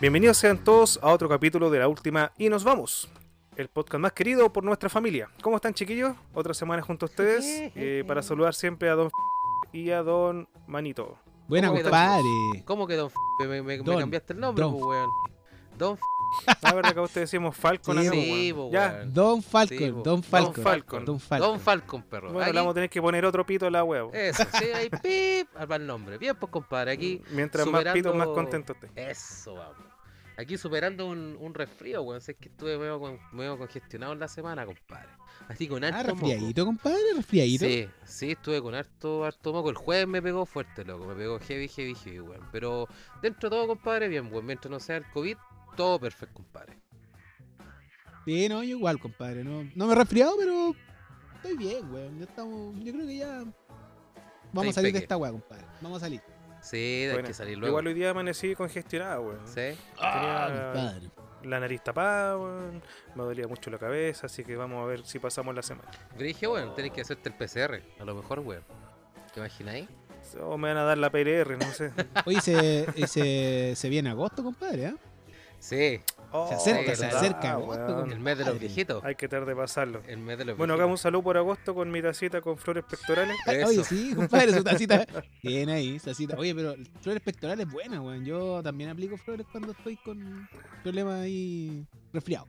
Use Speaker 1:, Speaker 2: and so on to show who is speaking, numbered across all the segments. Speaker 1: Bienvenidos sean todos a otro capítulo de La Última y nos vamos. El podcast más querido por nuestra familia. ¿Cómo están, chiquillos? Otra semana junto a ustedes eh, para saludar siempre a Don y a Don Manito.
Speaker 2: Buena,
Speaker 3: ¿Cómo que
Speaker 2: compadre.
Speaker 3: ¿Cómo que Don F? Me, me- me
Speaker 2: Don,
Speaker 3: cambiaste el nombre,
Speaker 2: Don
Speaker 3: pues, weón. Don F.
Speaker 1: La verdad que a ustedes decimos Falcon.
Speaker 2: Sí,
Speaker 1: amigo,
Speaker 3: sí,
Speaker 1: weón.
Speaker 3: po,
Speaker 1: Ya,
Speaker 3: weón.
Speaker 2: Don Falcon,
Speaker 3: Sí, po.
Speaker 2: Don Falcon.
Speaker 1: Don Falcon.
Speaker 2: Don Falcon.
Speaker 3: Don Falcon, perro.
Speaker 1: bueno,
Speaker 3: Aquí-
Speaker 1: le vamos a tener que poner otro pito a la huevo.
Speaker 3: Eso, sí, ahí pip, al mal nombre. Bien, pues, compadre, aquí.
Speaker 1: Mientras más pito, más
Speaker 3: superando-
Speaker 1: contento esté.
Speaker 3: Eso, vamos. Aquí superando un, un resfrío, weón. Sé que estuve medio, con- medio congestionado en la semana, compadre. Así con harto
Speaker 2: Ah,
Speaker 3: moco.
Speaker 2: resfriadito, compadre, resfriadito.
Speaker 3: Sí, sí, estuve con harto, harto moco. El jueves me pegó fuerte, loco. Me pegó heavy, heavy, heavy, weón. Pero dentro de todo, compadre, bien, weón. Mientras no sea el COVID, todo perfecto, compadre.
Speaker 2: Sí, no, yo igual, compadre. No, no me he resfriado, pero estoy bien, weón. Ya estamos, yo creo que ya vamos a salir de
Speaker 3: impeque.
Speaker 2: esta weá, compadre. Vamos a salir.
Speaker 3: Sí, hay
Speaker 1: Bueno,
Speaker 3: que salir luego.
Speaker 1: Igual hoy día amanecí congestionado, weón.
Speaker 3: Sí.
Speaker 1: Ah,
Speaker 2: compadre.
Speaker 1: La nariz tapada, weón. Me dolía mucho la cabeza, así que vamos a ver si pasamos la semana.
Speaker 3: Brigio, bueno, tenés que hacerte el PCR. A lo mejor, weón. ¿Te imagináis?
Speaker 1: O Oh, me van a dar la PLR, no sé.
Speaker 2: Oye, se, y se, se viene agosto, compadre, ¿ah?
Speaker 3: Sí,
Speaker 1: Oh,
Speaker 2: acerca, se
Speaker 1: verdad,
Speaker 2: acerca agosto,
Speaker 1: weón.
Speaker 3: el mes de los
Speaker 2: Madre.
Speaker 3: viejitos.
Speaker 1: Hay que tratar de pasarlo.
Speaker 3: El mes de los
Speaker 1: Bueno, hagamos un
Speaker 3: viejitos.
Speaker 1: saludo por agosto con mi tacita con flores pectorales.
Speaker 2: Ay,
Speaker 3: Eso.
Speaker 2: Ah, Oye, sí, compadre, su tacita. Bien ahí, su tacita. Oye, pero flores pectorales es buena, weón. Yo también aplico flores cuando estoy con problemas ahí resfriado.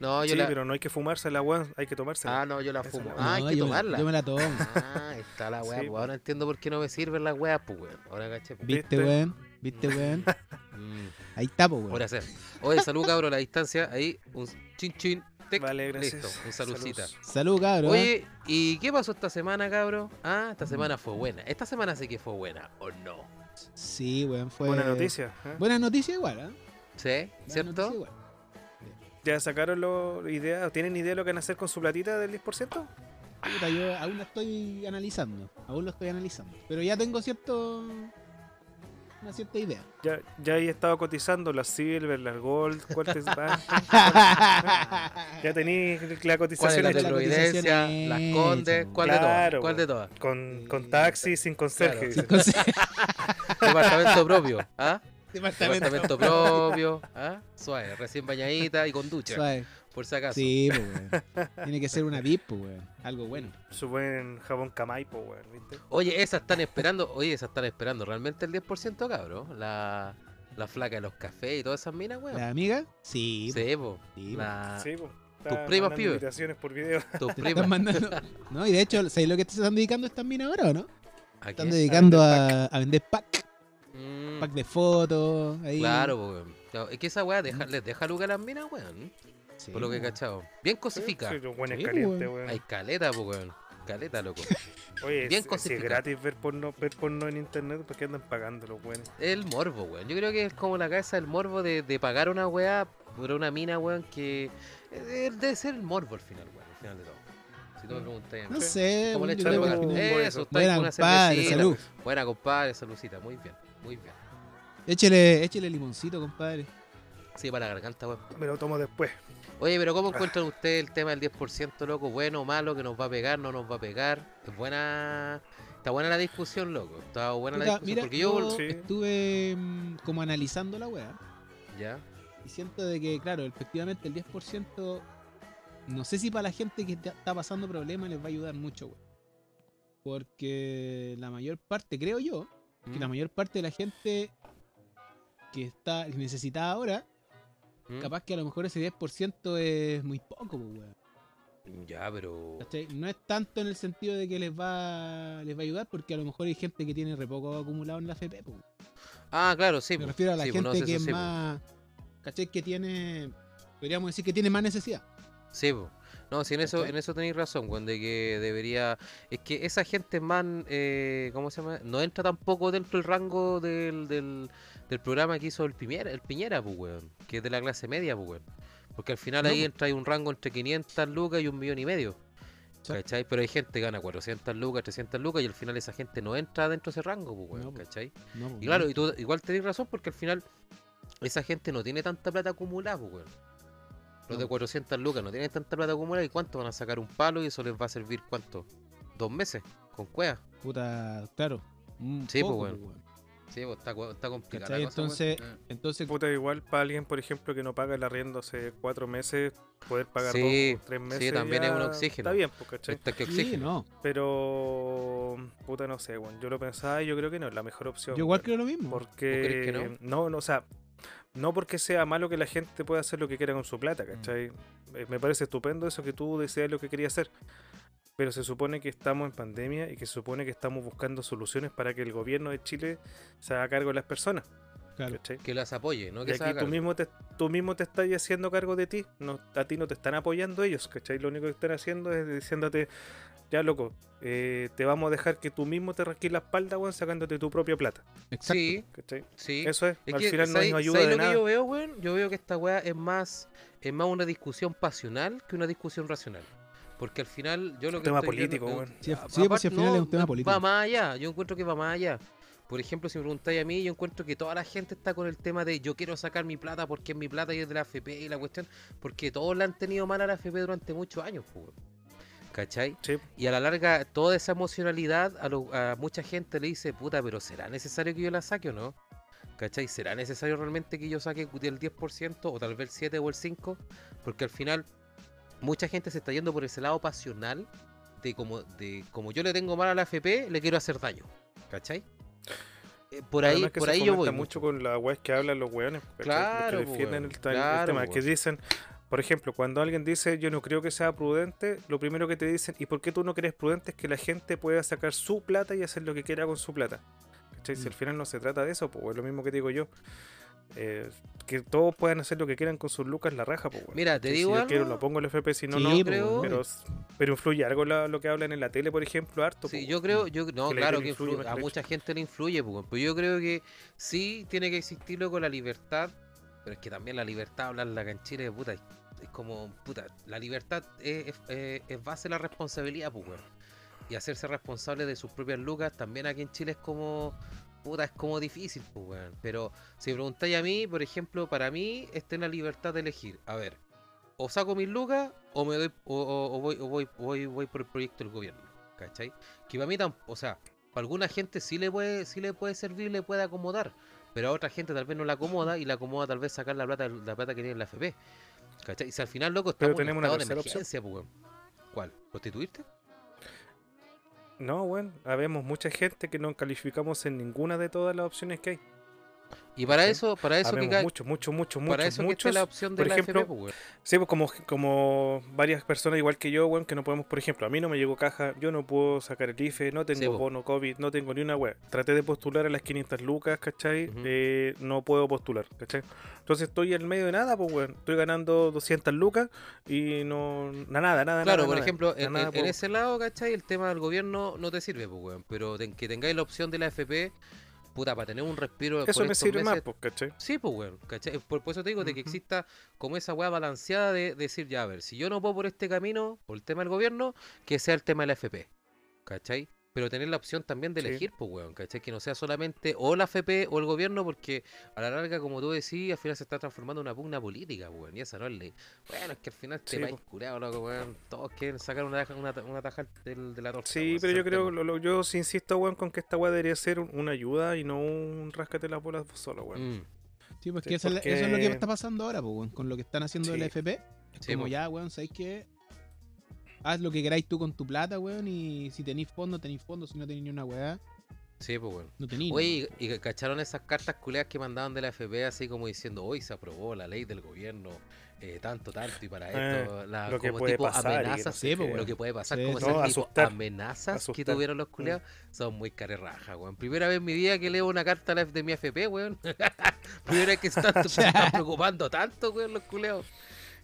Speaker 3: No, yo
Speaker 1: Sí,
Speaker 3: la...
Speaker 1: pero no hay que fumársela, weón. Hay que tomársela.
Speaker 3: Ah, no, yo la
Speaker 1: Esa
Speaker 3: fumo.
Speaker 1: no.
Speaker 3: Ah, hay
Speaker 2: No,
Speaker 3: que
Speaker 2: yo me-
Speaker 3: tomarla.
Speaker 2: yo me la tomo.
Speaker 3: Ah, ahí está la weá,
Speaker 1: Sí,
Speaker 3: pues. Ahora entiendo por qué no me sirven las weas, pues, weón. Ahora caché, pues.
Speaker 2: ¿Viste,
Speaker 1: ¿Viste?
Speaker 2: weón? ¿Viste, weón?
Speaker 3: Mm,
Speaker 2: Ahí está, po, weón.
Speaker 3: Ahora hacer. Oye, salud, cabrón, a la distancia. Ahí, un chin chin. Tec.
Speaker 1: Vale, gracias.
Speaker 3: Listo, un saludcita.
Speaker 1: Salud.
Speaker 2: Salud, ¿eh? cabrón.
Speaker 3: Oye, ¿y qué pasó esta semana, cabrón? Ah, esta semana fue buena. Esta semana sí que fue buena, ¿o no?
Speaker 2: Sí, weón, fue.
Speaker 1: Buena noticia. ¿eh?
Speaker 2: Buena noticia igual, ¿ah? Buena
Speaker 3: ¿Sí?
Speaker 2: noticia
Speaker 3: ¿Cierto?
Speaker 2: igual.
Speaker 1: ¿Ya sacaron los ideas? ¿Tienen idea de lo que van a hacer con su platita del 10%?
Speaker 2: Puta, yo aún la estoy analizando. Aún lo estoy analizando. Pero ya tengo cierto. Una cierta idea.
Speaker 1: Ya, ya he estado cotizando las Silver, las Gold, ¿cuál te va? Ya tení la
Speaker 3: ¿Cuál es
Speaker 1: cotización
Speaker 3: la
Speaker 2: Las
Speaker 3: de
Speaker 1: hecha.
Speaker 2: cotizaciones
Speaker 3: Providencia? ¿Las
Speaker 2: hechas.
Speaker 3: Condes? ¿Cuál de
Speaker 1: Claro,
Speaker 3: todas? ¿Cuál de todas?
Speaker 1: Con, con taxi, sin conserje.
Speaker 3: Claro.
Speaker 1: dice.
Speaker 2: Entonces,
Speaker 3: Departamento propio, ¿ah?
Speaker 2: departamento.
Speaker 3: Departamento propio, ¿ah? Suave, recién bañadita y con ducha,
Speaker 2: Suave.
Speaker 3: por si acaso.
Speaker 2: Sí, po, weón. Tiene que ser una VIP, po, weón. Algo bueno.
Speaker 1: Su buen jabón Camaipo, weón, ¿viste?
Speaker 3: Oye, esas están esperando, oye, esas están esperando realmente el 10%, cabrón. La, la flaca de los cafés y todas esas minas, weón.
Speaker 2: ¿La amiga? Sí. po,
Speaker 3: sí, po.
Speaker 2: sí, po.
Speaker 3: La-
Speaker 1: Sí, pues.
Speaker 3: Ah. primas, pibe.
Speaker 1: invitaciones por video.
Speaker 3: Tus
Speaker 2: Te están
Speaker 3: primas.
Speaker 2: mandando. No, y de hecho, ¿sabes lo que se están dedicando estas minas ahora o no?
Speaker 3: ¿A
Speaker 2: Están
Speaker 3: qué?
Speaker 2: dedicando
Speaker 1: vender
Speaker 2: a, a vender pack.
Speaker 3: Mm,
Speaker 2: Pack de fotos. ahí.
Speaker 3: Claro, po, weón. Claro, Es que esa weá deja- les deja lugar a las minas, weón.
Speaker 2: Mm. Sí,
Speaker 3: Por lo que he
Speaker 2: po.
Speaker 3: cachado. Bien cosifica.
Speaker 1: Sí, los buenos
Speaker 2: Sí,
Speaker 1: calientes,
Speaker 2: weón.
Speaker 1: weón.
Speaker 3: pues, Hay caleta, po, weón. Caleta, loco.
Speaker 1: Oye,
Speaker 3: bien
Speaker 1: si- si es
Speaker 3: cosificado.
Speaker 1: gratis ver porno, ver porno en internet, ¿por qué andan pagando los buenos?
Speaker 3: El morbo, weón. Yo creo que es como la cabeza del morbo de, de pagar una weá por una mina, weón, que. eh, eh, Debe ser el morbo al final, weón, al final de todo. Si tú me
Speaker 1: Mm.
Speaker 3: preguntas.
Speaker 2: No sé,
Speaker 3: ¿Cómo le Eh,
Speaker 2: yo
Speaker 3: echan
Speaker 2: creo
Speaker 3: la
Speaker 2: que al
Speaker 3: mano?
Speaker 2: final-
Speaker 1: por
Speaker 3: Eso,
Speaker 1: eso.
Speaker 3: está ahí
Speaker 2: Buena,
Speaker 3: con una
Speaker 2: compadre,
Speaker 3: cervecita.
Speaker 2: salud.
Speaker 3: Buena, compadre, saludcita. Muy bien, muy bien.
Speaker 2: Échele, échele limoncito, compadre.
Speaker 3: Sí, para la garganta, weón.
Speaker 1: Me lo tomo después.
Speaker 3: Oye, pero ¿cómo encuentran ustedes el tema del 10%, loco? ¿Bueno o malo? ¿Que nos va a pegar? ¿No nos va a pegar? Es buena. Está buena la discusión, loco. Está buena la
Speaker 2: Puta,
Speaker 3: discusión.
Speaker 2: mira,
Speaker 3: porque
Speaker 2: yo,
Speaker 3: yo.
Speaker 1: Sí.
Speaker 2: estuve mm, como analizando la weá
Speaker 3: Ya.
Speaker 2: y siento de que, claro, efectivamente el 10%, no sé si para la gente que está- está pasando problemas les va a ayudar mucho, weón. Porque la mayor parte, creo yo, que la
Speaker 3: Mm,
Speaker 2: mayor parte de la gente que está necesitada ahora,
Speaker 3: mm.
Speaker 2: capaz que a lo mejor ese 10% es muy poco, pues, weón.
Speaker 3: Ya, pero.
Speaker 2: ¿Cachai? No es tanto en el sentido de que les va les va a ayudar, porque a lo mejor hay gente que tiene re poco acumulado en la FP. po.
Speaker 3: Ah, claro, sí.
Speaker 2: Me
Speaker 3: po.
Speaker 2: refiero a la
Speaker 3: Sí, po,
Speaker 2: gente
Speaker 3: no,
Speaker 2: que
Speaker 3: eso
Speaker 2: es
Speaker 3: sí, po.
Speaker 2: más. ¿Cachai? Que tiene. Podríamos decir que tiene más necesidad.
Speaker 3: Sí, po. no, si en eso,
Speaker 2: ¿Cachai?
Speaker 3: en eso tenéis razón, weón, de que debería. Es que esa gente más. Eh, ¿Cómo se llama? No entra tampoco dentro del rango del, del, del programa que hizo el Piñera, el Piñera, pues, weón, que es de la clase media, pues, weón. Porque al final
Speaker 2: No,
Speaker 3: ahí
Speaker 2: po.
Speaker 3: entra ahí un rango entre 500 lucas y un millón y medio.
Speaker 2: Exacto.
Speaker 3: ¿Cachai? Pero hay gente que gana 400 lucas, 300 lucas y al final esa gente no entra dentro de ese rango, pues, weón,
Speaker 2: No, po.
Speaker 3: ¿cachai?
Speaker 2: No, po,
Speaker 3: Y claro,
Speaker 2: no.
Speaker 3: y tú igual tenés razón porque al final esa gente no tiene tanta plata acumulada, pues, weón. Los de
Speaker 2: No.
Speaker 3: 400 lucas no tienen tanta plata acumulada y cuánto van a sacar un palo y eso les va a servir cuánto? Dos meses con cueva.
Speaker 2: Puta, claro. un
Speaker 3: Sí, po,
Speaker 2: poco,
Speaker 3: weón.
Speaker 2: po, weón.
Speaker 3: Sí, pues está, cu- está complicada la
Speaker 2: ¿Cachai?
Speaker 3: cosa, weón.
Speaker 2: Entonces,
Speaker 3: Eh.
Speaker 2: entonces
Speaker 1: Puta, igual para alguien, por ejemplo, que no paga el arriendo hace cuatro meses, poder pagar
Speaker 3: Sí,
Speaker 1: dos o tres meses.
Speaker 3: también es
Speaker 1: ya
Speaker 3: un oxígeno.
Speaker 1: Está bien, pues, ¿cachai?
Speaker 3: Está que
Speaker 2: sí,
Speaker 3: oxígeno.
Speaker 2: no.
Speaker 1: Pero. Puta, no sé, weón. Yo lo pensaba y yo creo que no es la mejor opción.
Speaker 2: Yo igual
Speaker 1: weón.
Speaker 2: creo lo mismo.
Speaker 1: Porque.
Speaker 3: crees que
Speaker 1: no? no, o sea. No porque sea malo que la gente pueda hacer lo que quiera con su
Speaker 3: Mm.
Speaker 1: plata, ¿cachai? Eh, Me parece estupendo eso que tú deseas lo que querías hacer. Pero se supone que estamos en pandemia y que se supone que estamos buscando soluciones para que el gobierno de Chile se haga cargo de las personas,
Speaker 2: Claro.
Speaker 1: ¿cachai?
Speaker 3: Que las apoye, ¿no?
Speaker 1: Y
Speaker 3: Que se
Speaker 1: aquí
Speaker 3: haga
Speaker 1: tú mismo, te, tú mismo te estás haciendo cargo de ti. No, a ti no te están apoyando ellos, ¿cachai? Lo único que están haciendo es diciéndote, ya loco, eh, te vamos a dejar que tú mismo te rasques la espalda, weón, sacándote tu propia plata,
Speaker 3: cargo.
Speaker 2: Exacto.
Speaker 3: Sí,
Speaker 1: ¿cachai?
Speaker 3: sí.
Speaker 1: Eso es.
Speaker 3: Es
Speaker 1: Al
Speaker 3: que,
Speaker 1: final no,
Speaker 3: ¿sabes-
Speaker 1: no ayuda
Speaker 3: ¿sabes
Speaker 1: de
Speaker 3: lo
Speaker 1: nada.
Speaker 3: que yo veo, weón? Yo veo que esta weá es más, es más una discusión pasional que una discusión racional. Porque al final, yo lo
Speaker 1: Un
Speaker 3: que.
Speaker 1: tema
Speaker 3: estoy viendo-
Speaker 1: político,
Speaker 3: eh,
Speaker 1: weón.
Speaker 2: Sí,
Speaker 3: a-
Speaker 2: sí, pues
Speaker 3: aparte-
Speaker 2: si al final
Speaker 3: no,
Speaker 2: es un tema
Speaker 3: no,
Speaker 2: político.
Speaker 3: Va más allá, yo encuentro que va más allá. Por ejemplo, si me preguntáis a mí, yo encuentro que toda la gente está con el tema de yo quiero sacar mi plata porque es mi plata y es de la AFP y la cuestión, porque todos la han tenido mal a la AFP durante muchos años, pues, weón. ¿Cachai?
Speaker 1: Sí.
Speaker 3: Y a la larga, toda esa emocionalidad a, lo- a mucha gente le dice, puta, pero ¿será necesario que yo la saque o no? ¿Cachai? ¿Será necesario realmente que yo saque el 10% o tal vez el 7% o el 5%? Porque al final, mucha gente se está yendo por ese lado pasional de como, de como yo le tengo mal a la FP, le quiero hacer daño. ¿Cachai? Eh, por ahí,
Speaker 1: Además que
Speaker 3: por
Speaker 1: se
Speaker 3: ahí yo voy.
Speaker 1: fomenta mucho con las weas que hablan los weones, ¿cachai?
Speaker 3: Claro,
Speaker 1: los
Speaker 3: po,
Speaker 1: que defienden
Speaker 3: weón.
Speaker 1: el, ta- el
Speaker 3: Claro,
Speaker 1: tema,
Speaker 3: po,
Speaker 1: que
Speaker 3: weón.
Speaker 1: dicen, por ejemplo, cuando alguien dice yo no creo que sea prudente, lo primero que te dicen, ¿y por qué tú no crees prudente? Es que la gente pueda sacar su plata y hacer lo que quiera con su plata. ¿Cachai? Si
Speaker 2: Mm.
Speaker 1: al final no se trata de eso, pues es lo mismo que te digo yo. Eh, que todos puedan hacer lo que quieran con sus lucas, la raja, pues
Speaker 3: Mira, te digo
Speaker 1: Si yo
Speaker 3: algo,
Speaker 1: quiero, lo pongo el FP, si no,
Speaker 2: Sí,
Speaker 1: no.
Speaker 2: pues,
Speaker 3: creo-
Speaker 2: obvio.
Speaker 1: Pero, pero influye algo la- lo que hablan en la tele, por ejemplo, harto.
Speaker 3: Sí,
Speaker 1: po,
Speaker 3: yo creo, yo no,
Speaker 1: Que la
Speaker 3: claro
Speaker 1: gente
Speaker 3: que
Speaker 1: le influye
Speaker 3: influ-
Speaker 1: más
Speaker 3: a
Speaker 1: que la
Speaker 3: mucha gente le influye, pues, weón, pero yo creo que sí tiene que existir con la libertad, pero es que también la libertad, hablarla acá en Chile, puta, es, es como, puta, la libertad es, es- eh, es base de la responsabilidad, pues, weón, y hacerse responsable de sus propias lucas también aquí en Chile es como, puta, es como difícil, pues, weón, pero si me preguntáis a mí, por ejemplo, para mí está en la libertad de elegir, a ver, o saco mis lucas o me doy, o, o- o voy, o voy, voy, voy por el proyecto del gobierno, ¿cachai? que para mí tam- o sea, para alguna gente sí le puede, sí le puede servir, le puede acomodar, pero a otra gente tal vez no la acomoda y la acomoda tal vez sacar la plata, la plata que tiene en la FP. ¿Cachai? Si al final, loco,
Speaker 1: Pero
Speaker 3: estamos en
Speaker 1: tenemos
Speaker 3: un
Speaker 1: una
Speaker 3: estado de
Speaker 1: tercera opción.
Speaker 3: emergencia, pues, weón. ¿Cuál? ¿Prostituirte?
Speaker 1: No, bueno, habemos mucha gente que no calificamos en ninguna de todas las opciones que hay.
Speaker 3: Y para
Speaker 1: Sí.
Speaker 3: eso, para eso que
Speaker 1: Habemos
Speaker 3: ca-
Speaker 1: mucho, mucho, mucho, mucho,
Speaker 3: para eso que esté
Speaker 1: muchos.
Speaker 3: la opción de
Speaker 1: por
Speaker 3: la FP,
Speaker 1: ejemplo,
Speaker 3: pues, weón.
Speaker 1: Sí, pues como, como varias personas igual que yo, weón, que no podemos, por ejemplo, a mí no me llegó caja, yo no puedo sacar el IFE, no tengo
Speaker 3: Sí, po.
Speaker 1: bono COVID, no tengo ni una web. Traté de postular a las 500 lucas, ¿cachai?
Speaker 3: Ujú.
Speaker 1: Eh, no puedo postular, ¿cachai? Entonces estoy en medio de nada, pues, weón. Estoy ganando 200 lucas y no... na- Nada, nada,
Speaker 3: Claro,
Speaker 1: nada,
Speaker 3: por
Speaker 1: nada.
Speaker 3: ejemplo,
Speaker 1: Ya
Speaker 3: en,
Speaker 1: nada
Speaker 3: en- en
Speaker 1: puedo-
Speaker 3: ese lado, ¿cachai? El tema del gobierno no te sirve, pues, weón. Pero ten- que tengáis la opción de la FP, puta, para tener un respiro por
Speaker 1: Eso me
Speaker 3: estos
Speaker 1: sirve
Speaker 3: meses,
Speaker 1: más, pues, ¿cachai?
Speaker 3: Sí, pues, weón, ¿cachai? Por, por eso te digo de que
Speaker 1: Ujú.
Speaker 3: exista como esa weá balanceada de decir, ya, a ver, si yo no puedo por este camino, por el tema del gobierno, que sea el tema de la FP, ¿cachai? Pero tener la opción también de
Speaker 1: Sí.
Speaker 3: elegir, pues, weón, ¿cachai? Que no sea solamente o la FP o el gobierno, porque a la larga, como tú decís, al final se está transformando en una pugna política, pues, weón, y esa no es ley. Bueno, es que al final te
Speaker 1: Sí, pues.
Speaker 3: vais
Speaker 1: po.
Speaker 3: curado, loco, weón. Todos quieren sacar una, taja- una, ta- una taja del- de la torta.
Speaker 1: Sí,
Speaker 3: weón, Mm,
Speaker 1: pero
Speaker 3: ese
Speaker 1: yo
Speaker 3: es el
Speaker 1: creo,
Speaker 3: tema.
Speaker 1: lo, lo- yo sí insisto, weón, con que esta weá debería ser un- una ayuda y no un rascate las bolas vos solo, weón.
Speaker 3: Mm,
Speaker 2: Sí, pues
Speaker 1: Sí,
Speaker 2: que esa es la- eso es lo que
Speaker 1: porque-
Speaker 2: está pasando ahora, pues, weón, con lo que están haciendo
Speaker 1: Sí.
Speaker 2: el FP. Es
Speaker 3: Sí,
Speaker 2: como
Speaker 3: pues.
Speaker 2: ya, weón, ¿sabéis qué? Haz lo que queráis tú con tu plata, weón, y si tenéis fondo, tenéis fondo, si no tenéis ni una weá,
Speaker 3: sí, pues, weón.
Speaker 2: no tenéis.
Speaker 3: Oye, y y cacharon esas cartas culeas que mandaban de la FP así como diciendo, hoy se aprobó la ley del gobierno, eh, tanto, tanto, y para
Speaker 1: Eh,
Speaker 3: esto, la-
Speaker 1: lo que
Speaker 3: ah, como
Speaker 1: puede
Speaker 3: tipo
Speaker 1: pasar y que no
Speaker 3: amenazas,
Speaker 1: sé
Speaker 2: sí, pues,
Speaker 1: qué.
Speaker 3: lo que puede pasar,
Speaker 2: Sí,
Speaker 3: como
Speaker 2: no,
Speaker 3: esas tipo
Speaker 1: asustar,
Speaker 3: amenazas que
Speaker 1: asustar. Mm.
Speaker 3: tuvieron los culeados, son muy carerrajas, weón. Primera vez en mi vida que leo una carta a la- de mi FP, weón. Primera vez que se están, se están preocupando tanto, weón, los culeados.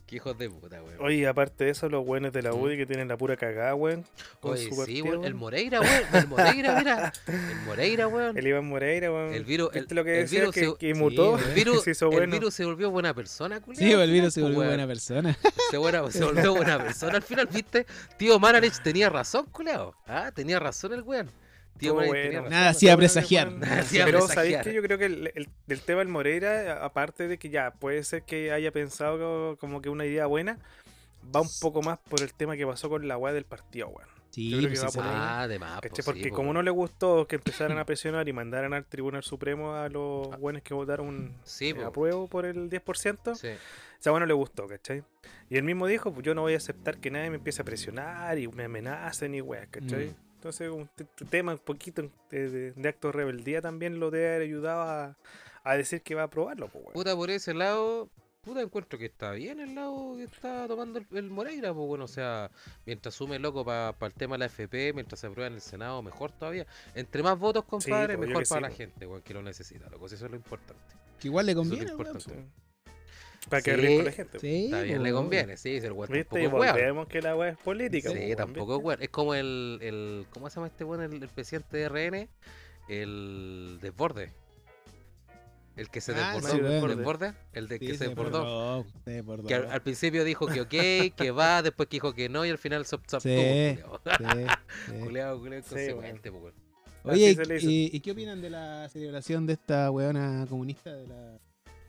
Speaker 3: Qué hijos de puta, weón.
Speaker 1: Oye, aparte de eso, los weones de la
Speaker 3: Mm.
Speaker 1: UDI que tienen la pura cagada, weón. Con
Speaker 3: Oye,
Speaker 1: su
Speaker 3: sí,
Speaker 1: partido,
Speaker 3: weón. El
Speaker 1: weón.
Speaker 3: Moreira, weón. El Moreira, mira. El Moreira, weón.
Speaker 1: El Iván Moreira, weón.
Speaker 3: El virus-
Speaker 1: ¿Viste
Speaker 3: el-
Speaker 1: lo que
Speaker 3: el
Speaker 1: decía?
Speaker 3: virus
Speaker 1: Que,
Speaker 3: se-
Speaker 1: que mutó.
Speaker 2: Sí,
Speaker 3: El virus,
Speaker 1: se hizo
Speaker 3: el
Speaker 1: bueno.
Speaker 3: virus se volvió buena persona, culiao.
Speaker 2: sí, el virus se
Speaker 3: pues,
Speaker 2: volvió
Speaker 3: weón.
Speaker 2: buena persona.
Speaker 3: Se, buena- se volvió buena persona al final, ¿viste? Tío Manarich tenía razón, culiao. Ah, tenía razón el weón. Tío
Speaker 1: Estuvo
Speaker 3: Manarich
Speaker 1: bueno,
Speaker 3: tenía
Speaker 1: weón.
Speaker 3: razón.
Speaker 2: Nada hacía
Speaker 1: Estuvo bueno,
Speaker 2: presagiar.
Speaker 1: weón.
Speaker 3: Nada hacía
Speaker 1: Pero sabéis
Speaker 3: presagiar.
Speaker 1: que yo creo que el, el- del tema del Moreira, a- aparte de que ya puede ser que haya pensado como que una idea buena, va un poco más por el tema que pasó con la weá del partido, weón.
Speaker 2: Sí,
Speaker 1: Yo creo que
Speaker 2: pues
Speaker 1: va
Speaker 2: sí,
Speaker 1: por ahí.
Speaker 2: sí.
Speaker 3: Ah, además.
Speaker 1: ¿Cachai? Porque como no le gustó que empezaran a presionar y mandaran al Tribunal Supremo a los buenos que votaron
Speaker 3: Ah. Sí,
Speaker 1: eh,
Speaker 3: po.
Speaker 1: apruebo por el 10%,
Speaker 3: Sí.
Speaker 1: o sea, bueno, le gustó, ¿cachai? Y él mismo dijo, pues yo no voy a aceptar que nadie me empiece a presionar y me amenacen y weas, ¿cachai?
Speaker 2: Mm.
Speaker 1: Entonces, un t- t- tema un poquito de, de- de acto de rebeldía también lo debe haber ayudado a, a decir que va a aprobarlo, pues, weón.
Speaker 3: Puta, por ese lado, puta, encuentro que está bien el lado que está tomando el, el Moreira, pues bueno, o sea, mientras sume loco para el tema de la FP, mientras se aprueba en el Senado, mejor todavía. Entre más votos, compadre,
Speaker 1: pues, yo
Speaker 3: mejor
Speaker 1: que
Speaker 3: para
Speaker 1: sí,
Speaker 3: la
Speaker 1: pues.
Speaker 3: gente, weón, que lo necesita, loco, si eso es lo importante.
Speaker 2: Que igual le
Speaker 3: Eso es lo
Speaker 2: conviene. weón,
Speaker 3: importante.
Speaker 2: pues.
Speaker 1: Para que
Speaker 3: Sí,
Speaker 1: ríe con la gente. pues.
Speaker 2: Sí,
Speaker 3: Está bien,
Speaker 2: pues,
Speaker 3: le
Speaker 2: obvio.
Speaker 3: conviene, sí, si el weón
Speaker 1: ¿Viste?
Speaker 3: tampoco
Speaker 1: Y
Speaker 3: es weón.
Speaker 1: volvemos que la wea es política,
Speaker 3: Sí,
Speaker 1: pues, weón,
Speaker 3: tampoco es
Speaker 1: ¿viste?
Speaker 3: weón. Es como el, el. ¿Cómo se llama este weón? El, el presidente de RN, el desborde. El que se
Speaker 2: Ah,
Speaker 3: desbordó.
Speaker 1: sí,
Speaker 3: ¿el
Speaker 1: desborde.
Speaker 3: desborde? El de
Speaker 2: Sí,
Speaker 3: que se desbordó.
Speaker 2: se desbordó,
Speaker 3: Que al, al principio dijo que ok, que va, después que dijo que no, y al final se se
Speaker 2: Sí.
Speaker 3: abstuvo.
Speaker 2: Sí, sí.
Speaker 3: Culeado, culeado,
Speaker 1: Sí, weón.
Speaker 3: consecuente, po, weón.
Speaker 2: Oye,
Speaker 1: Así se le hizo.
Speaker 2: ¿y, y qué opinan de la celebración de esta weona comunista de la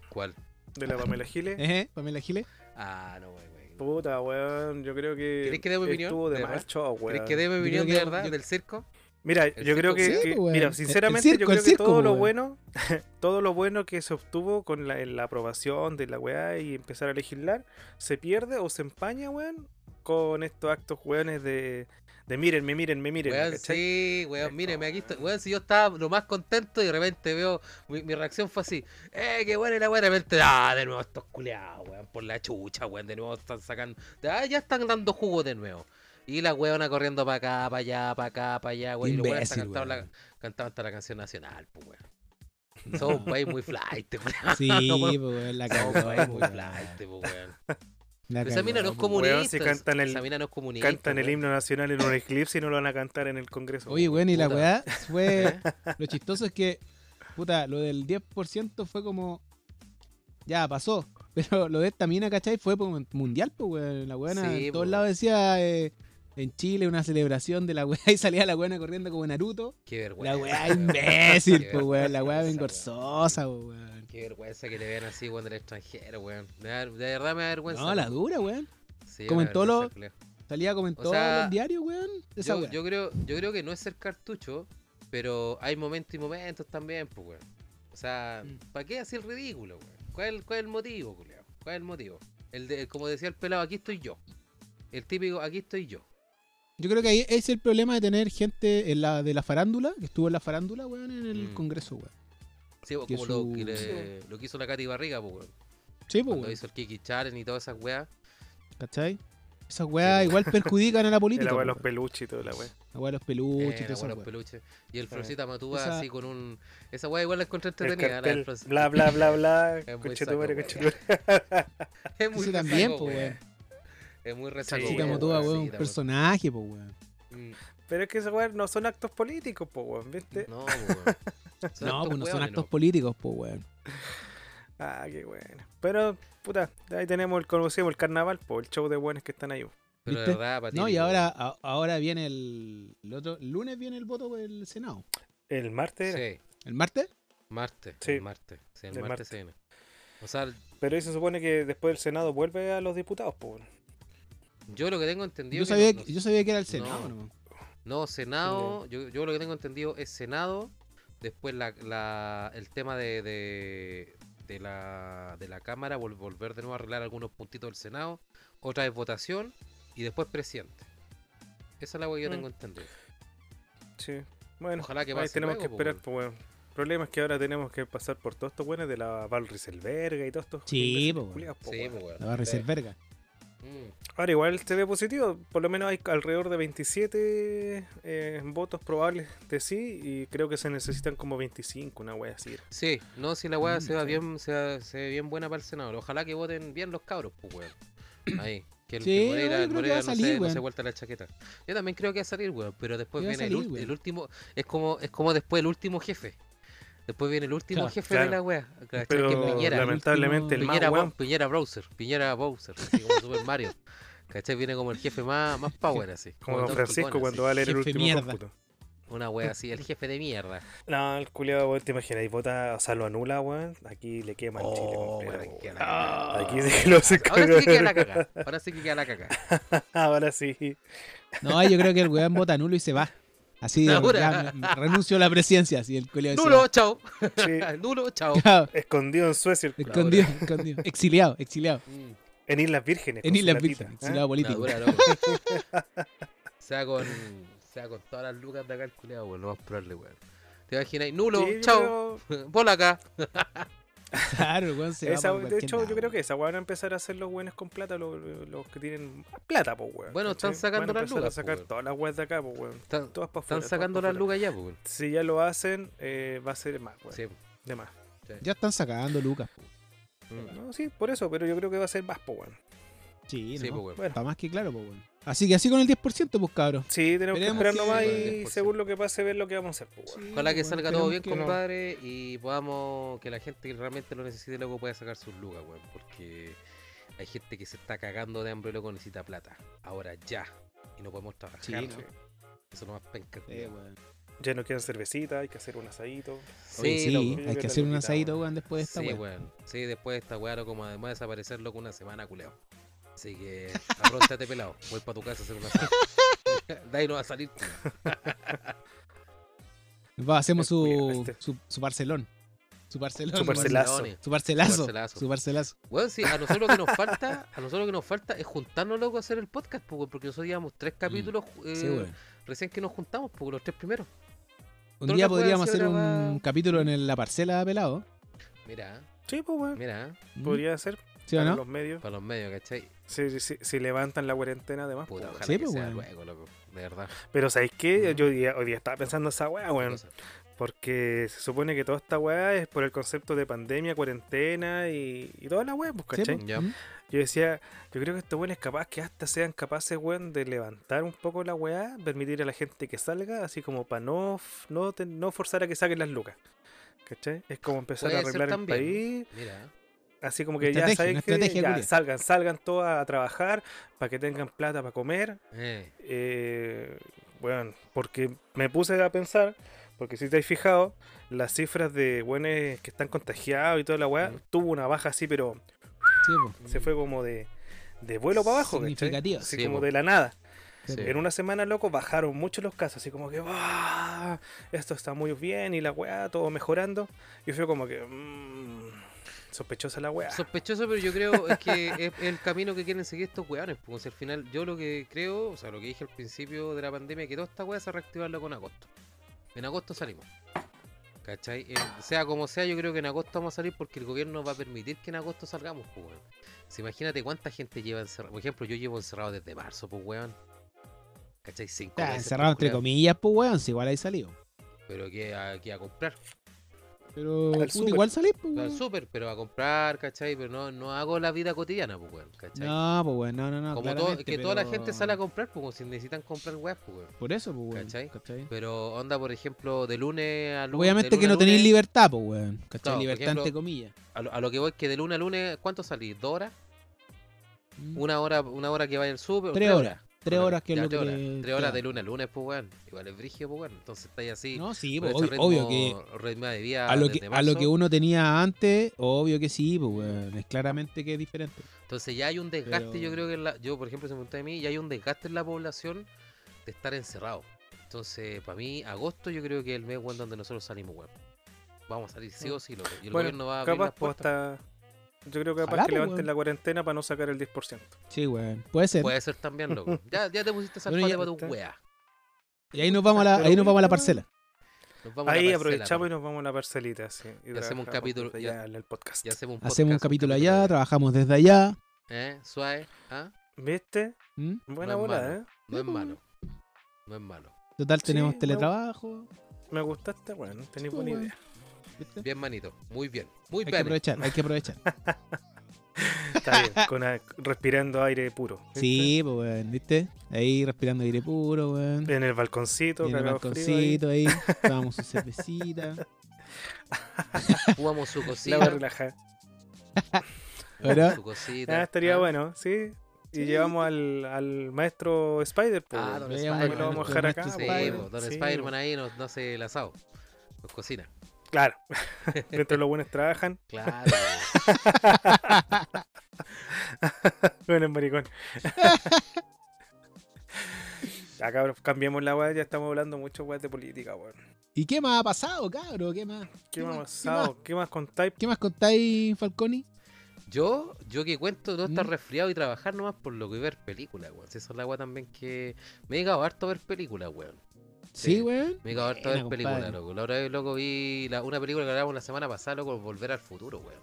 Speaker 3: ¿Cuál?
Speaker 1: De la Pamela Giles.
Speaker 2: ¿Eh? Pamela Giles?
Speaker 3: Ah, no, weón, weón.
Speaker 1: Puta, weón, yo creo que.
Speaker 3: ¿Querés que dé mi opinión?
Speaker 1: Estuvo de
Speaker 3: ¿De verdad?
Speaker 1: más show,
Speaker 3: ¿Crees
Speaker 1: weón.
Speaker 3: que dé mi
Speaker 2: Yo
Speaker 3: opinión de
Speaker 2: creo que-
Speaker 3: verdad
Speaker 2: yo-
Speaker 3: del circo?
Speaker 1: Mira,
Speaker 3: El
Speaker 1: yo creo
Speaker 3: circo, pues,
Speaker 1: que,
Speaker 2: sí,
Speaker 1: que-
Speaker 2: weón.
Speaker 1: mira,
Speaker 2: El- el
Speaker 1: sinceramente, yo
Speaker 2: circo,
Speaker 1: creo
Speaker 2: el
Speaker 1: que
Speaker 2: circo,
Speaker 1: todo lo
Speaker 2: weón.
Speaker 1: bueno, todo lo bueno que se obtuvo con la, en la aprobación de la weá y empezar a legislar, se pierde o se empaña, weón, con estos actos weones de, de mírenme, mírenme, mírenme,
Speaker 3: Weón,
Speaker 1: ¿cachai?
Speaker 3: sí,
Speaker 1: Es
Speaker 3: weón, míreme, aquí estoy.
Speaker 1: como-
Speaker 3: Weón, si yo estaba lo más contento y de repente veo, mi, mi reacción fue así, eh, qué buena la weón, de repente, ah, de nuevo estos culeados, weón, por la chucha, weón, de nuevo están sacando, ah, ya están dando jugo de nuevo. Y la weona corriendo para acá, para allá, para acá, para allá, weón. Y los weones hasta
Speaker 2: Imbécil,
Speaker 3: cantaban la,
Speaker 2: weón.
Speaker 3: cantaban hasta la canción nacional, pues, weón. Somos un país muy flight, weón.
Speaker 2: Sí,
Speaker 3: No,
Speaker 2: pues,
Speaker 3: weón.
Speaker 2: weón, la
Speaker 3: Somos un
Speaker 2: cagó,
Speaker 3: país muy
Speaker 2: weón.
Speaker 3: flight, pues, weón.
Speaker 2: La
Speaker 3: Pero esa mina no
Speaker 2: cagó,
Speaker 3: es
Speaker 2: pues,
Speaker 3: comunista.
Speaker 1: si cantan el-
Speaker 3: esa mina no es comunista.
Speaker 1: Cantan el
Speaker 3: weón.
Speaker 1: himno nacional en un eclipse y no lo van a cantar en el Congreso.
Speaker 2: Oye, weón, y la
Speaker 3: Puta.
Speaker 2: weá fue.
Speaker 3: ¿Eh?
Speaker 2: Lo chistoso es que, puta, lo del 10% fue como. Ya, pasó. Pero lo de esta mina, ¿cachai? Fue como mundial, pues, weón. La weona
Speaker 3: Sí,
Speaker 2: en
Speaker 3: po.
Speaker 2: todos lados decía. eh, en Chile, una celebración de la weá. Y salía la weona corriendo como Naruto.
Speaker 3: Qué vergüenza.
Speaker 2: La weá
Speaker 3: weón.
Speaker 2: imbécil,
Speaker 3: Qué
Speaker 2: pues, weón. La weá
Speaker 3: vergüenza,
Speaker 2: vengorzosa, po, weón.
Speaker 3: Qué vergüenza que le vean así, weón, del extranjero, weón. Me da- de verdad me da vergüenza.
Speaker 2: No, la
Speaker 3: weón.
Speaker 2: dura, weón.
Speaker 3: Sí,
Speaker 2: como
Speaker 3: me
Speaker 2: en
Speaker 3: da
Speaker 2: todos los-
Speaker 3: vergüenza, culiao.
Speaker 2: Salía como en
Speaker 3: O
Speaker 2: todos
Speaker 3: sea,
Speaker 2: los diarios, weón. Esa
Speaker 3: Yo,
Speaker 2: weá.
Speaker 3: yo creo, yo creo que no es ser cartucho, pero hay momentos y momentos también, pues, weón. O sea,
Speaker 2: Mm.
Speaker 3: ¿para qué hacer ridículo, weón? ¿Cuál, ¿Cuál es el motivo, culiao? ¿Cuál es el motivo? El de, como decía el pelado, aquí estoy yo. El típico, aquí estoy yo.
Speaker 2: Yo creo que ahí es el problema de tener gente en la, de la farándula, que estuvo en la farándula, weón, en el
Speaker 3: Mm.
Speaker 2: Congreso, weón.
Speaker 3: Sí, pues,
Speaker 2: Que
Speaker 3: como
Speaker 2: su-
Speaker 3: lo, que le- lo que hizo la Katy Barriga, pues, weón.
Speaker 2: Sí, pues,
Speaker 3: Cuando
Speaker 2: weón.
Speaker 3: hizo el Kiki Challenge y todas esas weas.
Speaker 2: ¿Cachai? Esas weas
Speaker 3: Sí, pues,
Speaker 2: igual perjudican a la
Speaker 1: El
Speaker 2: política.
Speaker 1: agua de los
Speaker 2: po,
Speaker 1: peluches y toda la wea.
Speaker 2: weón. La wea de los
Speaker 3: Eh,
Speaker 2: peluches, y
Speaker 3: la
Speaker 2: todas
Speaker 3: wea
Speaker 2: esas
Speaker 3: de los
Speaker 2: weas.
Speaker 3: peluches. Y el
Speaker 1: Sí.
Speaker 3: Florcita Matúa
Speaker 2: Esa-
Speaker 3: así con un... Esa wea igual la encontré
Speaker 1: El
Speaker 3: entretenida. la del
Speaker 1: cartel,
Speaker 3: Flor-
Speaker 1: bla, bla, bla, bla.
Speaker 3: muy
Speaker 1: Conchetumare,
Speaker 3: saco,
Speaker 1: conchetumare.
Speaker 3: Es
Speaker 2: Ese también,
Speaker 3: resaco,
Speaker 2: pues, weón.
Speaker 3: Es muy resaco,
Speaker 1: Sí,
Speaker 2: Florcita
Speaker 1: weón,
Speaker 2: Motúa,
Speaker 3: sí,
Speaker 2: weón, un
Speaker 3: tampoco.
Speaker 2: personaje, pues, weón.
Speaker 3: Mm,
Speaker 1: Pero es que esos weas no son actos políticos, po, weón, ¿viste?
Speaker 3: No, pues, weón. Son
Speaker 2: No,
Speaker 3: actos
Speaker 2: pues no son
Speaker 3: hueones,
Speaker 2: actos
Speaker 3: no.
Speaker 2: políticos, pues, weón.
Speaker 1: Ah, qué bueno. Pero, puta, ahí tenemos el conocemos el carnaval, po, el show de buenos que están ahí. po.
Speaker 3: Pero de
Speaker 2: ¿Viste?
Speaker 3: verdad,
Speaker 2: No, y
Speaker 3: patético,
Speaker 2: ahora, a- ahora viene el, el otro. El lunes viene el voto del Senado.
Speaker 1: El martes.
Speaker 3: weón.
Speaker 1: era.
Speaker 3: Sí,
Speaker 2: ¿El martes?
Speaker 3: martes.
Speaker 1: Sí.
Speaker 3: Sí. Martes. Sí, el
Speaker 1: El
Speaker 3: martes se viene. O sea,
Speaker 1: Pero ahí se supone que después el Senado vuelve a los diputados, po. weón.
Speaker 3: yo lo que tengo entendido.
Speaker 2: Yo
Speaker 3: que no-
Speaker 2: sabía,
Speaker 3: no,
Speaker 2: que- yo sabía que era el Senado,
Speaker 3: No.
Speaker 2: nomás.
Speaker 3: no, Senado. Yo, yo lo que tengo entendido es Senado. Después la, la, el tema de, de, de la, de la Cámara, vol- volver de nuevo a arreglar algunos puntitos del Senado. Otra es votación. Y después presidente. Esa es la hueá que yo
Speaker 1: Mm.
Speaker 3: tengo entendido.
Speaker 1: Sí. Bueno,
Speaker 3: Ojalá que
Speaker 1: ahí
Speaker 3: pase
Speaker 1: tenemos
Speaker 3: luego,
Speaker 1: que
Speaker 3: po,
Speaker 1: esperar,
Speaker 3: weón.
Speaker 1: po, weón. El problema es que ahora tenemos que pasar por todos estos buenos de la Val Rieselberga y todos estos.
Speaker 2: Sí,
Speaker 1: imbéciles
Speaker 2: po, weón.
Speaker 1: culiados, po,
Speaker 3: Sí,
Speaker 1: weón.
Speaker 3: pues, weón.
Speaker 2: La va a
Speaker 3: Sí.
Speaker 2: verga.
Speaker 3: Mm.
Speaker 1: Ahora igual se ve positivo, por lo menos hay alrededor de 27 eh, votos probables de sí y creo que se necesitan como 25, una wea así.
Speaker 3: Sí, no, si la weá se
Speaker 1: Mm,
Speaker 3: va
Speaker 1: sí.
Speaker 3: bien, se, va- se ve bien buena para el Senado. Ojalá que voten bien los cabros, pues weón. Ahí. Que el, que
Speaker 2: Sí,
Speaker 3: Moreira,
Speaker 2: yo
Speaker 3: el
Speaker 2: creo que
Speaker 3: Moreira
Speaker 2: va a
Speaker 3: no,
Speaker 2: salir,
Speaker 3: se, no se
Speaker 2: weón.
Speaker 3: vuelta la chaqueta. Yo también creo que va a salir, weón. Pero después
Speaker 2: Que va a
Speaker 3: viene el
Speaker 2: salir,
Speaker 3: ul- el,
Speaker 2: weón.
Speaker 3: último. Es como, es como después el último jefe. Después viene el último
Speaker 2: Claro.
Speaker 3: jefe
Speaker 1: Claro.
Speaker 3: de la weá. ¿cachai? Que
Speaker 1: Pero
Speaker 2: el
Speaker 3: Piñera.
Speaker 1: lamentablemente el más
Speaker 3: Piñera,
Speaker 1: weón
Speaker 3: Bo- Piñera Browser. Piñera Bowser. Así como Super Mario. ¿Cachai? Viene como el jefe más, más power, así.
Speaker 1: Como Don
Speaker 3: Don
Speaker 1: Francisco
Speaker 3: Picón, así.
Speaker 1: cuando va a leer el
Speaker 2: Jefe
Speaker 1: último
Speaker 2: mierda.
Speaker 1: cómputo.
Speaker 3: Una wea así, el jefe de mierda.
Speaker 1: No, el culiado, weón, te imaginas, y vota, o sea, lo anula, weón. Aquí le quema el chile
Speaker 3: Oh,
Speaker 1: completo,
Speaker 3: weón,
Speaker 1: weón.
Speaker 3: queda la cagada.
Speaker 1: Aquí sí que lo hacen
Speaker 3: Ahora sí que queda la
Speaker 1: cagar.
Speaker 3: caca. Ahora sí que queda la caca.
Speaker 1: Ahora sí.
Speaker 2: No, yo creo que el weón vota nulo y se va. Así,
Speaker 3: La
Speaker 2: ya,
Speaker 3: pura.
Speaker 2: me- renuncio a la presidencia. Así el culiao se
Speaker 3: Nulo,
Speaker 2: va.
Speaker 3: chao.
Speaker 1: Sí,
Speaker 3: Nulo, chao.
Speaker 2: Chao.
Speaker 1: Escondido en Suecia, el culiao.
Speaker 2: Escondido, escondido. Exiliado, exiliado.
Speaker 3: Mm,
Speaker 1: en Islas Vírgenes.
Speaker 2: En
Speaker 1: con su
Speaker 2: Islas
Speaker 1: latita,
Speaker 2: Vírgenes,
Speaker 1: ¿eh?
Speaker 2: exiliado
Speaker 3: una
Speaker 2: político.
Speaker 3: dura, loco. Sea con. Sea con todas las lucas de acá el culeado, weón. No vamos a probarle, weón. Te imaginas, nulo,
Speaker 1: Sí, yo
Speaker 3: chao.
Speaker 1: creo-
Speaker 3: Bola acá.
Speaker 2: Claro, el weón se va.
Speaker 1: esa-
Speaker 2: pa'
Speaker 1: de
Speaker 2: cualquier
Speaker 1: hecho, yo
Speaker 2: lado.
Speaker 1: creo que esa weá van a empezar a hacer los buenos con plata, los, los que tienen plata, pues weón.
Speaker 3: Bueno, están
Speaker 1: ¿cachai?
Speaker 3: sacando
Speaker 1: Van a
Speaker 3: las
Speaker 1: empezar
Speaker 3: lucas,
Speaker 1: a
Speaker 3: po,
Speaker 1: sacar
Speaker 3: weón.
Speaker 1: todas las weas de acá, pues weón.
Speaker 3: Están,
Speaker 1: Todas para
Speaker 3: están sacando las lucas ya, pues, weón.
Speaker 1: Si ya lo hacen, eh, va a ser más, weón.
Speaker 3: Sí.
Speaker 1: De más.
Speaker 2: Ya están sacando Lucas.
Speaker 3: mm,
Speaker 1: No, sí, por eso, pero yo creo que va a ser más, pues weón.
Speaker 2: Sí,
Speaker 3: Sí,
Speaker 2: ¿no?
Speaker 3: pues, weón.
Speaker 1: Bueno,
Speaker 2: Está más que claro, pues, weón. Así que así con el 10%, pues, cabros.
Speaker 1: sí, tenemos que
Speaker 2: Esperemos
Speaker 1: esperar
Speaker 2: que-
Speaker 1: nomás
Speaker 3: Con el
Speaker 1: y
Speaker 3: 10%.
Speaker 1: según lo que pase, ver lo que vamos a hacer, pues weón.
Speaker 3: Ojalá que salga todo bien,
Speaker 2: compadre.
Speaker 3: compadre, y podamos que la gente que realmente lo necesite luego pueda sacar sus lucas, weón, porque hay gente que se está cagando de hambre y luego necesita plata. Ahora ya. Y no podemos trabajar.
Speaker 2: Sí, ¿no?
Speaker 3: weón. Eso no más penca.
Speaker 2: Eh,
Speaker 3: culiao.
Speaker 2: weón.
Speaker 1: Ya no quedan cervecita, hay que hacer un asadito.
Speaker 2: Oye, sí,
Speaker 3: loco.
Speaker 1: Yo
Speaker 2: hay
Speaker 1: creo que
Speaker 2: que hacer
Speaker 1: lo
Speaker 2: un
Speaker 1: quitamos.
Speaker 2: asadito, weón, después de esta
Speaker 3: Sí,
Speaker 2: weón.
Speaker 3: weón. Sí, después de esta weá, loco, como además desaparecer loco una semana, culeo. Así que apróntate pelado. Voy para tu casa a hacer una asado. De ahí no va a salir. culiao.
Speaker 2: Va, hacemos
Speaker 1: El culiao
Speaker 2: su,
Speaker 1: este.
Speaker 2: su, su parcelón. Su parcelón.
Speaker 1: Su
Speaker 2: weón.
Speaker 1: parcelazo.
Speaker 3: Barcelones.
Speaker 2: Su parcelazo.
Speaker 3: Su parcelazo.
Speaker 2: Su parcelazo.
Speaker 3: Weón, sí, a nosotros lo que nos falta, a nosotros lo que nos falta es juntarnos loco a hacer el podcast, pues, weón, porque nosotros llevamos tres capítulos eh,
Speaker 2: Mm. Sí, weón.
Speaker 3: recién que nos juntamos, pues los tres primeros.
Speaker 2: Un
Speaker 3: Todo
Speaker 2: día
Speaker 3: lo que pueda
Speaker 2: podríamos
Speaker 3: hacer
Speaker 2: hacer
Speaker 3: grabado.
Speaker 2: un capítulo en el- la parcela pelado.
Speaker 3: Mira,
Speaker 1: Sí, pues weón.
Speaker 3: mira,
Speaker 2: ¿Mm?
Speaker 1: Podría ser
Speaker 2: ¿Sí o
Speaker 1: para
Speaker 2: no?
Speaker 1: los medios.
Speaker 3: para los medios, ¿cachai?
Speaker 1: Si, si- si levantan la cuarentena, además.
Speaker 3: Puta, ojalá
Speaker 2: Sí,
Speaker 3: que
Speaker 2: pues,
Speaker 3: sea
Speaker 2: weón.
Speaker 3: luego, loco, de verdad.
Speaker 1: Pero ¿sabéis qué?
Speaker 3: Ujú.
Speaker 1: Yo hoy día, hoy día estaba pensando esa weá, weón.
Speaker 3: Cosa.
Speaker 1: Porque se supone que toda esta weá es por el concepto de pandemia, cuarentena y, y toda la weá, pues,
Speaker 2: Sí,
Speaker 1: ¿cachai?
Speaker 2: pues.
Speaker 3: Ya.
Speaker 2: ¿Mm?
Speaker 1: Yo decía, yo creo que estos weones capaz que hasta sean capaces, weón, de levantar un poco la weá, permitir a la gente que salga, así como para no, f- no, ten- no forzar a que saquen las lucas. ¿Cachai? Es como empezar
Speaker 3: Puede
Speaker 1: a
Speaker 3: ser
Speaker 1: arreglar el
Speaker 3: también.
Speaker 1: país,
Speaker 3: Mira,
Speaker 1: así como que
Speaker 2: Estrategia,
Speaker 1: ya saben
Speaker 2: una
Speaker 1: que
Speaker 2: estrategia,
Speaker 1: ya,
Speaker 2: culia.
Speaker 1: salgan, salgan todas a trabajar para que tengan plata para comer,
Speaker 3: eh,
Speaker 1: eh, bueno, porque me puse a pensar, porque si te has fijado, las cifras de buenos que están contagiados y toda la weá,
Speaker 3: Mm.
Speaker 1: tuvo una baja así, pero
Speaker 2: Sí, pues.
Speaker 1: se fue como de, de vuelo para abajo, ¿cachai?
Speaker 2: Significativa.
Speaker 1: Así
Speaker 3: Sí,
Speaker 1: como
Speaker 3: po.
Speaker 1: de la nada.
Speaker 2: Sí,
Speaker 3: Sí.
Speaker 1: En una semana, loco, bajaron mucho los casos, así como que, "Buah, esto está muy bien y la weá, todo mejorando. Y fue como que, "Mm, sospechosa la weá.
Speaker 3: Sospechoso, pero yo creo es que es el camino que quieren seguir estos weones. Pues o sea, al final, yo lo que creo, o sea, lo que dije al principio de la pandemia, que toda esta weá se reactivarla con agosto. En agosto salimos. ¿Cachai? Eh, sea como sea, yo creo que en agosto vamos a salir porque el gobierno va a permitir que en agosto salgamos, pues, weón. Si imagínate cuánta gente lleva encerrado. Por ejemplo, yo llevo encerrado desde marzo, pues, weón. ¿Cachai? Cinco
Speaker 2: Está
Speaker 3: meses,
Speaker 2: encerrado
Speaker 3: pues,
Speaker 2: entre
Speaker 3: culiao.
Speaker 2: comillas, pues, weón. Si igual ahí salido.
Speaker 3: Pero que aquí a comprar.
Speaker 2: Pero
Speaker 1: Al
Speaker 2: puta,
Speaker 1: súper.
Speaker 2: igual salís, pues,
Speaker 3: Al
Speaker 2: weón.
Speaker 3: súper, pero a comprar, ¿cachai? Pero no, no hago la vida cotidiana, pues, weón. ¿Cachai?
Speaker 2: No, pues, weón. No, no, no.
Speaker 3: como todo, que
Speaker 2: claramente,
Speaker 3: toda la
Speaker 2: pero-
Speaker 3: gente sale a comprar, pues como si necesitan comprar weas, pues weón.
Speaker 2: Por eso, pues, weón.
Speaker 3: ¿Cachai?
Speaker 2: ¿Cachai?
Speaker 3: Pero onda, por ejemplo, de lunes a lu- de lunes.
Speaker 2: Obviamente que
Speaker 3: a
Speaker 2: no tenéis
Speaker 3: lunes,
Speaker 2: libertad, pues, weón. ¿Cachai?
Speaker 3: Claro, por
Speaker 2: libertad
Speaker 3: ejemplo,
Speaker 2: entre comillas.
Speaker 3: A lo, a lo que voy, que de lunes a lunes, ¿cuánto salís? ¿Dos horas?
Speaker 2: Mm.
Speaker 3: ¿Una hora una hora que vaya al súper?
Speaker 2: Tres horas. Tres horas que es
Speaker 3: Ya,
Speaker 2: lo que.
Speaker 3: tres horas.
Speaker 2: te-
Speaker 3: Tres horas
Speaker 2: claro.
Speaker 3: de lunes a lunes, pues weón. Igual es brígido, pues weón. Entonces estáis así.
Speaker 2: No, sí,
Speaker 3: con
Speaker 2: pues,
Speaker 3: ese
Speaker 2: obvio, obvio que.
Speaker 3: ritmo- ritmo de vida
Speaker 2: A lo,
Speaker 3: desde
Speaker 2: que, a lo
Speaker 3: marzo.
Speaker 2: que uno tenía antes, obvio que sí, pues, weón. Es claramente que es diferente.
Speaker 3: Entonces ya hay un desgaste, yo
Speaker 2: Pero-
Speaker 3: creo que en la, yo por ejemplo se me pregunta a mí, ya hay un desgaste en la población de estar encerrado. Entonces, para mí, agosto yo creo que es el mes weón, donde nosotros salimos, weón. Vamos a salir
Speaker 2: Mm.
Speaker 3: sí o sí, loco. Y el gobierno va a abrir
Speaker 1: capaz,
Speaker 3: las
Speaker 1: pues,
Speaker 3: puertas.
Speaker 1: hasta- Yo creo que capaz
Speaker 2: Ojalá,
Speaker 1: que
Speaker 2: pues,
Speaker 1: levanten
Speaker 2: weón.
Speaker 1: la cuarentena para no sacar el 10%.
Speaker 2: Sí, weón. Puede ser.
Speaker 3: Puede ser también, loco. Ya, ya te pusiste
Speaker 2: Bueno,
Speaker 3: zapato
Speaker 2: ya
Speaker 3: para tu
Speaker 1: está.
Speaker 3: weá.
Speaker 2: Y ahí nos vamos a la,
Speaker 1: Pero
Speaker 2: ahí nos vamos a la
Speaker 1: bueno.
Speaker 2: parcela.
Speaker 3: Nos vamos a la
Speaker 1: Ahí
Speaker 3: parcela,
Speaker 1: aprovechamos y
Speaker 3: loco.
Speaker 1: nos vamos a la parcelita, sí. Y
Speaker 3: Y hacemos un
Speaker 1: trabajamos
Speaker 3: capítulo-
Speaker 1: desde
Speaker 3: ya-
Speaker 1: allá en el podcast.
Speaker 3: y hacemos un,
Speaker 2: Hacemos un
Speaker 3: podcast,
Speaker 2: capítulo allá,
Speaker 3: de-
Speaker 2: trabajamos desde allá.
Speaker 3: ¿Eh? Suave. ¿Ah?
Speaker 1: ¿Viste?
Speaker 2: ¿Mm?
Speaker 1: Buena
Speaker 3: es
Speaker 1: bola,
Speaker 3: malo.
Speaker 1: ¿eh?
Speaker 3: No
Speaker 2: Sí,
Speaker 3: es
Speaker 2: pues,
Speaker 3: malo. No es malo.
Speaker 2: Total, tenemos
Speaker 1: Sí,
Speaker 2: teletrabajo.
Speaker 1: Me gustaste, bueno, tenéis
Speaker 2: Sí,
Speaker 1: buena
Speaker 2: weón.
Speaker 1: idea.
Speaker 2: ¿viste?
Speaker 3: Bien, manito. Muy bien. Muy
Speaker 2: Hay que
Speaker 3: bien.
Speaker 2: aprovechar, hay que aprovechar.
Speaker 1: Está bien, con a- respirando aire puro. ¿viste?
Speaker 2: Sí, pues, weón, ¿viste? Ahí respirando aire puro, weón.
Speaker 1: En el balconcito,
Speaker 2: En el
Speaker 1: cagado frío ahí.
Speaker 2: balconcito ahí, tomamos su cervecita.
Speaker 3: Jugamos su
Speaker 1: La va a
Speaker 3: cosita.
Speaker 1: relajar.
Speaker 2: ¿Verdad?
Speaker 3: Su cosita.
Speaker 1: Ah, estaría
Speaker 3: ¿ah?
Speaker 1: bueno, sí. Y llevamos al, al maestro Spider. pues,
Speaker 3: Ah,
Speaker 1: weón.
Speaker 3: don
Speaker 2: Veamos
Speaker 3: Spider-Man.
Speaker 2: con
Speaker 1: Lo vamos a
Speaker 2: nuestro
Speaker 1: dejar acá,
Speaker 2: maestro
Speaker 3: Sí,
Speaker 1: Spider-
Speaker 3: po, don
Speaker 1: sí,
Speaker 3: Spider-Man ahí nos, no hace el asado. Nos cocina.
Speaker 1: Claro. Mientras los buenos trabajan,
Speaker 3: Claro. po.
Speaker 1: bueno, es maricón. ya, cabros, cambiemos la weá. Ya estamos hablando mucho weá de política, weón.
Speaker 2: ¿Y qué más ha pasado, cabro? ¿Qué más?
Speaker 1: ¿Qué más ha
Speaker 2: qué más?
Speaker 1: pasado? ¿Qué más contáis?
Speaker 2: ¿Qué más contáis, Falconi?
Speaker 3: Yo, yo que cuento, no estar
Speaker 2: ¿Mm?
Speaker 3: resfriado y trabajar nomás por lo que ver películas, weón. Si Esa es la weá también que. Me he llegado harto a ver películas, weón.
Speaker 2: Sí,
Speaker 3: Sí.
Speaker 2: weón.
Speaker 3: Me he llegado harto a
Speaker 2: Buena,
Speaker 3: ver películas,
Speaker 2: compadre.
Speaker 3: loco. La otra vez, loco, vi la- una película que grabamos la semana pasada, loco, Volver al futuro, weón.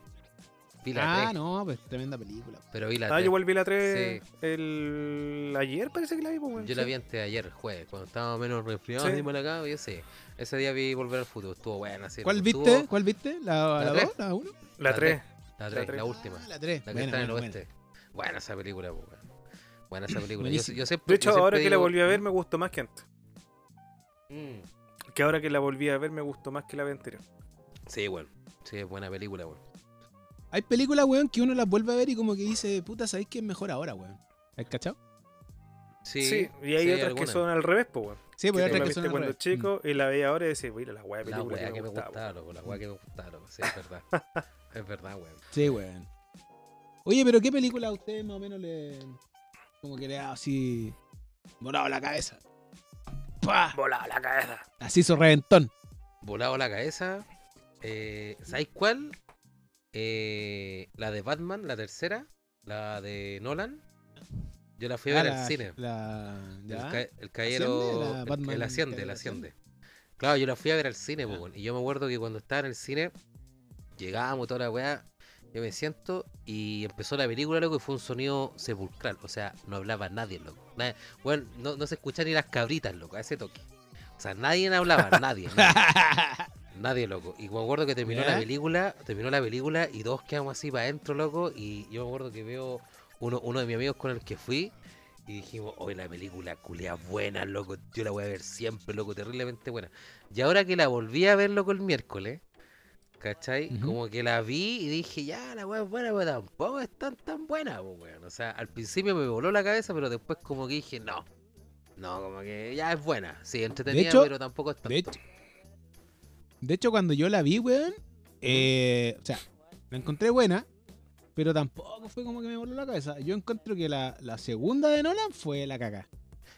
Speaker 3: Vi la
Speaker 2: Ah,
Speaker 3: tres,
Speaker 2: no, pues tremenda película.
Speaker 3: Pero vi la
Speaker 1: Ah,
Speaker 3: tres.
Speaker 1: yo volví la 3
Speaker 3: Sí.
Speaker 1: el... ayer, parece que la vi, pues, weón.
Speaker 3: Yo la
Speaker 1: sí.
Speaker 3: vi antes de ayer, jueves, cuando estaba menos resfriado,
Speaker 1: Sí.
Speaker 3: así mal acá, yo sé. Ese día vi Volver al Futuro, estuvo buena. Así,
Speaker 2: ¿Cuál
Speaker 3: loco,
Speaker 2: viste?
Speaker 3: estuvo-
Speaker 2: ¿Cuál viste? ¿La
Speaker 3: ¿La
Speaker 2: 2? ¿La
Speaker 3: tres?
Speaker 2: 1? ¿La, uno?
Speaker 1: La
Speaker 3: La
Speaker 1: 3.
Speaker 3: La,
Speaker 1: La
Speaker 3: tres,
Speaker 1: tres.
Speaker 3: la última.
Speaker 2: Ah, la 3.
Speaker 3: La que está en el oeste. Buena, esa película, po, weón. Buena esa película. Yo,
Speaker 2: Buenísima.
Speaker 3: yo siempre,
Speaker 1: De
Speaker 3: yo
Speaker 1: hecho,
Speaker 3: siempre
Speaker 1: ahora que la
Speaker 3: digo-
Speaker 1: volví a ver, me gustó más que antes.
Speaker 3: Mm.
Speaker 1: Que ahora que la volví a ver, me gustó más que la vez anterior.
Speaker 3: Sí, weón. Sí, es buena película, weón.
Speaker 2: Hay películas, weón, que uno las vuelve a ver y como que dice, puta, ¿sabéis que es mejor ahora, weón? ¿Has cachado?
Speaker 3: Sí,
Speaker 1: y hay
Speaker 3: sí,
Speaker 1: otras
Speaker 3: alguna.
Speaker 1: que son al revés, pues, weón.
Speaker 2: Sí,
Speaker 1: Que
Speaker 2: pues
Speaker 1: tú la
Speaker 2: hay otras que
Speaker 1: viste
Speaker 2: son al
Speaker 1: cuando
Speaker 2: revés. Mm.
Speaker 1: chico y la veis ahora y decís, mira, la weá de
Speaker 3: La
Speaker 1: película
Speaker 3: weá
Speaker 1: que
Speaker 3: que me
Speaker 1: me gustaba.
Speaker 3: gustaba, loco. La weá que me gustaba, loco. Sí, es verdad. es verdad, weón.
Speaker 2: Mm. Sí, weón. Oye, pero ¿qué película a ustedes más o menos le. como que le ha así. volado la cabeza? ¡Pah!
Speaker 1: Volaba la cabeza.
Speaker 2: Así hizo reventón.
Speaker 3: Volado la cabeza. Eh, ¿Sabéis cuál? Eh, la de Batman, la tercera. La de Nolan. Yo la fui a
Speaker 2: Ah,
Speaker 3: ver
Speaker 2: la-
Speaker 3: al cine.
Speaker 2: La.
Speaker 3: El,
Speaker 2: ¿ya?
Speaker 3: ca- el caballero.
Speaker 2: ¿La
Speaker 3: el-
Speaker 2: Batman
Speaker 3: el asciende, el
Speaker 2: caballero
Speaker 3: asciende. Claro, yo la fui a ver al cine, po,
Speaker 2: Ah.
Speaker 3: weón, y yo me acuerdo que cuando estaba en el cine, llegábamos toda la weá, yo me siento y empezó la película, loco, y fue un sonido sepulcral. O sea, no hablaba nadie, loco. Nadie- weón, no, no se escuchan ni las cabritas, loco, a ese toque. O sea, nadie hablaba, nadie, nadie, nadie, loco. Y me acuerdo que terminó
Speaker 2: ¿Ya?
Speaker 3: la película, terminó la película y dos quedamos así para adentro, loco. Y yo me acuerdo que veo uno, uno de mis amigos con el que fui y dijimos, hoy la película culea buena, loco, yo la voy a ver siempre, loco, terriblemente buena. Y ahora que la volví a ver, loco, el miércoles, ¿cachai?
Speaker 2: Ujú.
Speaker 3: Como que la vi y dije, ya, la weá es buena, pero tampoco es tan, tan buena, pues, weón. O sea, al principio me voló la cabeza, pero después como que dije, no. No, como que ya es buena. Sí, entretenida,
Speaker 2: hecho-
Speaker 3: pero tampoco es tan...
Speaker 2: De hecho, de hecho, cuando yo la vi, weón, eh, o sea, la encontré buena, pero tampoco fue como que me voló la cabeza. Yo encuentro que la, la segunda de Nolan fue la caca.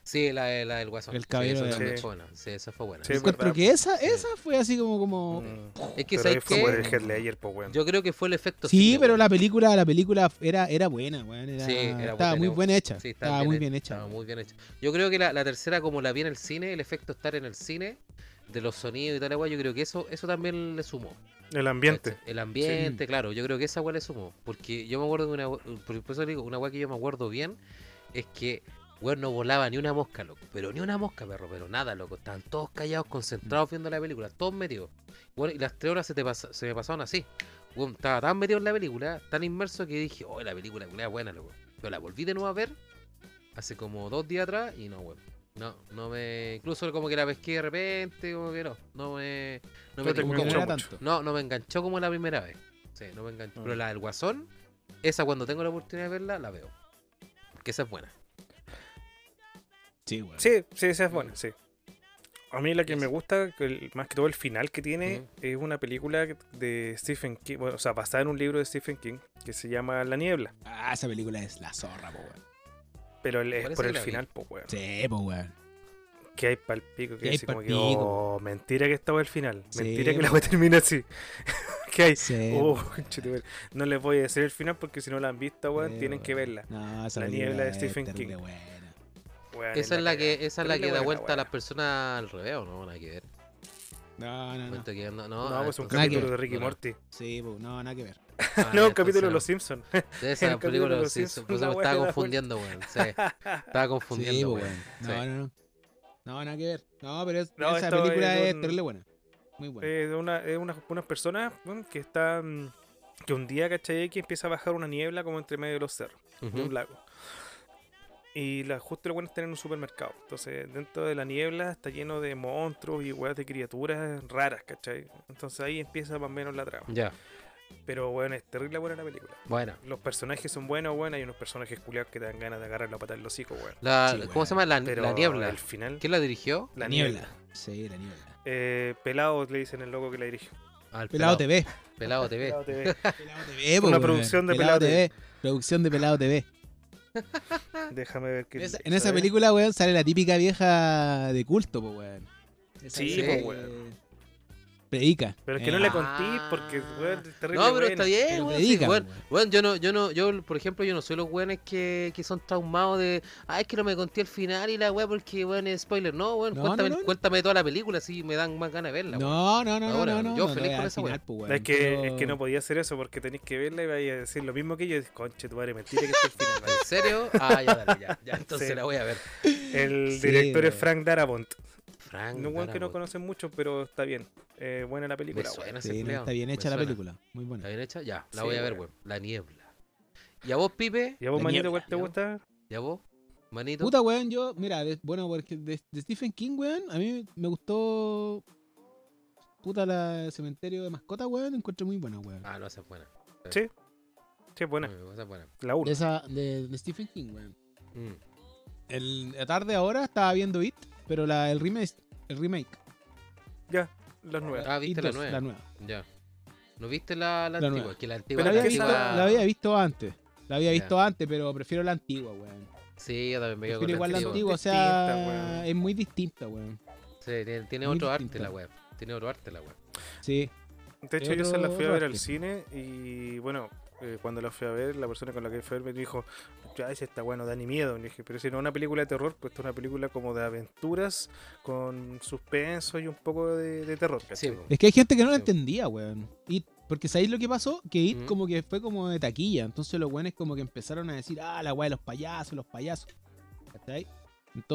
Speaker 3: Sí, la, de- la del Guasón.
Speaker 2: El
Speaker 3: Sí,
Speaker 2: caballero
Speaker 3: esa
Speaker 2: de-
Speaker 3: también
Speaker 1: Sí.
Speaker 3: fue buena. Sí, esa fue buena.
Speaker 1: Sí,
Speaker 2: Yo
Speaker 1: es
Speaker 2: encuentro
Speaker 1: verdad.
Speaker 2: que esa,
Speaker 3: Sí.
Speaker 2: esa fue así como. como
Speaker 1: Mm.
Speaker 3: Es que,
Speaker 1: Pero
Speaker 3: ¿sabes
Speaker 1: ahí fue por
Speaker 3: qué?
Speaker 1: el Heath Ledger, pues, weón.
Speaker 3: Yo creo que fue el efecto.
Speaker 2: Sí,
Speaker 3: cine,
Speaker 2: pero
Speaker 3: weón.
Speaker 2: la película, la película era, era buena, weón. era-
Speaker 3: Sí, era
Speaker 2: estaba
Speaker 3: buena,
Speaker 2: muy
Speaker 3: era-
Speaker 2: buena hecha.
Speaker 3: Sí,
Speaker 2: estaba muy bien hecha.
Speaker 3: Estaba
Speaker 2: weón.
Speaker 3: muy bien hecha. Yo creo que la, la tercera, como la vi en el cine, el efecto estar en el cine, de los sonidos y tal, la weá, yo creo que eso, eso también le sumó.
Speaker 1: El ambiente.
Speaker 3: ¿cachai? El ambiente, claro, yo creo que esa weá le sumó. Porque yo me acuerdo de una we- por por eso le digo, una weá que yo me acuerdo bien, es que weón no volaba ni una mosca, loco. Pero ni una mosca, perro, pero nada, loco. Estaban todos callados, concentrados viendo la película, todos metidos. Bueno, y las tres horas se, te pas- se me pasaron así. Weón, estaba tan metido en la película, tan inmerso que dije, oh, la película culiá es buena, loco. Yo la volví de nuevo a ver hace como dos días atrás y no, weón. No, no me. Incluso como que la pesqué de repente, como que no. No me. No me
Speaker 1: te
Speaker 3: tincó
Speaker 2: Como que no
Speaker 1: enganchó
Speaker 3: mucho.
Speaker 2: era
Speaker 1: mucho.
Speaker 2: tanto.
Speaker 3: No, no me enganchó como la primera vez. Sí, no me enganchó.
Speaker 1: Ah.
Speaker 3: Pero la del Guasón, esa cuando tengo la oportunidad de verla, la veo. Que esa es buena.
Speaker 2: Sí, weón.
Speaker 3: Este.
Speaker 1: Sí, sí, esa es buena, sí. A mí la que me gusta, que el- más que todo el final que tiene,
Speaker 3: Ujú.
Speaker 1: es una película de Stephen King, bueno, o sea, basada en un libro de Stephen King que se llama La Niebla.
Speaker 2: Ah, esa película es la zorra, po, weón.
Speaker 1: Pero el- es
Speaker 3: Parece
Speaker 1: por
Speaker 3: que
Speaker 1: el
Speaker 3: la vi.
Speaker 1: final, pues, weón.
Speaker 2: Sí, po, weón.
Speaker 1: Que hay pal pico,
Speaker 2: Que
Speaker 1: que
Speaker 2: hay
Speaker 1: así como que,
Speaker 2: palpico.
Speaker 1: oh, mentira que estaba el final.
Speaker 2: Sí,
Speaker 1: mentira que
Speaker 2: po.
Speaker 1: la voy a terminar así. que hay.
Speaker 2: Sí.
Speaker 1: Oh,
Speaker 2: po.
Speaker 1: conchetumare. no les voy a decir el final porque si no la han visto, weón,
Speaker 2: Sí,
Speaker 1: tienen
Speaker 2: po,
Speaker 1: que
Speaker 2: Eh, weón.
Speaker 1: verla.
Speaker 2: No, esa
Speaker 1: La
Speaker 2: película
Speaker 1: niebla de
Speaker 2: es
Speaker 1: Stephen
Speaker 2: terrible
Speaker 1: King.
Speaker 2: buena.
Speaker 1: Weón,
Speaker 3: Esa es la que,
Speaker 1: cagada.
Speaker 3: esa es la
Speaker 1: Terrible
Speaker 3: que da
Speaker 1: buena,
Speaker 3: vuelta a las
Speaker 1: weón.
Speaker 3: personas al revés, ¿o no? Nada que ver.
Speaker 2: No, no, no.
Speaker 3: Cuento que no, no,
Speaker 1: No,
Speaker 3: ah,
Speaker 1: pues un
Speaker 3: entonces-
Speaker 2: nada que
Speaker 1: capítulo
Speaker 2: ver.
Speaker 1: de Ricky
Speaker 3: Bueno,
Speaker 1: Morty.
Speaker 2: Sí, po, no, nada que ver.
Speaker 3: ah, ya,
Speaker 1: No, un
Speaker 3: Ah, entonces
Speaker 1: capítulo de
Speaker 3: no. Ah.
Speaker 1: Los Simpsons.
Speaker 3: De esa
Speaker 1: el capítulo
Speaker 3: película
Speaker 1: de
Speaker 3: de
Speaker 1: los
Speaker 3: los Simpsons,
Speaker 1: Simpsons,
Speaker 3: por eso
Speaker 1: la
Speaker 3: me
Speaker 1: weá que
Speaker 3: estaba
Speaker 1: da
Speaker 3: confundiendo, weón. Sí, estaba
Speaker 2: Sí,
Speaker 1: pues,
Speaker 3: confundiendo,
Speaker 2: po,
Speaker 3: weón.
Speaker 2: weón. No,
Speaker 3: Sí.
Speaker 2: no, no. No, nada que ver. No, pero es-
Speaker 1: No,
Speaker 2: esa
Speaker 1: esto
Speaker 2: película
Speaker 1: es
Speaker 2: es,
Speaker 1: un-
Speaker 2: terrible buena. Muy buena.
Speaker 1: Eh, de una, es una- unas personas weón, que están. Que un día, ¿cachai? Que empieza a bajar una niebla como entre medio de los cerros, de un
Speaker 3: Ujú.
Speaker 1: lago. Y la, justo lo bueno es tener un supermercado. Entonces, dentro de la niebla está lleno de
Speaker 3: Mm.
Speaker 1: monstruos y weas de criaturas raras, ¿cachai? Entonces ahí empieza más o menos la trama.
Speaker 3: Ya,
Speaker 1: Pero, bueno, es terrible buena la película.
Speaker 3: Bueno.
Speaker 1: Los personajes son buenos, bueno. Hay unos personajes culiados que te dan ganas de agarrar la pata del hocico, bueno.
Speaker 3: La,
Speaker 2: Sí,
Speaker 3: ¿Cómo
Speaker 2: weón.
Speaker 3: se llama? La,
Speaker 1: Pero
Speaker 3: la niebla.
Speaker 1: El final.
Speaker 3: ¿Quién la dirigió?
Speaker 1: La
Speaker 2: Sí, la niebla.
Speaker 1: Eh, Pelado le dicen el loco que la dirigió.
Speaker 3: Al
Speaker 2: Pelado TV.
Speaker 3: Pelado TV.
Speaker 1: Pelado TV.
Speaker 2: Pelado TV, po,
Speaker 1: Una
Speaker 2: weón.
Speaker 1: producción de Pelado TV.
Speaker 2: Producción de Pelado TV.
Speaker 1: Déjame ver qué.
Speaker 2: En esa,
Speaker 1: qué
Speaker 2: en esa
Speaker 1: sale.
Speaker 2: película, weón, sale la típica vieja de culto, po, weón. Esa
Speaker 1: Sí,
Speaker 2: vieja
Speaker 3: po,
Speaker 2: que
Speaker 1: weón.
Speaker 2: Predica.
Speaker 1: Pero es que no
Speaker 2: Eh,
Speaker 1: le
Speaker 3: Ah.
Speaker 1: contí porque, weón, es terrible.
Speaker 3: No, pero
Speaker 1: buena.
Speaker 3: está bien,
Speaker 2: pero
Speaker 3: weón. sí,
Speaker 2: predica, po,
Speaker 3: weón.
Speaker 2: weón.
Speaker 3: Weón, yo no, yo no, yo, por ejemplo, yo no soy los weones que, que son traumados de, ah, es que no me conté el final y la weá porque, weón, es spoiler. No, weón,
Speaker 2: No,
Speaker 3: cuéntame,
Speaker 2: no, no, no.
Speaker 3: cuéntame toda la película, así me dan más ganas de verla. weón.
Speaker 2: No, no, no, no,
Speaker 3: Ahora,
Speaker 2: no, no.
Speaker 3: yo
Speaker 2: no,
Speaker 3: feliz
Speaker 2: no,
Speaker 3: con
Speaker 2: al
Speaker 3: esa
Speaker 2: final, po, weón,
Speaker 1: Es que,
Speaker 2: pero-
Speaker 1: es que no podía hacer eso porque tenéis que verla y vais a decir lo mismo que yo. Y dices, Conche, tu madre, mentira que este es el final.
Speaker 3: ¿En serio? Ah, ya, dale, ya, ya, entonces
Speaker 1: Sí.
Speaker 3: la voy a ver.
Speaker 1: El
Speaker 2: Sí,
Speaker 1: director es
Speaker 2: weón.
Speaker 1: Frank Darabont.
Speaker 3: Frank,
Speaker 1: Un weón que no
Speaker 3: Darabont.
Speaker 1: conocen mucho, pero está bien. Eh, buena la
Speaker 3: Me
Speaker 1: película.
Speaker 3: suena
Speaker 1: weón.
Speaker 3: ese
Speaker 2: Sí, no,
Speaker 3: culiao,
Speaker 2: está bien
Speaker 3: me
Speaker 2: hecha la
Speaker 3: suena.
Speaker 2: película. Muy
Speaker 3: ¿La
Speaker 2: buena.
Speaker 3: bien hecha? Ya, la
Speaker 1: Sí,
Speaker 3: voy a ver,
Speaker 1: weón.
Speaker 3: weón. La niebla. ¿Y a vos, Pipe?
Speaker 1: ¿Y a vos,
Speaker 2: La
Speaker 1: manito,
Speaker 2: niebla,
Speaker 1: cuál te
Speaker 3: ¿ya?
Speaker 1: gusta?
Speaker 3: ¿Y a vos? Manito.
Speaker 2: Puta, weón, yo, mira, de- bueno, porque de, de Stephen King, weón, a mí me gustó. Puta, la el cementerio de mascotas, weón, encuentro muy buena, weón.
Speaker 3: Ah, no, esa es buena.
Speaker 1: Sí, es buena.
Speaker 3: Mm, Esa es buena.
Speaker 1: La
Speaker 2: De,
Speaker 1: 1.
Speaker 2: esa, de, de Stephen King, weón.
Speaker 3: Mm.
Speaker 2: El, la tarde ahora estaba viendo It, pero la, el remake. El remake.
Speaker 1: Ya, las nuevas.
Speaker 3: Ah, viste
Speaker 2: It
Speaker 3: la
Speaker 2: dos,
Speaker 3: nueva.
Speaker 2: La nueva.
Speaker 3: Ya. ¿No viste la, la
Speaker 2: La
Speaker 3: antigua?
Speaker 2: nueva.
Speaker 3: Que la antigua.
Speaker 2: Pero la
Speaker 3: la
Speaker 2: había, visto,
Speaker 3: antigua-
Speaker 2: la había visto antes. La había
Speaker 3: Ya.
Speaker 2: visto antes, pero prefiero la antigua, weón.
Speaker 3: Sí, yo también me quedo
Speaker 2: Prefiero
Speaker 3: con este
Speaker 2: igual la antigua, o
Speaker 1: Distinta,
Speaker 2: sea,
Speaker 1: weón.
Speaker 2: es muy distinta, weón.
Speaker 3: Sí, tiene, tiene
Speaker 2: Muy
Speaker 3: otro arte
Speaker 2: distinta.
Speaker 3: la web. Tiene otro arte la web.
Speaker 2: Sí.
Speaker 1: De hecho, yo se la fui a
Speaker 2: Otro
Speaker 1: ver al
Speaker 2: artista.
Speaker 1: cine y bueno, eh, cuando la fui a ver, la persona con la que fui a ver me dijo, ya ese está bueno, da ni miedo. Le dije, pero si no es una película de terror, pues esta es una película como de aventuras, con suspenso y un poco de, de terror.
Speaker 3: Sí,
Speaker 1: ¿cachai?
Speaker 3: po.
Speaker 2: Es que hay gente que no lo
Speaker 3: Sí.
Speaker 2: entendía, weón. It, porque ¿sabéis lo que pasó? Que It
Speaker 3: Ujú.
Speaker 2: como que fue como de taquilla. Entonces los weones como que empezaron a decir, ah, la weá de los payasos, los payasos. ¿Cachai?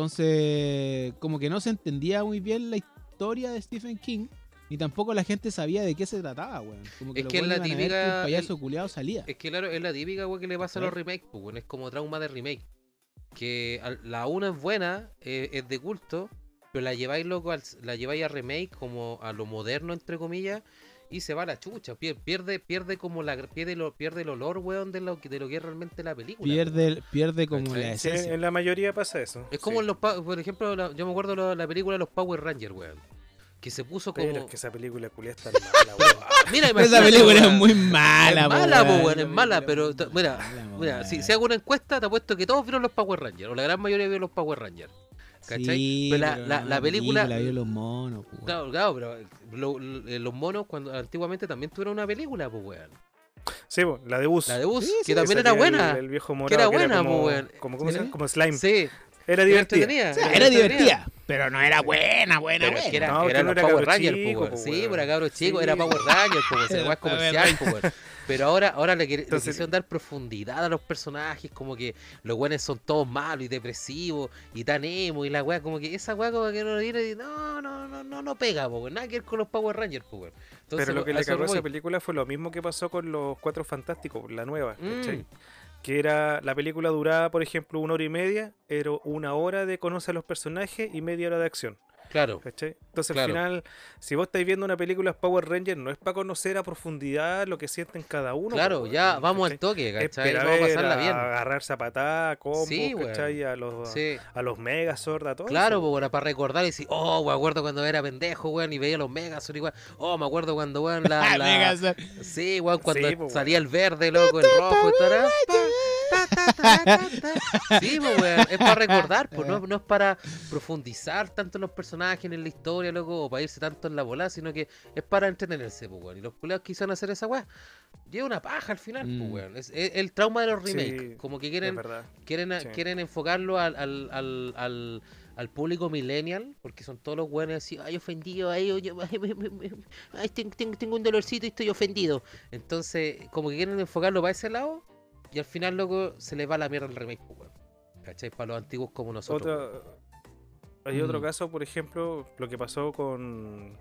Speaker 2: Entonces, como que no se entendía muy bien la historia de Stephen King. Ni tampoco la gente sabía de qué se trataba, weón. Como que
Speaker 3: Es
Speaker 2: los
Speaker 3: que es
Speaker 2: weones
Speaker 3: la
Speaker 2: iban a ver que
Speaker 3: típica-
Speaker 2: un payaso culeado salía.
Speaker 3: Es que claro, es la típica web que le pasa a los
Speaker 2: ¿Cachai?
Speaker 3: remakes, pues, bueno, es como trauma de remake. Que al- la una es buena, eh, es de culto, pero la lleváis loco, al- la lleváis a remake como a lo moderno entre comillas y se va a la chucha, pier- pierde pierde como la pierde, lo, pierde el olor, weón, de lo que de lo que es realmente la película.
Speaker 2: Pierde, pierde como
Speaker 3: ¿Cachai?
Speaker 2: la
Speaker 1: Sí,
Speaker 2: esencia.
Speaker 1: en la mayoría pasa eso.
Speaker 3: Es como
Speaker 1: sí.
Speaker 3: los, pa- por ejemplo, la- yo me acuerdo la, la película de los Power Rangers, weón, que se puso como
Speaker 1: Pero es que esa película culia está mala, weón.
Speaker 3: Mira,
Speaker 2: Esa
Speaker 3: imagínate,
Speaker 2: película es
Speaker 3: weón.
Speaker 2: muy mala,
Speaker 3: Es
Speaker 2: po,
Speaker 3: mala, po, weón,
Speaker 2: Esa
Speaker 3: es mala,
Speaker 2: película
Speaker 3: pero
Speaker 2: es
Speaker 3: to-
Speaker 2: muy
Speaker 3: mira,
Speaker 2: mala, po,
Speaker 3: Mira, si,
Speaker 2: weón.
Speaker 3: si hago una encuesta, te apuesto que todos vieron los Power Rangers, o la gran mayoría vio los Power Rangers. ¿Cachai?
Speaker 2: Sí,
Speaker 3: Pero la-
Speaker 2: pero
Speaker 3: la-
Speaker 2: no,
Speaker 3: la película-
Speaker 2: vio los monos, po, weón.
Speaker 3: Claro, claro, pero eh, lo- eh, los monos cuando antiguamente también tuvieron una película, pues weón.
Speaker 1: Sí, po, la de Bus.
Speaker 3: La de Bus,
Speaker 2: Sí, sí,
Speaker 3: que también
Speaker 1: Esa
Speaker 3: era
Speaker 1: que
Speaker 3: buena.
Speaker 1: El, el viejo morado.
Speaker 3: era
Speaker 1: que
Speaker 3: buena,
Speaker 1: como,
Speaker 3: po, weón.
Speaker 1: como, ¿cómo se
Speaker 2: ¿Sí?
Speaker 1: llama? Como slime.
Speaker 3: Sí,
Speaker 1: Era
Speaker 3: era
Speaker 1: divertida.
Speaker 3: entretenida.
Speaker 2: O sea, era divertida, pero no era buena, buena,
Speaker 3: Pero es
Speaker 2: buena.
Speaker 3: que era,
Speaker 1: No,
Speaker 3: que
Speaker 1: que
Speaker 3: eran
Speaker 1: no
Speaker 3: los
Speaker 1: era
Speaker 3: Power
Speaker 1: cabro
Speaker 3: Rangers,
Speaker 1: chico,
Speaker 3: pues,
Speaker 1: po,
Speaker 3: Sí,
Speaker 1: weón.
Speaker 3: pues era cabro chico,
Speaker 1: Sí.
Speaker 3: era Power Rangers, pues,
Speaker 2: Era
Speaker 3: era más
Speaker 2: Power
Speaker 3: comercial, pues, weón. Pero ahora, ahora le, quiere- le
Speaker 1: Entonces-
Speaker 3: quisieron dar profundidad a los personajes, como que los weones son todos malos y depresivos y tan emo y la weá, como que esa weá como que no viene y no, no, no, no, no pega, pues, weón. Nada que ver con los Power Rangers, pues, weón. Entonces,
Speaker 1: Pero lo que
Speaker 3: a
Speaker 1: le
Speaker 3: eso
Speaker 1: cagó a esa
Speaker 3: voy.
Speaker 1: película fue lo mismo que pasó con Los Cuatro Fantásticos, la nueva,
Speaker 3: Mm.
Speaker 1: ¿cachai? Que era, la película duraba, por ejemplo, una hora y media, era una hora de conocer a los personajes y media hora de acción,
Speaker 3: Claro,
Speaker 1: ¿cachai? Entonces
Speaker 3: Claro.
Speaker 1: al final, si vos estáis viendo una película Power Rangers, no es para conocer a profundidad lo que sienten cada uno.
Speaker 3: claro,
Speaker 1: po,
Speaker 3: ya
Speaker 1: weón,
Speaker 3: vamos
Speaker 1: ¿cachai?
Speaker 3: al toque,
Speaker 1: Es
Speaker 3: ¿cachai?
Speaker 1: pera
Speaker 3: Vamos a
Speaker 1: ver,
Speaker 3: pasarla
Speaker 1: a
Speaker 3: bien.
Speaker 1: agarrar zapatada, combos,
Speaker 3: Sí, weón.
Speaker 1: ¿cachai? A los,
Speaker 3: Sí.
Speaker 1: a los mega sorda, todo
Speaker 3: Claro,
Speaker 1: eso,
Speaker 3: pues, bueno, para recordar y decir, oh, me acuerdo cuando era pendejo, weón, y veía los megas, igual. Oh, me acuerdo cuando, weón, la.
Speaker 2: Ah,
Speaker 3: la-
Speaker 2: Mega Zord.
Speaker 3: Sí, weón, cuando
Speaker 1: Sí, po, weón.
Speaker 3: salía el verde, loco, el rojo y todo. era, pa, ta, ta, ta, ta, ta. Sí, po, weón, es para recordar, pues,
Speaker 1: Eh.
Speaker 3: no, no es para profundizar tanto en los personajes, en la historia, loco, o para irse tanto en la bola, sino que es para entretenerse, pues, weón. Y los culeados quisieron hacer esa weá. Lleva una paja al final, pues,
Speaker 2: Mm.
Speaker 3: weón. Es, es el trauma de los
Speaker 1: Sí,
Speaker 3: remakes. como que
Speaker 1: es
Speaker 3: quieren
Speaker 1: verdad.
Speaker 3: quieren, a-
Speaker 1: Sí.
Speaker 3: quieren enfocarlo al, al, al, al, al público millennial, porque son todos los buenos así, ay, ofendido, ay, oye, ay, me- me- me- ay, ten- ten- tengo un dolorcito y estoy ofendido. Entonces, como que quieren enfocarlo para ese lado, y al final, loco, se les va la mierda el remake, pues, weón. ¿Cachai? Para los antiguos como nosotros. weón.
Speaker 1: Otra- hay otro
Speaker 2: Mm.
Speaker 1: caso, por ejemplo, lo que pasó con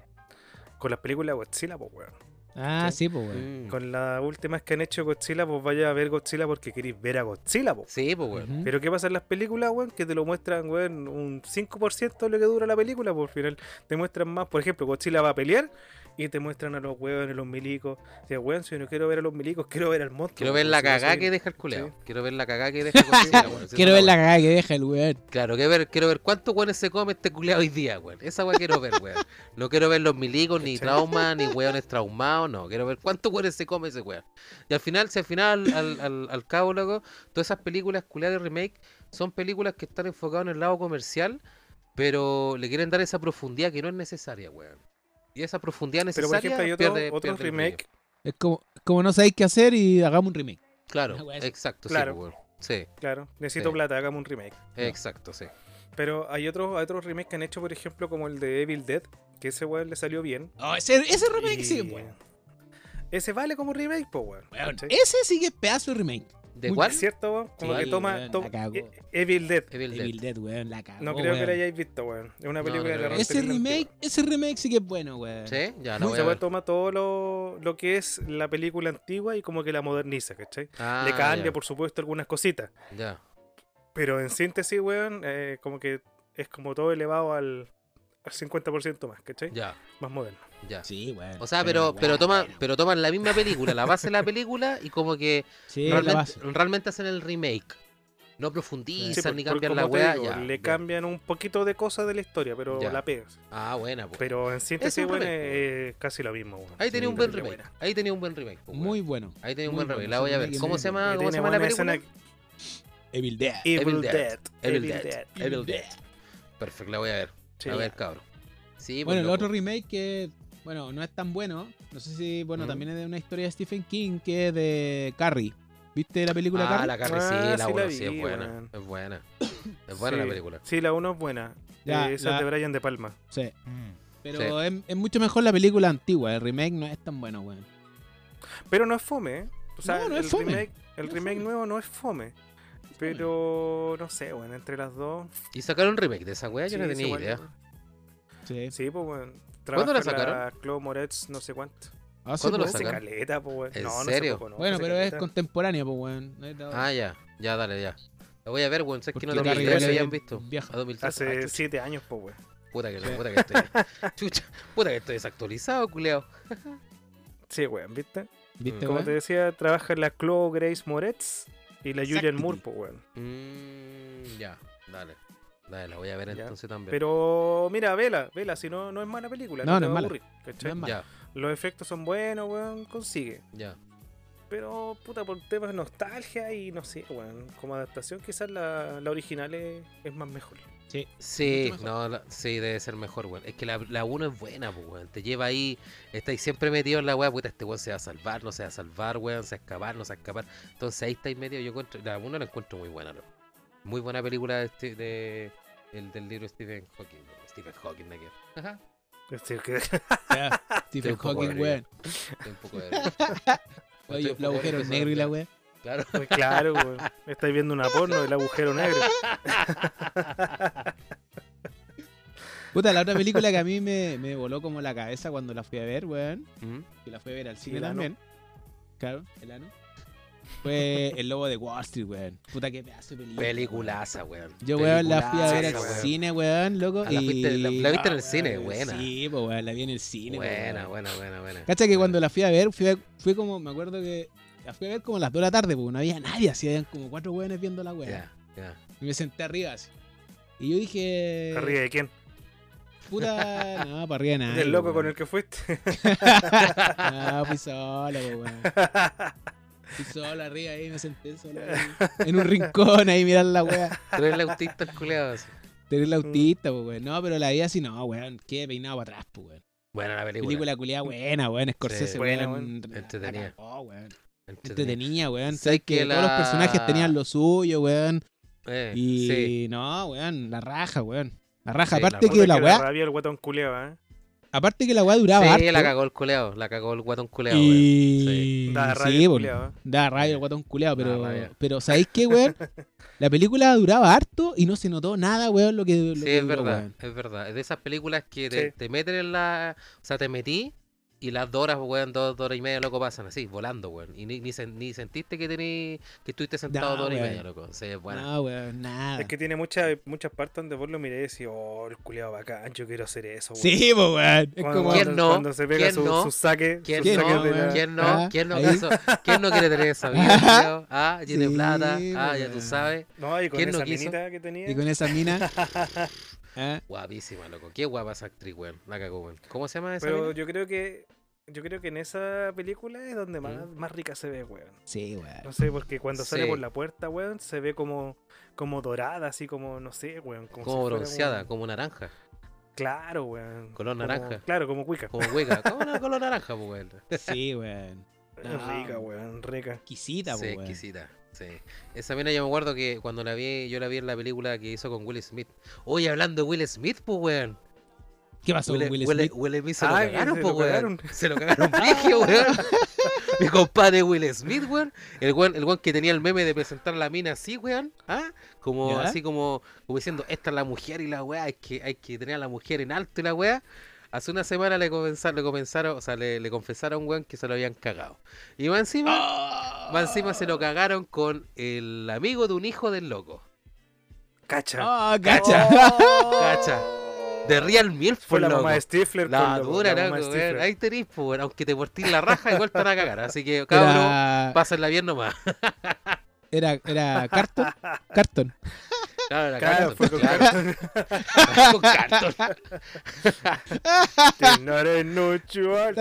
Speaker 1: con las películas Godzilla, pues weón.
Speaker 2: Ah, sí, pues, weón.
Speaker 3: Mm.
Speaker 1: Con las últimas que han hecho Godzilla, pues vaya a ver Godzilla porque queréis ver a Godzilla, pues.
Speaker 3: Sí, pues, weón.
Speaker 2: Ujú.
Speaker 1: Pero ¿qué pasa en las películas, weón? Que te lo muestran, pues, weón, un 5% de lo que dura la película, por final te muestran más. Por ejemplo, Godzilla va a pelear Y te muestran a los huevones, los milicos. Dices, weón, si yo no quiero ver a los milicos, quiero ver al monstruo.
Speaker 3: Quiero ver
Speaker 1: weón,
Speaker 3: la
Speaker 1: si va a
Speaker 3: cagá
Speaker 1: salir-
Speaker 3: que deja el culeado.
Speaker 1: Sí.
Speaker 3: Quiero ver la cagá que deja el Godzilla, weón. Si
Speaker 2: Quiero
Speaker 3: esa
Speaker 2: ver
Speaker 3: es
Speaker 2: la cagada que deja el weón.
Speaker 3: Claro, quiero ver, quiero ver cuántos weones se come este culeado hoy día, weón. Esa weón quiero ver, weón. No quiero ver los milicos, ni
Speaker 1: ¿Cachai?
Speaker 3: traumas, ni weones traumados, no. Quiero ver cuántos weones se come ese weón. Y al final, si al final, al, al, al cabo, loco, todas esas películas culeadas de remake son películas que están enfocadas en el lado comercial, pero le quieren dar esa profundidad que no es necesaria, weón. Y esa profundidad
Speaker 1: Pero
Speaker 3: necesaria
Speaker 1: por ejemplo, hay otro,
Speaker 3: pierde,
Speaker 1: otro
Speaker 3: pierde el brillo.
Speaker 1: remake.
Speaker 2: Es como, como no sabéis qué hacer y hagamos un remake.
Speaker 3: Claro,
Speaker 2: Una weá así.
Speaker 3: exacto, sí,
Speaker 1: Claro.
Speaker 3: pues, weón. Sí,
Speaker 1: Claro, necesito
Speaker 3: Sí.
Speaker 1: plata, hagamos un remake.
Speaker 3: exacto, sí.
Speaker 1: Pero hay otros hay otros remakes que han hecho, por ejemplo, como el de Evil Dead, que ese weón le salió bien.
Speaker 2: Oh, ese, ese remake
Speaker 1: y-
Speaker 2: sigue bueno.
Speaker 1: Ese vale como remake, po, weón.
Speaker 2: Weón,
Speaker 1: ¿cachai?
Speaker 2: Ese sigue pedazo de remake.
Speaker 3: ¿De
Speaker 2: Muy
Speaker 3: cuál?
Speaker 1: ¿Es cierto, weón? Como
Speaker 2: Sí,
Speaker 1: que toma,
Speaker 2: weón,
Speaker 1: toma-
Speaker 2: la cagó.
Speaker 1: E- Evil Dead.
Speaker 3: Evil Dead.
Speaker 2: Evil Dead, weón, la cagó,
Speaker 1: No creo que
Speaker 2: weón.
Speaker 1: lo hayáis visto, weón. Es una
Speaker 3: No, no
Speaker 1: película de
Speaker 3: creo
Speaker 1: terror.
Speaker 3: que-
Speaker 2: Ese remake, ese remake sí que es bueno, weón.
Speaker 3: Sí, ya la
Speaker 1: No,
Speaker 3: voy a ver.
Speaker 1: toma todo lo, lo que es la película antigua y como que la moderniza, ¿cachai?
Speaker 3: Ah,
Speaker 1: Le cambia,
Speaker 3: ya,
Speaker 1: por supuesto, algunas cositas.
Speaker 3: ya.
Speaker 1: Pero en síntesis, weón, eh, como que es como todo elevado al, al 50% más, ¿cachai?
Speaker 3: Ya,
Speaker 1: Más moderno.
Speaker 3: ya.
Speaker 2: Sí, weón.
Speaker 3: O sea, pero, pero
Speaker 2: weón,
Speaker 3: toma,
Speaker 2: weón.
Speaker 3: pero toman la misma película, la base de la película, y como que
Speaker 2: Sí, la
Speaker 3: realmente,
Speaker 2: base.
Speaker 3: realmente hacen el remake. No
Speaker 1: Sí,
Speaker 3: profundizan
Speaker 1: por-
Speaker 3: ni
Speaker 1: por-
Speaker 3: cambian
Speaker 1: como
Speaker 3: la
Speaker 1: te
Speaker 3: weá.
Speaker 1: digo,
Speaker 3: ya,
Speaker 1: le
Speaker 3: ya.
Speaker 1: cambian un poquito de cosas de la historia, pero
Speaker 3: Ya.
Speaker 1: la pegas.
Speaker 3: Ah, buena, pues.
Speaker 1: Pero en síntesis,
Speaker 3: un
Speaker 1: weón,
Speaker 3: remake,
Speaker 1: es es casi lo mismo, weón.
Speaker 3: Ahí tenía
Speaker 2: Sí,
Speaker 3: un buen
Speaker 1: pero
Speaker 3: remake.
Speaker 1: buena.
Speaker 3: Ahí tenía un buen remake. pues, weón.
Speaker 2: Muy bueno.
Speaker 3: Ahí tenía un
Speaker 2: muy
Speaker 3: buen
Speaker 2: bueno,
Speaker 3: remake.
Speaker 2: ese
Speaker 3: La voy a ver.
Speaker 2: remake es
Speaker 3: ¿Cómo
Speaker 2: muy
Speaker 3: se
Speaker 2: bueno.
Speaker 3: llama,
Speaker 1: Y
Speaker 3: ¿cómo se
Speaker 1: tiene
Speaker 3: llama la
Speaker 1: buena escena
Speaker 3: película?
Speaker 2: Evil Dead.
Speaker 1: Evil
Speaker 3: Evil Dead.
Speaker 1: Dead.
Speaker 3: Evil Dead. Evil Dead. Perfecto, la voy a ver.
Speaker 1: Sí.
Speaker 3: A ver, cabrón. Sí, pues,
Speaker 2: Bueno, el
Speaker 3: loco.
Speaker 2: otro remake que, bueno, no es tan bueno. No sé si, bueno,
Speaker 3: Ujú.
Speaker 2: también es de una historia de Stephen King que es de Carrie. ¿Viste la película
Speaker 3: Ah,
Speaker 2: Carrie?
Speaker 3: la Carrie, sí,
Speaker 1: Ah,
Speaker 3: la
Speaker 1: sí
Speaker 3: uno,
Speaker 1: la
Speaker 3: sí, es
Speaker 1: vi,
Speaker 3: buena.
Speaker 1: weón.
Speaker 3: Es buena. Es buena la
Speaker 1: Sí.
Speaker 3: película.
Speaker 1: Sí, la 1 es buena.
Speaker 2: Ya,
Speaker 1: Eh, esa es
Speaker 2: la-
Speaker 1: de Brian De Palma.
Speaker 2: Sí. Pero Es, es mucho mejor la película antigua. El remake no es tan bueno, weón.
Speaker 1: Pero no es fome, ¿eh? O sea,
Speaker 2: No, no
Speaker 1: el
Speaker 2: es fome.
Speaker 1: remake, el
Speaker 2: No es
Speaker 1: remake
Speaker 2: fome.
Speaker 1: nuevo no es fome. Pero no sé, bueno, entre las dos.
Speaker 3: Y sacaron remake de esa weá, yo no
Speaker 1: sí,
Speaker 3: tenía
Speaker 1: es igual.
Speaker 3: idea.
Speaker 2: Sí.
Speaker 1: Sí, pues bueno.
Speaker 3: ¿Cuándo la
Speaker 1: Chloe Moretz, no sé cuánto.
Speaker 2: Hace
Speaker 3: ¿Cuándo la
Speaker 2: poco.
Speaker 1: Hace
Speaker 3: sacaron?
Speaker 1: caleta, pues bueno.
Speaker 3: ¿En
Speaker 1: no, no
Speaker 3: serio?
Speaker 1: hace poco, no,
Speaker 2: Ah, Bueno,
Speaker 1: hace
Speaker 2: pero es
Speaker 1: caleta.
Speaker 2: contemporánea, pues, weón. No es de ahora.
Speaker 3: Ah, ya. Ya, dale, ya. La voy a ver, weón. Sé que
Speaker 2: Porque
Speaker 3: no
Speaker 2: Carrie
Speaker 3: 2003 la
Speaker 2: Mulligan
Speaker 3: habían
Speaker 2: es
Speaker 3: visto.
Speaker 2: vieja.
Speaker 3: A 2013.
Speaker 1: Hace
Speaker 3: Ah, chucha,
Speaker 1: siete años, pues bueno.
Speaker 3: puta que, la-
Speaker 2: Sí.
Speaker 3: puta que estoy. Chucha, puta que estoy desactualizado, culeado.
Speaker 1: Sí, weón, ¿viste?
Speaker 2: ¿Viste,
Speaker 1: Como
Speaker 2: weón?
Speaker 1: te decía, trabaja la Chloe Grace Moretz y la Julian Moore, pues weón.
Speaker 3: Mm, ya, dale. Dale, la voy a ver
Speaker 1: Ya,
Speaker 3: entonces también.
Speaker 1: Pero mira, vela, vela, si no, no es mala película.
Speaker 2: No,
Speaker 1: te
Speaker 2: no es
Speaker 1: va a
Speaker 2: mala.
Speaker 1: aburrir, ¿cachai?
Speaker 2: No es mala.
Speaker 3: Ya,
Speaker 1: Los efectos son buenos, weón, consigue.
Speaker 3: ya.
Speaker 1: Pero, puta, por temas de nostalgia y no sé, weón, como adaptación, quizás la, la original es, es más mejor.
Speaker 2: Sí.
Speaker 3: Sí,
Speaker 2: Mucho mejor.
Speaker 3: no, la- sí, debe ser mejor, weón. Es que la, la 1 es buena, pues, weón. Te lleva ahí, estáis siempre metido en la weá, puta, este weón se va a salvar, no se va a salvar, weón, se va a escapar, no se va a escapar. Entonces ahí estáis medio, yo encuentro, la 1 la encuentro muy buena, loco. Muy buena película de, este- de- el, del libro Stephen Hawking, weón. Stephen Hawking, de aquí. Ajá.
Speaker 1: Es decir, que-
Speaker 2: Ya,
Speaker 3: Estoy
Speaker 2: Stephen
Speaker 3: un poco
Speaker 2: Hawking,
Speaker 3: ebrio.
Speaker 2: weón.
Speaker 3: Estoy un poco ebrio. Estoy un
Speaker 2: Oye, el
Speaker 3: poco
Speaker 2: agujero
Speaker 3: ebrio,
Speaker 2: negro y la
Speaker 3: weón.
Speaker 2: weón.
Speaker 3: Claro.
Speaker 1: pues claro, weón. Estáis viendo una porno del agujero negro.
Speaker 2: Puta, la otra película que a mí me, me voló como la cabeza cuando la fui a ver, weón.
Speaker 3: Mm.
Speaker 2: Que la fui a ver al cine
Speaker 1: El ano.
Speaker 2: también. Claro, el ano. Fue El Lobo de Wall Street, weón. Puta, qué pedazo de película.
Speaker 3: Peliculaza, weón.
Speaker 2: Yo, weón, la fui a ver al
Speaker 1: Peliculaza, weón.
Speaker 2: cine, weón, loco.
Speaker 3: Ah, la
Speaker 2: y-
Speaker 3: fuiste- la- la viste en el
Speaker 2: Ah,
Speaker 3: cine,
Speaker 2: weón,
Speaker 3: buena.
Speaker 2: Sí, pues, weón, la vi en el cine,
Speaker 3: Buena,
Speaker 2: weón.
Speaker 3: buena, buena, buena.
Speaker 2: Cacha que
Speaker 3: Buena.
Speaker 2: cuando la fui a ver, fui, a- fui como, me acuerdo que la fui a ver como a las 2 de la tarde, porque no había nadie, así habían como cuatro weones viendo la weón.
Speaker 3: Ya, ya.
Speaker 2: Y me senté arriba así. Y yo dije,
Speaker 1: ¿Arriba de quién?
Speaker 2: puta, no, para arriba nada.
Speaker 1: Del loco con el que fuiste.
Speaker 2: No, Ah, fui solo, po, weón. Fui solo arriba ahí, me senté solo ahí, en un rincón ahí mirar la weá.
Speaker 3: Tú eres el autista, el culeado. así.
Speaker 2: Tener la autista, po, weón. No, pero la vida así no, weón. Qué peinado para atrás, po, weón.
Speaker 3: Buena la película.
Speaker 2: Película culiada buena, weón. Scorsese,
Speaker 3: Sí.
Speaker 1: Buena,
Speaker 2: weón. la- la
Speaker 3: Entretenida.
Speaker 2: cagó, weón.
Speaker 3: Entretenida.
Speaker 2: Entretenida, weón.
Speaker 3: Sé
Speaker 2: Sabes que,
Speaker 3: que
Speaker 2: todos los
Speaker 3: la-
Speaker 2: personajes tenían lo suyo, weón.
Speaker 3: Eh,
Speaker 2: Y
Speaker 3: sí.
Speaker 2: no, weón, la raja, weón. La raja,
Speaker 3: Sí, la
Speaker 2: aparte
Speaker 3: puta
Speaker 2: que la
Speaker 1: Puta que
Speaker 2: weá,
Speaker 1: rabia el guatón culeaba, ¿eh?
Speaker 2: aparte que la weá duraba
Speaker 3: Sí,
Speaker 2: harto.
Speaker 3: la cagó el culeado, la cagó el guatón culeado, weón.
Speaker 2: y...
Speaker 1: Da rabia
Speaker 2: sí,
Speaker 1: el
Speaker 2: po,
Speaker 1: culeado, ¿eh?
Speaker 2: Da rabia el
Speaker 3: Sí.
Speaker 2: guatón culeado,
Speaker 3: Da
Speaker 2: pero,
Speaker 3: rabia.
Speaker 2: pero ¿sabéis qué, weón? La película duraba harto y no se notó nada, weón, lo que. Lo
Speaker 3: Sí,
Speaker 2: que
Speaker 3: es
Speaker 2: duró,
Speaker 3: verdad,
Speaker 2: weón.
Speaker 3: es verdad. Es de esas películas que te,
Speaker 1: Sí.
Speaker 3: te meten en la. O sea, te metí y las dos horas, weón, dos, dos horas y media, loco, pasan así, volando, weón. Y ni, ni, sen- ni sentiste que tení, que estuviste sentado
Speaker 2: No,
Speaker 3: dos horas y
Speaker 2: weón.
Speaker 3: media, loco. Sí, es buena.
Speaker 2: No, weón, nada, nada.
Speaker 1: Es que tiene muchas muchas partes donde vos lo miré y decís, oh, el culiado bacán, yo quiero hacer eso, weón.
Speaker 2: Sí, pues, weón.
Speaker 1: Cuando,
Speaker 2: Es como.
Speaker 1: cuando-
Speaker 3: ¿Quién no?
Speaker 1: cuando se pega
Speaker 3: ¿Quién
Speaker 1: su,
Speaker 3: no?
Speaker 1: su saque,
Speaker 3: ¿Quién
Speaker 1: sus
Speaker 2: ¿Quién
Speaker 1: saques
Speaker 3: no?
Speaker 1: de la-
Speaker 2: weón?
Speaker 3: ¿Quién no?
Speaker 2: Ah,
Speaker 3: ¿Quién no
Speaker 2: ahí.
Speaker 3: quiere eso? ¿Quién no quiere tener esa vida, culiao? Ah, tiene
Speaker 2: Sí,
Speaker 3: plata. Ah, ya tú
Speaker 2: weón.
Speaker 3: sabes.
Speaker 1: No, y con
Speaker 3: ¿Quién no
Speaker 1: esa
Speaker 3: quiso?
Speaker 1: minita que tenía.
Speaker 2: Y con esa mina. ¿eh?
Speaker 3: Guapísima, loco. Qué guapa esa actriz, weón. La cagó, weón. ¿Cómo se llama esa?
Speaker 1: Pero
Speaker 3: mina?
Speaker 1: yo creo que yo creo que en esa película es
Speaker 3: Mm.
Speaker 1: donde más, más rica se ve, weón.
Speaker 2: Sí, weón.
Speaker 1: No sé, porque cuando sale
Speaker 3: Sí.
Speaker 1: por la puerta, weón, se ve como, como dorada, así como, no sé, weón. Como, si
Speaker 3: Como
Speaker 1: fuera,
Speaker 3: bronceada,
Speaker 1: weón.
Speaker 3: como naranja,
Speaker 1: Claro, weón.
Speaker 3: Color
Speaker 1: Como-
Speaker 3: naranja.
Speaker 1: claro, como cuica.
Speaker 3: como hueca. Como una color naranja, pues, weón.
Speaker 2: Sí, weón. No.
Speaker 1: Rica, weón, rica.
Speaker 2: Exquisita,
Speaker 3: Sí,
Speaker 2: pues, weón.
Speaker 3: exquisita. Sí. Esa mina yo me acuerdo que cuando la vi, yo la vi en la película que hizo con Will Smith. Oye, hablando de Will Smith, pues, weón.
Speaker 2: ¿Qué pasó
Speaker 3: Will,
Speaker 2: con Will
Speaker 3: Will-
Speaker 2: Smith?
Speaker 3: Will Smith se lo
Speaker 1: Ay,
Speaker 3: cagaron,
Speaker 1: se
Speaker 3: po,
Speaker 1: lo
Speaker 3: weón.
Speaker 1: cagaron.
Speaker 3: Se lo cagaron brigio, weón. Mi compadre Will Smith, weón. El weón, el weón que tenía el meme de presentar a la mina así, weón. ¿Ah? Como
Speaker 2: ¿Ya?
Speaker 3: así como, como diciendo, esta es la mujer y la weá, hay que, hay que tener a la mujer en alto y la weá. Hace una semana le comenzaron, le comenzaron, o sea, le, le confesaron, weón, que se lo habían cagado. Y más encima, más ¡Ah! encima se lo cagaron con el amigo de un hijo del loco.
Speaker 1: Cacha.
Speaker 3: Ah,
Speaker 2: ¡Oh, cacha!
Speaker 3: Cacha. De Real Milf,
Speaker 1: Oh. Fue
Speaker 3: por
Speaker 1: la
Speaker 3: loco.
Speaker 1: mamá de Stifler.
Speaker 3: La
Speaker 1: con loco,
Speaker 3: dura,
Speaker 1: la mamá de
Speaker 3: loco, weón.
Speaker 1: Stifler.
Speaker 3: Ahí tenés, po, weón. Aunque te portís la raja, igual te van a cagar. Así que, cabrón,
Speaker 2: Era,
Speaker 3: pásenla bien nomás.
Speaker 2: era, era Carton. Carton.
Speaker 3: Claro, la
Speaker 1: Claro,
Speaker 3: cagaron,
Speaker 1: fue con
Speaker 3: claro,
Speaker 1: Cartón.
Speaker 3: con cartón.
Speaker 1: Te ignoré, no, chaval.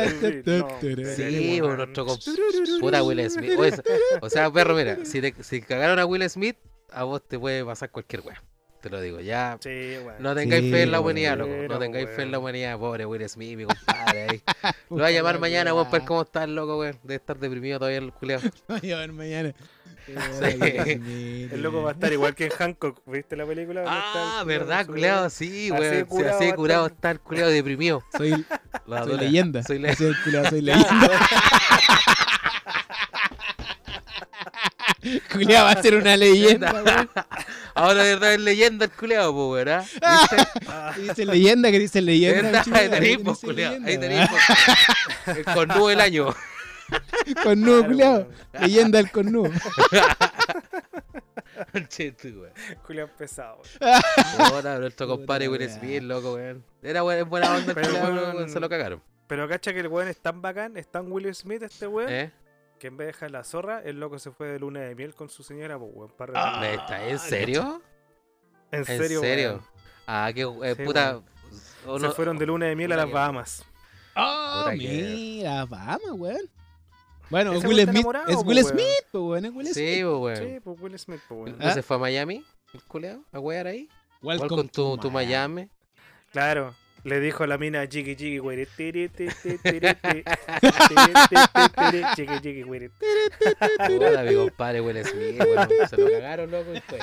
Speaker 1: No,
Speaker 3: Sí,
Speaker 1: weón.
Speaker 3: bueno, nuestro comp- Puta Will Smith. O, esa- o sea, perro, mira, si, te- si cagaron a Will Smith, a vos te puede pasar cualquier weá. Te lo digo, ya.
Speaker 1: Sí, weón.
Speaker 3: No tengáis
Speaker 2: Sí,
Speaker 3: fe en la humanidad, loco.
Speaker 1: weón.
Speaker 3: No tengáis fe en la
Speaker 1: Weón.
Speaker 3: humanidad, pobre Will Smith, mi compadre. ahí. Lo voy a llamar mañana, weón, para ver cómo está el loco, weón. Debe estar deprimido todavía el culiao.
Speaker 2: Lo voy a llamar mañana.
Speaker 1: El loco va a estar igual que en Hancock. ¿Viste la película? donde está
Speaker 3: Ah,
Speaker 1: el culiao con
Speaker 3: ¿verdad,
Speaker 1: su-
Speaker 3: culeado? Sí,
Speaker 1: Así
Speaker 3: weón. sí,
Speaker 1: curado va
Speaker 3: Así
Speaker 1: a
Speaker 3: curado
Speaker 1: estar.
Speaker 3: está el culeado deprimido.
Speaker 2: Soy,
Speaker 3: La
Speaker 2: soy
Speaker 3: dura.
Speaker 2: leyenda.
Speaker 3: Soy
Speaker 2: Soy,
Speaker 3: le-
Speaker 2: el culiao, soy leyenda. Culiao va a ser una leyenda, weón.
Speaker 3: Ahora de verdad es leyenda el culeado, pues, weón. ¿ah? ¿Viste?
Speaker 2: Dice leyenda que dice
Speaker 3: Leyenda,
Speaker 2: leyenda. chico,
Speaker 3: Ahí
Speaker 2: ahí
Speaker 3: tenéis,
Speaker 2: dice
Speaker 3: pues, culeado. Ahí
Speaker 2: leyenda,
Speaker 3: tenéis, pues. El cornudo del año.
Speaker 2: weón. Cornudo,
Speaker 1: Claro,
Speaker 2: culiao. Leyenda del cornudo.
Speaker 3: Che, tú, weón.
Speaker 1: Culiao pesado. weón.
Speaker 3: Ahora, nuestro
Speaker 2: Puta
Speaker 3: compadre Will
Speaker 2: weá.
Speaker 3: Smith, loco, weón. Era weón, es buena onda el
Speaker 1: Pero,
Speaker 3: culeado,
Speaker 1: weón,
Speaker 3: weón. Se lo cagaron.
Speaker 1: Pero cacha que el weón es tan bacán, es tan Will Smith este weón,
Speaker 3: ¿Eh?
Speaker 1: que en vez de dejar la zorra, el loco se fue de luna de miel con su señora, pues weón. para relajar.
Speaker 2: Ah,
Speaker 3: ¿Me está- ¿En serio?
Speaker 1: en
Speaker 3: ¿En
Speaker 1: serio,
Speaker 3: serio?
Speaker 1: weón.
Speaker 3: Ah, qué eh,
Speaker 1: Sí,
Speaker 3: puta.
Speaker 1: weón.
Speaker 3: o
Speaker 1: Se
Speaker 3: no-
Speaker 1: fueron de luna de miel a
Speaker 3: puta
Speaker 1: las
Speaker 3: que-
Speaker 1: Bahamas.
Speaker 2: Oh,
Speaker 3: Puta que-
Speaker 2: mira, vamos, weón. Bueno, es
Speaker 1: Ese
Speaker 2: Will
Speaker 1: weón está
Speaker 2: Smith.
Speaker 1: enamorado,
Speaker 2: Es
Speaker 1: po,
Speaker 2: Will
Speaker 1: weón.
Speaker 2: Smith, po, weón. Es Will Smith.
Speaker 3: pues, Sí, pues, weón.
Speaker 1: Sí, pues Will Smith, pues weón.
Speaker 3: ¿No
Speaker 2: ¿Ah?
Speaker 3: se fue a Miami, el culeado? ¿A wear ahí? ¿Cuál con tu, tu Miami?
Speaker 1: Claro. Le dijo a la mina jiggy jiggy güey. Tiri, ti, ti, tiri, ti. Tiri, ti, ti, tiri, jiggy, jiggy, güey.
Speaker 3: Hola, mi compadre Will Smith, weón. Se lo cagaron, loco, y fue.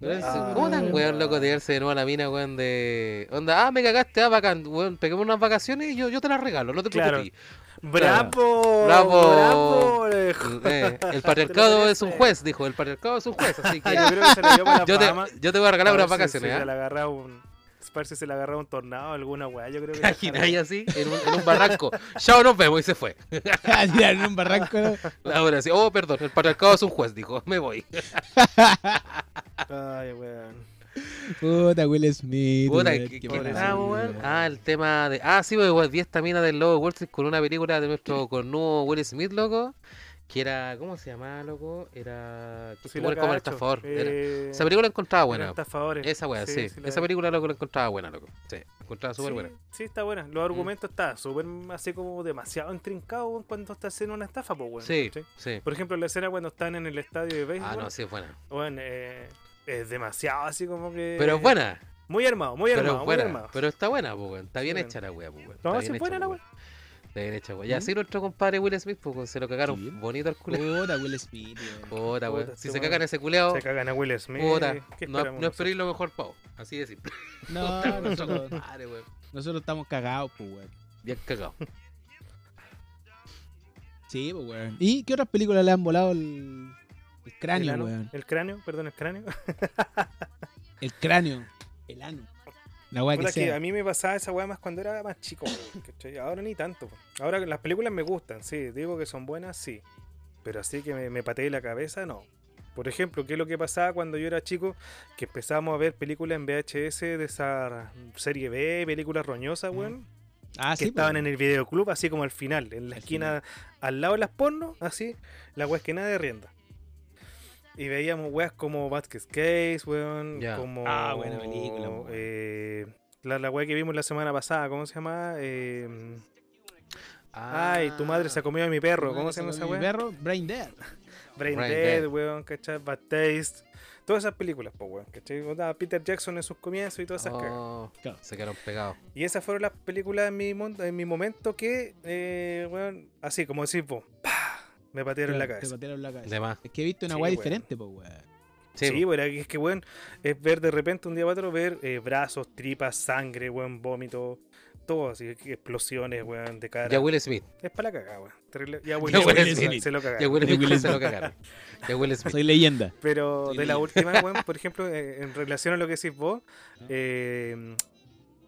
Speaker 3: Weón, se-
Speaker 1: Ah,
Speaker 3: ¿Cómo tan weón,
Speaker 1: weón.
Speaker 3: loco, de irse de nuevo a la mina, weón, de... Onda, ah, me cagaste, ah, bacán, weón, peguemos unas vacaciones y yo, yo te las regalo, no te
Speaker 1: Claro.
Speaker 3: preocupes.
Speaker 1: ¡Bravo!
Speaker 3: Bravo.
Speaker 1: ¡Bravo! le dijo.
Speaker 3: Eh, el patriarcado es un
Speaker 1: mereces.
Speaker 3: juez, dijo, el patriarcado es un juez, así que
Speaker 1: Yo creo que se lo llevó a las
Speaker 3: yo te,
Speaker 1: Bahamas.
Speaker 3: yo te voy a
Speaker 1: A
Speaker 3: regalar
Speaker 1: ver
Speaker 3: unas
Speaker 1: si-
Speaker 3: vacaciones,
Speaker 1: si se le
Speaker 3: ¿ah?
Speaker 1: agarraba un. Parece que se le agarraba un tornado, alguna weá. Yo creo que. la
Speaker 3: Imagináis así, en un, en un barranco. Chao, nos vemos, y se fue.
Speaker 2: A tirar en un barranco. ¿no?
Speaker 3: Ahora sí, oh, perdón, el patriarcado es un juez, dijo, me voy.
Speaker 1: jalaron. Ay, weón.
Speaker 2: Puta, Will Smith.
Speaker 3: Puta,
Speaker 2: weón,
Speaker 3: ¿qué-
Speaker 2: qué
Speaker 3: qué
Speaker 1: pobre
Speaker 2: maravilla,
Speaker 3: estábamos, weón?
Speaker 2: weón.
Speaker 3: Ah, el tema de. Ah, sí, weón, vi esta mina del Lobo de Wall Street con una película de nuestro cornudo Will Smith, loco. Que era. ¿Cómo se llamaba, loco? Era. Que
Speaker 1: Pues Sí,
Speaker 3: este
Speaker 1: la
Speaker 3: weón como el
Speaker 1: cacho.
Speaker 3: estafador. era-
Speaker 1: Eh,
Speaker 3: Esa película la encontraba
Speaker 1: era
Speaker 3: buena.
Speaker 1: Estafadores.
Speaker 3: Esa weá, sí.
Speaker 1: la-
Speaker 3: Esa película, loco, la encontraba buena, loco. Sí, la encontraba súper
Speaker 1: sí,
Speaker 3: buena. Mm.
Speaker 1: Sí, está buena. Los argumentos están súper así como demasiado intrincados weón, cuando está haciendo una estafa, pues, weón.
Speaker 3: Sí, sí.
Speaker 1: Por ejemplo, la escena cuando están en el estadio de béisbol.
Speaker 3: Ah, no, sí, es buena.
Speaker 1: weón, eh, es demasiado así como que.
Speaker 3: Pero es buena.
Speaker 1: Muy armado, muy
Speaker 3: Pero
Speaker 1: armado,
Speaker 3: es
Speaker 1: muy
Speaker 3: buena.
Speaker 1: armado.
Speaker 3: Pero está buena, pues, weón. Está bien
Speaker 1: Bueno.
Speaker 3: hecha la weá, pues, weón.
Speaker 1: No,
Speaker 3: Está
Speaker 1: sí
Speaker 3: bien
Speaker 1: es buena
Speaker 3: hecha,
Speaker 1: la ¿Mm?
Speaker 3: pues, weón. Está bien hecha, weón. Y así nuestro compadre Will Smith, pues, weón, se lo cagaron
Speaker 2: Sí.
Speaker 3: bonito al culo.
Speaker 2: Puta, Will Smith. weón.
Speaker 3: Puta,
Speaker 1: Puta,
Speaker 3: weón. Si
Speaker 1: este
Speaker 3: se
Speaker 1: weón.
Speaker 3: cagan ese culeado,
Speaker 1: Se cagan a Will Smith.
Speaker 3: Puta,
Speaker 1: Eh, ¿Qué
Speaker 3: no,
Speaker 1: esperamos
Speaker 3: no
Speaker 1: nosotros?
Speaker 3: esperéis lo mejor, Pau. Así de simple.
Speaker 2: No, nosotros,
Speaker 3: Madre, weón.
Speaker 2: nosotros estamos cagados, pues, weón.
Speaker 3: Bien cagado.
Speaker 2: Sí, pues, weón. ¿Y qué otras películas le han volado el, el cráneo,
Speaker 1: el, ano,
Speaker 2: weón?
Speaker 1: el cráneo, perdón, el cráneo.
Speaker 2: El cráneo. El ano. La weá que
Speaker 1: Puta, que
Speaker 2: sea.
Speaker 1: a mí me pasaba esa weá más cuando era más chico, weón, ¿cachai? Ahora ni tanto. weón. Ahora las películas me gustan, sí. Digo que son buenas, sí. Pero así que me, me pateé la cabeza, no. Por ejemplo, ¿qué es lo que pasaba cuando yo era chico? Que empezábamos a ver películas en VHS de esa serie B, películas roñosas, weón.
Speaker 2: Ah,
Speaker 1: que
Speaker 2: sí.
Speaker 1: estaban
Speaker 2: pues.
Speaker 1: en el videoclub, así como al final, en la
Speaker 2: Al
Speaker 1: esquina, al lado de las porno, así, la weá nada de rienda. Y veíamos weas como Basket Case, weón,
Speaker 3: Ya.
Speaker 1: como.
Speaker 2: Ah, buena película, po, weón.
Speaker 1: eh, la, la wea que vimos la semana pasada, ¿cómo se llama? Eh, ay, tu
Speaker 3: Ah,
Speaker 1: madre se ha comido a mi perro,
Speaker 2: Ah. Madre,
Speaker 1: ¿cómo se llama
Speaker 2: con
Speaker 1: esa
Speaker 2: mi
Speaker 1: wea?
Speaker 2: perro, Brain Dead.
Speaker 1: Brain
Speaker 3: Brain
Speaker 1: Dead,
Speaker 3: Dead.
Speaker 1: weón, ¿cachai? Bad Taste. Todas esas películas, po, weón, ¿cachai? Onda, Peter Jackson en sus comienzos y todas esas cagas.
Speaker 3: Oh,
Speaker 2: Claro.
Speaker 3: se quedaron pegados.
Speaker 1: Y esas fueron las películas en mi, mon- en mi momento que, eh, weón, así como decís vos, ¡pah! me patearon la
Speaker 2: Claro, Te
Speaker 1: cabeza.
Speaker 2: patearon la cabeza.
Speaker 3: De más.
Speaker 2: Es que he visto una
Speaker 1: Sí,
Speaker 2: guay
Speaker 1: weón.
Speaker 2: diferente, pues, weón.
Speaker 3: Sí,
Speaker 1: Sí,
Speaker 3: po.
Speaker 1: weón, es que, weón, es ver de repente un día para otro, ver eh, brazos, tripas, sangre, weón, vómito, todo así, que explosiones, weón, de cara.
Speaker 3: ya Will Smith.
Speaker 1: Es para la cagada, weón. Terrible- Ya,
Speaker 2: Ya
Speaker 1: Will
Speaker 2: Will
Speaker 1: Smith,
Speaker 2: Smith.
Speaker 1: se lo cagaron.
Speaker 3: Ya Will
Speaker 2: Ya Will
Speaker 3: Smith se lo cagaron. Ya Will Smith.
Speaker 2: Soy leyenda.
Speaker 1: Pero
Speaker 2: Sí,
Speaker 1: de la
Speaker 2: sí.
Speaker 1: última, weón, por ejemplo, eh, en relación a lo que decís vos, eh,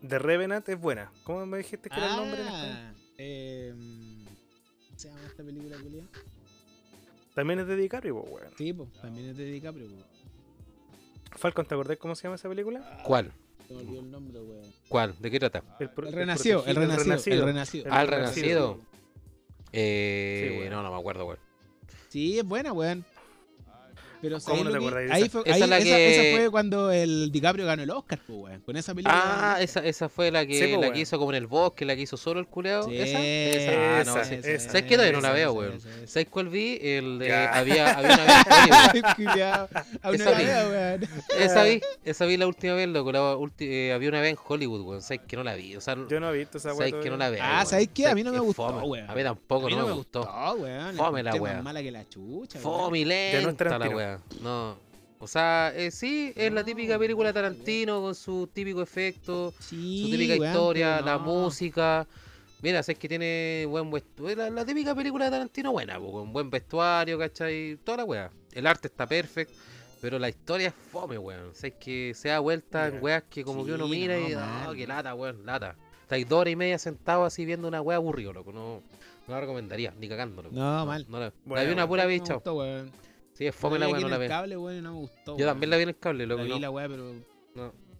Speaker 1: The Revenant es buena. ¿Cómo me dijiste que Este era el nombre? en español?
Speaker 2: Ah, em, ¿Cómo se llama esta película, Julián?
Speaker 1: También es de DiCaprio, weón.
Speaker 2: Sí, pues, también es de DiCaprio, pues.
Speaker 1: Falcon, ¿te acordás cómo se llama esa película?
Speaker 3: ¿Cuál?
Speaker 2: Se me olvidó el nombre, weón.
Speaker 3: ¿Cuál? ¿De qué trata?
Speaker 1: El, pro-
Speaker 2: Ah, El
Speaker 1: el
Speaker 2: renacido, el
Speaker 1: protegido,
Speaker 2: renacido, el renacido.
Speaker 1: el
Speaker 3: Ah, el
Speaker 1: renacido.
Speaker 3: renacido. Eh,
Speaker 1: Sí, weón.
Speaker 3: No, no me acuerdo, weón.
Speaker 2: Sí, es buena, weón. Pero
Speaker 1: ¿Cómo
Speaker 2: ¿sabes
Speaker 1: no
Speaker 2: lo
Speaker 1: te
Speaker 2: que-
Speaker 1: acordáis de
Speaker 2: ahí
Speaker 1: esa?
Speaker 2: fue,
Speaker 3: Esa
Speaker 2: ahí-
Speaker 3: es la
Speaker 2: esa,
Speaker 3: que-
Speaker 2: esa fue cuando el DiCaprio ganó el Oscar, pues, weón. Con esa película.
Speaker 3: Ah, esa, esa fue la que,
Speaker 1: Sí, po,
Speaker 3: la
Speaker 1: weón.
Speaker 3: que hizo como en el bosque, la que hizo solo el culeado.
Speaker 2: Sí,
Speaker 3: ¿Esa? Esa. Ah, no,
Speaker 1: esa,
Speaker 3: sí.
Speaker 1: esa,
Speaker 3: ¿Sabes qué? Todavía no la
Speaker 2: esa,
Speaker 3: veo,
Speaker 2: esa,
Speaker 3: weón.
Speaker 2: esa, esa.
Speaker 3: ¿Sabes cuál vi? El de,
Speaker 1: Ya.
Speaker 3: había, había una vez. Oye, weón,
Speaker 2: Cuidado, Aún no
Speaker 3: Esa
Speaker 2: la
Speaker 3: vi.
Speaker 2: veo, weón.
Speaker 3: Esa
Speaker 1: Eh.
Speaker 3: vi, esa vi la última vez, loco. La ulti- eh, había una vez en Hollywood, weón. Sabes que no la vi. O sea,
Speaker 1: Yo no he visto esa
Speaker 3: sabes
Speaker 1: weá
Speaker 3: que no
Speaker 1: todavía.
Speaker 3: la veo.
Speaker 2: Ah, ¿sabes qué? A mí no me gustó, weón.
Speaker 3: A mí tampoco,
Speaker 2: A mí
Speaker 3: no, me gustó.
Speaker 2: weón. La
Speaker 3: Fome la
Speaker 2: encontré
Speaker 3: weá.
Speaker 2: más mala que la chucha, weón.
Speaker 3: Fome y
Speaker 1: Ya no es
Speaker 3: lenta la
Speaker 1: Tarantino.
Speaker 3: weá. No. O sea, eh, sí, es la
Speaker 2: No,
Speaker 3: típica película
Speaker 2: no, weón.
Speaker 3: Tarantino con su típico efecto,
Speaker 2: Sí,
Speaker 3: su típica
Speaker 2: weón,
Speaker 3: historia,
Speaker 2: pero
Speaker 3: la
Speaker 2: no.
Speaker 3: música. Mira, sabes que tiene buen vestuario. La, la típica película de Tarantino buena, po, con buen vestuario, ¿cachai? Toda la weá. El arte está perfecto. Pero la historia es fome, weón. Sabes que se da vuelta en
Speaker 1: Ya.
Speaker 3: weas que como que uno
Speaker 2: Sí,
Speaker 3: mira
Speaker 2: no,
Speaker 3: y.
Speaker 2: mal.
Speaker 3: ¡Ah, qué lata, weón! Lata. Estáis dos horas y media sentado así viendo una wea aburrido, loco. No, no la recomendaría, ni cagándolo.
Speaker 2: No, mal.
Speaker 3: No la, la
Speaker 1: Buena,
Speaker 3: vi una
Speaker 1: weón.
Speaker 3: pura
Speaker 2: No me
Speaker 3: vez, chao.
Speaker 2: gustó, weón.
Speaker 3: Sí, es fome
Speaker 2: La
Speaker 3: la
Speaker 2: vi
Speaker 3: wea, no
Speaker 2: aquí en
Speaker 3: la
Speaker 2: el
Speaker 3: ve.
Speaker 2: cable, weón, y no me gustó.
Speaker 3: Yo también la vi en el cable,
Speaker 2: La
Speaker 3: loco.
Speaker 2: vi
Speaker 3: No,
Speaker 2: la weá, pero.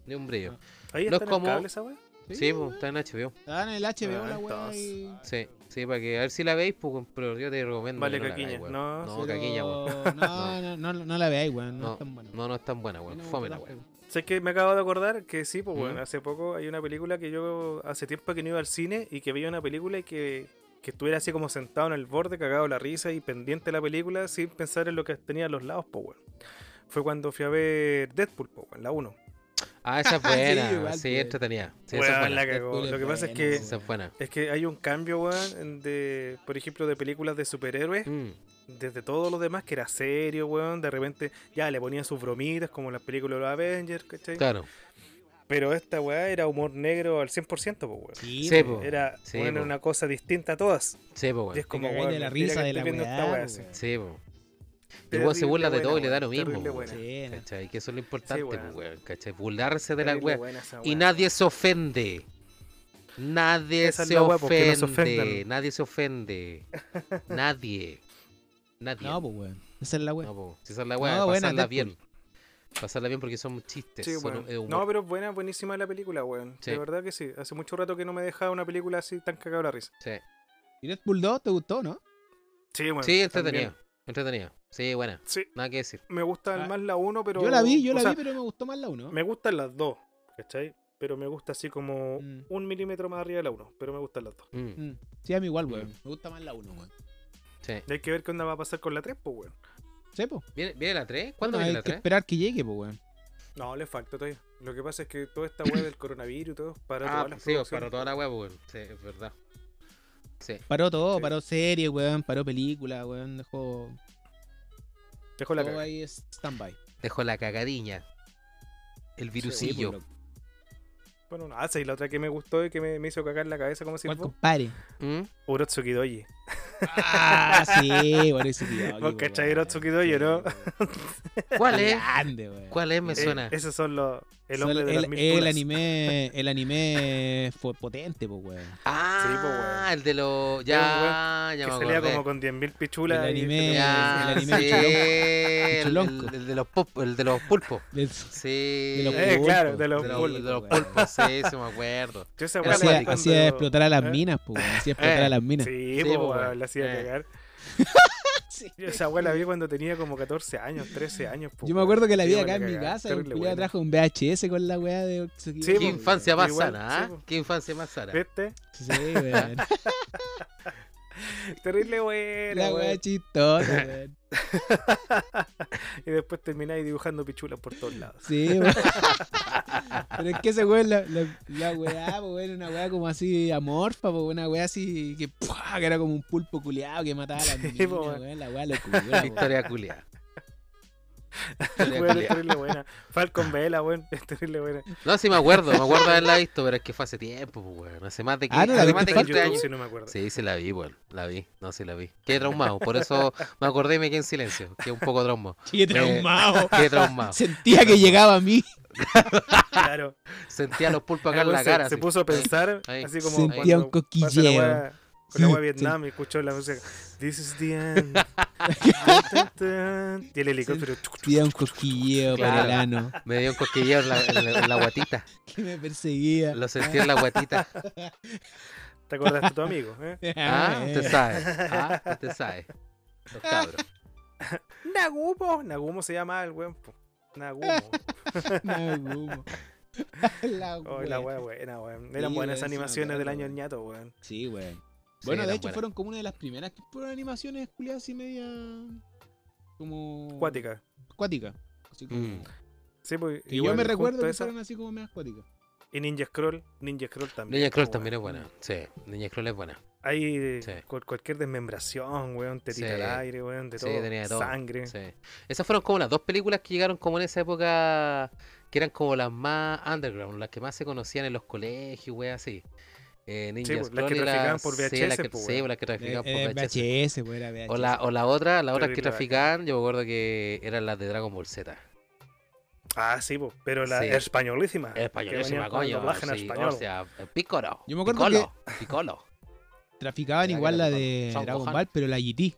Speaker 3: ni un brillo.
Speaker 1: Ahí
Speaker 3: No
Speaker 1: está
Speaker 3: es
Speaker 1: en el
Speaker 3: como-
Speaker 1: cable esa weá.
Speaker 3: Sí, pues,
Speaker 2: weón.
Speaker 3: está en HBO.
Speaker 2: Estaba en el HBO
Speaker 1: Ah,
Speaker 2: la weá y-
Speaker 3: Sí, sí, para que a ver si la veis, pues, pero yo te recomiendo.
Speaker 1: Vale,
Speaker 3: que no la
Speaker 1: caquiña.
Speaker 3: veáis, weón.
Speaker 1: No,
Speaker 3: no,
Speaker 2: pero-
Speaker 3: caquiña, weón.
Speaker 2: No, no, no, no la veáis, weón. No,
Speaker 3: No,
Speaker 2: es tan buena.
Speaker 3: No, no es tan buena, weón.
Speaker 2: No,
Speaker 3: Fome la
Speaker 2: tampoco.
Speaker 3: weón.
Speaker 1: Sé que me acabo de acordar que sí, pues
Speaker 3: ¿Mm?
Speaker 1: bueno, hace poco hay una película que yo hace tiempo que no iba al cine y que veía una película y que, que estuviera así como sentado en el borde, cagado de la risa y pendiente de la película sin pensar en lo que tenía a los lados, pues bueno. Fue cuando fui a ver Deadpool, pues bueno, la 1.
Speaker 3: Ah, esa es
Speaker 2: Sí,
Speaker 3: buena.
Speaker 2: igual,
Speaker 3: Sí,
Speaker 2: weón.
Speaker 3: entretenida. Sí, esa es
Speaker 1: Weón,
Speaker 3: buena.
Speaker 1: la cagó.
Speaker 2: Deadpool es
Speaker 1: Lo que pasa es
Speaker 2: buena,
Speaker 1: que,
Speaker 2: weón.
Speaker 3: Esa es buena.
Speaker 1: es que hay un cambio, weón, en de, por ejemplo, de películas de superhéroes
Speaker 3: Mm.
Speaker 1: desde todo lo demás que era serio, weón. De repente ya le ponían sus bromitas como en las películas de los Avengers, ¿cachai?
Speaker 3: Claro.
Speaker 1: Pero esta weá era humor negro al 100%, pues, weón.
Speaker 2: Sí,
Speaker 3: Sí,
Speaker 2: po.
Speaker 3: po.
Speaker 1: Era
Speaker 3: Sí,
Speaker 1: weón,
Speaker 3: po.
Speaker 1: una cosa distinta a todas. Y
Speaker 3: Sí, pues,
Speaker 1: es
Speaker 3: weón.
Speaker 1: como,
Speaker 2: cagáis
Speaker 1: weón,
Speaker 2: de la
Speaker 1: mentira
Speaker 2: risa
Speaker 1: que
Speaker 2: de
Speaker 1: estoy
Speaker 2: la
Speaker 1: viendo
Speaker 2: weá,
Speaker 1: esta weá,
Speaker 2: po,
Speaker 1: sí.
Speaker 2: weón.
Speaker 3: Sí, pues. El
Speaker 1: Terrible
Speaker 3: weón se burla de
Speaker 1: buena,
Speaker 3: todo y le da
Speaker 1: weón,
Speaker 3: lo mismo.
Speaker 1: terrible
Speaker 3: po,
Speaker 1: buena.
Speaker 3: weón.
Speaker 2: Sí, no.
Speaker 3: ¿Cachai? Que eso es lo importante, po,
Speaker 1: weón.
Speaker 3: weón. ¿Cachai? Burlarse de la
Speaker 1: Terrible
Speaker 3: weá.
Speaker 1: buena esa
Speaker 3: Y
Speaker 1: weá.
Speaker 3: nadie se ofende. Nadie
Speaker 1: Esa es
Speaker 3: se
Speaker 1: la hueá, porque no se
Speaker 3: ofende.
Speaker 1: ofendan.
Speaker 3: Nadie se ofende. Nadie. Nadie.
Speaker 2: No, pues, weón. Esa es la weá.
Speaker 3: No, po. Si esa es la weá,
Speaker 2: No, buena,
Speaker 3: pasarla
Speaker 2: Deadpool.
Speaker 3: bien. Pasarla bien porque son chistes.
Speaker 1: Sí,
Speaker 3: son,
Speaker 1: weón.
Speaker 3: eh, humor.
Speaker 1: No, pero es buena, buenísima la película, weón.
Speaker 3: Sí.
Speaker 1: De verdad que sí. Hace mucho rato que no me dejaba una película así tan cagada la risa.
Speaker 3: Sí,
Speaker 2: ¿Y Deadpool 2 te gustó, no?
Speaker 1: Sí, weón.
Speaker 3: sí
Speaker 1: también.
Speaker 3: entretenida. Entretenida. Sí, buena.
Speaker 1: Sí,
Speaker 3: Nada que decir.
Speaker 1: me gusta
Speaker 2: Ah,
Speaker 1: más la 1, pero.
Speaker 2: Yo la vi, yo
Speaker 1: o
Speaker 2: la
Speaker 1: sea,
Speaker 2: vi, pero me gustó más la 1.
Speaker 1: Me gustan las dos, ¿cachai? Pero me gusta así como
Speaker 2: Mm.
Speaker 1: un milímetro más arriba de la 1, pero me gustan las dos.
Speaker 3: Mm,
Speaker 2: Sí, a mí igual,
Speaker 3: Mm.
Speaker 2: weón. Me gusta más la 1, weón.
Speaker 3: sí.
Speaker 1: Y hay que ver qué onda va a pasar con la 3, pues, weón.
Speaker 2: Sí, po.
Speaker 3: ¿Viene, viene la 3? ¿Cuándo
Speaker 2: Bueno,
Speaker 3: viene
Speaker 2: hay
Speaker 3: la
Speaker 2: que
Speaker 3: 3?
Speaker 2: esperar que llegue, pues, weón.
Speaker 1: No, le falta todavía. Lo que pasa es que toda esta weá del coronavirus y todo, para
Speaker 3: Ah,
Speaker 1: todas las
Speaker 3: sí, pues,
Speaker 1: producciones.
Speaker 3: para toda la weá, pues, weón. Sí, es verdad. Sí.
Speaker 2: Paró todo,
Speaker 1: Sí.
Speaker 2: paró serie, weón, paró película, weón, dejó
Speaker 1: Dejó la
Speaker 2: todo
Speaker 1: cagada.
Speaker 2: ahí stand-by.
Speaker 3: Dejó la cagadiña. El
Speaker 2: Sí,
Speaker 3: virusillo.
Speaker 2: pues, loco.
Speaker 1: Bueno, no, ah, sí, la otra que me gustó y que me, me hizo cagar la cabeza, como si
Speaker 2: ¿Cuál
Speaker 1: fue
Speaker 2: compadre?
Speaker 3: Mm.
Speaker 1: Urotsuki Doji.
Speaker 2: Ah, sí, bueno, ese tío.
Speaker 1: Vos cachai Hiroyuki Dojo, ¿no?
Speaker 3: ¿Cuál es?
Speaker 2: Grande, weón.
Speaker 3: ¿Cuál es? Me
Speaker 1: Eh,
Speaker 3: suena.
Speaker 1: esos son los. El
Speaker 2: Son
Speaker 1: hombre de las
Speaker 2: el,
Speaker 1: mil
Speaker 2: el
Speaker 1: tunas.
Speaker 2: anime, el anime fue potente, pues, weón.
Speaker 3: Ah,
Speaker 1: weón.
Speaker 3: el de los.
Speaker 1: Sí, pues, weón,
Speaker 3: Ya, ya
Speaker 1: Que
Speaker 3: me
Speaker 1: salía
Speaker 3: acordé.
Speaker 1: como con 10.000 pichulas.
Speaker 2: El
Speaker 1: y-
Speaker 2: anime-
Speaker 3: Ya,
Speaker 2: Eh, el anime
Speaker 3: sí,
Speaker 2: Chulonco.
Speaker 3: el-
Speaker 2: Chulonco.
Speaker 3: El, el de los pop- el de los pulpos.
Speaker 2: De,
Speaker 3: Sí.
Speaker 2: de los
Speaker 1: Eh, claro, de los
Speaker 3: de los,
Speaker 1: pulpos,
Speaker 3: de los
Speaker 2: weón.
Speaker 3: pulpos, sí, sí, me acuerdo.
Speaker 1: Yo esa weá la
Speaker 2: Hacía,
Speaker 1: cuando-
Speaker 2: hacía explotar a las
Speaker 1: ¿Eh?
Speaker 2: minas, pues, weón. Hacía explotar a las minas.
Speaker 1: Sí,
Speaker 3: Sí,
Speaker 1: po,
Speaker 3: po,
Speaker 1: weón,
Speaker 3: weón.
Speaker 1: la hacía
Speaker 3: Eh.
Speaker 1: cagar. Yo esa weá la vi cuando tenía como 14 años, 13 años. po,
Speaker 2: Yo me
Speaker 1: weón.
Speaker 2: acuerdo que la
Speaker 1: Sí,
Speaker 2: vi
Speaker 1: weón,
Speaker 2: acá en mi
Speaker 1: cagaba,
Speaker 2: casa y un
Speaker 1: terrible
Speaker 2: culiao
Speaker 1: buena.
Speaker 2: trajo un VHS con la weá de Oxxo.
Speaker 1: Sí,
Speaker 3: Qué
Speaker 1: po,
Speaker 2: weón.
Speaker 3: infancia más
Speaker 1: igual,
Speaker 3: sana,
Speaker 1: sí,
Speaker 3: ¿ah?
Speaker 1: po.
Speaker 3: Qué infancia más sana.
Speaker 1: ¿Viste?
Speaker 2: Sí, weón.
Speaker 1: Terrible buena,
Speaker 2: La weá
Speaker 1: weón.
Speaker 2: chistosa, weón.
Speaker 1: Y después termináis dibujando pichulas por todos lados.
Speaker 2: Sí, weón. Pero es que ese weón, la, la, la weá, pues, weón, una weá como así amorfa, pues, una weá así que, ¡pua! que era como un pulpo culeado que mataba a las
Speaker 1: Sí,
Speaker 2: minas,
Speaker 1: po, weón.
Speaker 2: weón. La weá locura, weón.
Speaker 3: Victoria Culia.
Speaker 1: Weón, es terrible buena. Falcon Vela, weón. Es terrible buena.
Speaker 3: No, sí me acuerdo, me acuerdo de haberla visto, pero es que fue hace tiempo, pues, weón. Hace más de 15,
Speaker 2: Ah, ¿no la
Speaker 3: hace
Speaker 2: viste
Speaker 3: más de
Speaker 1: Está en
Speaker 3: 15
Speaker 1: YouTube,
Speaker 3: años.
Speaker 1: si no me acuerdo.
Speaker 3: Sí, sí la vi, weón. La vi, no, sí la vi. Qué traumado, por eso me acordé y me quedé en silencio. Quedé un poco traumado.
Speaker 2: Qué traumado.
Speaker 3: Qué traumado.
Speaker 2: Eh, Sentía que llegaba a mí.
Speaker 1: Claro.
Speaker 3: Sentía los pulpos acá
Speaker 1: El
Speaker 3: en
Speaker 1: weón
Speaker 3: la
Speaker 1: se-
Speaker 3: cara.
Speaker 1: Se,
Speaker 3: así.
Speaker 1: puso a pensar,
Speaker 3: Ahí.
Speaker 1: así como.
Speaker 2: Sentía
Speaker 1: cuando pasa la
Speaker 2: un cosquilleo.
Speaker 1: weá- Con la weá
Speaker 2: Sí,
Speaker 1: de Vietnam y escuchó la música. This is the end. Tan, tan. y el helicóptero. chuc, chuc.
Speaker 2: Sentía un cosquilleo para el ano
Speaker 3: Me dio un cosquilleo en la, en la- en la guatita.
Speaker 2: que me perseguía.
Speaker 3: Lo sentí en la guatita.
Speaker 1: ¿Te acordaste de tu amigo? eh?
Speaker 3: Ah,
Speaker 2: eh.
Speaker 3: usted sabe. Ah, usted sabe. Los cabros.
Speaker 1: Nagumo. Nagumo se llama el weón. po. Nagumo.
Speaker 2: Nagumo. la
Speaker 1: Oh,
Speaker 2: wea.
Speaker 1: la weá buena, weón. Eran
Speaker 2: Sí, weón,
Speaker 1: buenas
Speaker 2: sí me
Speaker 1: animaciones del
Speaker 2: acuerdo,
Speaker 1: año del
Speaker 2: weón.
Speaker 1: ñato, weón.
Speaker 2: Sí, weón.
Speaker 3: Sí,
Speaker 2: Bueno, de
Speaker 3: eran
Speaker 2: hecho
Speaker 3: buenas.
Speaker 2: fueron como una de las primeras que fueron animaciones culiadas así media como
Speaker 1: Cuática.
Speaker 2: acuática. Así como...
Speaker 3: Mm.
Speaker 1: Sí, pues,
Speaker 2: Que yo me
Speaker 1: junto
Speaker 2: recuerdo
Speaker 1: a
Speaker 2: que
Speaker 1: esa-
Speaker 2: fueron así como medias acuáticas.
Speaker 1: Y Ninja Scroll. Ninja Scroll también.
Speaker 3: Niña Kroll
Speaker 1: po,
Speaker 3: también es
Speaker 1: weón.
Speaker 3: buena. Sí, Niña Kroll es buena.
Speaker 1: Hay
Speaker 3: Sí.
Speaker 1: cual- cualquier desmembración, weón. Te tira
Speaker 3: Sí.
Speaker 1: al aire, weón. De
Speaker 3: Sí,
Speaker 1: todo.
Speaker 3: tenía de todo.
Speaker 1: Sangre.
Speaker 3: Sí. Esas fueron como las dos películas que llegaron como en esa época que eran como las más underground, las que más se conocían en los colegios, wey, así. Eh, Ninja
Speaker 1: pues, las
Speaker 3: Scroll
Speaker 1: que
Speaker 3: y la-
Speaker 1: traficaban por
Speaker 3: sí, las
Speaker 1: VHS,
Speaker 3: que,
Speaker 1: pues,
Speaker 3: sí,
Speaker 1: weón.
Speaker 3: las que
Speaker 2: Eh,
Speaker 3: traficaban por
Speaker 2: Era
Speaker 3: VHS.
Speaker 2: VHS, weón, era VHS.
Speaker 3: O la, o la otra, la otra que
Speaker 1: Terrible bacán.
Speaker 3: traficaban, yo me acuerdo que eran las de Dragon Ball Z.
Speaker 1: Ah, sí, po, pero la
Speaker 3: Sí.
Speaker 1: españolísima.
Speaker 3: Españolísima,
Speaker 1: que venían con
Speaker 3: coño.
Speaker 1: doblaje en
Speaker 3: sí,
Speaker 1: español.
Speaker 3: o sea, eh, Piccolo.
Speaker 2: Yo me acuerdo
Speaker 3: Piccolo, Piccolo.
Speaker 2: Traficaban
Speaker 3: Era que
Speaker 2: igual
Speaker 3: era
Speaker 2: la
Speaker 3: como
Speaker 2: de
Speaker 3: Son
Speaker 2: Dragon
Speaker 3: Gohan.
Speaker 2: Ball, pero la GT.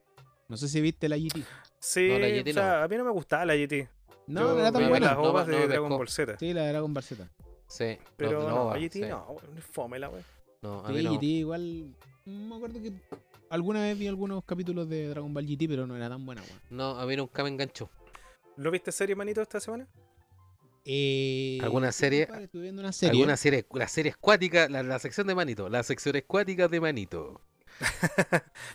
Speaker 2: No sé si viste la E GT.
Speaker 1: Sí,
Speaker 3: No, la YT
Speaker 1: o sea,
Speaker 3: no.
Speaker 1: a mí no me gustaba la YT.
Speaker 2: No,
Speaker 1: Yo
Speaker 2: no era tan
Speaker 1: veía
Speaker 3: me
Speaker 2: buena.
Speaker 1: las obras de
Speaker 3: No, no me
Speaker 1: Dragon
Speaker 3: pescó.
Speaker 1: Ball Z.
Speaker 2: Sí, la de Dragon Ball Z.
Speaker 3: Sí. los
Speaker 1: Pero
Speaker 3: de
Speaker 1: no,
Speaker 3: Nova,
Speaker 1: la YT
Speaker 3: sí.
Speaker 1: no, weón, fome la weón.
Speaker 3: No, a
Speaker 2: Sí,
Speaker 3: mí no.
Speaker 2: GT igual. mm, Me acuerdo que alguna vez vi algunos capítulos de Dragon Ball GT, pero no era tan buena, weón.
Speaker 3: No, a mí nunca me enganchó.
Speaker 1: ¿Lo viste serie, manito, esta semana?
Speaker 2: Eh,
Speaker 3: ¿Alguna
Speaker 2: sí,
Speaker 3: serie?
Speaker 2: compadre, Estuve viendo una serie.
Speaker 3: Alguna serie, la serie escuática, la, la sección de Manito, la sección escuática de Manito.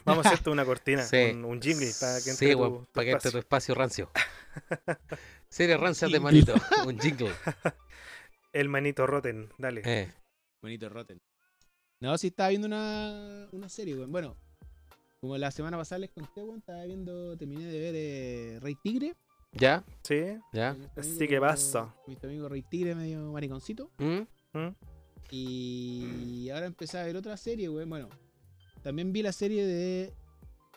Speaker 1: Vamos a hacerte una cortina,
Speaker 3: Sí.
Speaker 1: un, un jingle para que entre
Speaker 3: Sí,
Speaker 1: tu-
Speaker 3: weón,
Speaker 1: tu
Speaker 3: para que entre tu
Speaker 1: espacio.
Speaker 3: espacio rancio. serie rancia de
Speaker 2: jingle.
Speaker 3: Manito, un jingle.
Speaker 1: El manito Rotten, dale.
Speaker 3: Eh,
Speaker 2: Bonito Rotten. No, sí, estaba viendo una, una serie, weón. Bueno, como la semana pasada les conté, weón, estaba viendo, terminé de ver eh, Rey Tigre.
Speaker 3: ¿Ya?
Speaker 1: ¿Sí?
Speaker 3: ¿Ya?
Speaker 2: con nuestro
Speaker 1: así
Speaker 2: amigo-
Speaker 1: que pasa.
Speaker 2: Nuestro amigo Rey Tigre, medio mariconcito.
Speaker 3: ¿Mm?
Speaker 1: ¿Mm?
Speaker 2: Y ahora empecé a ver otra serie, weón. Bueno, también vi la serie de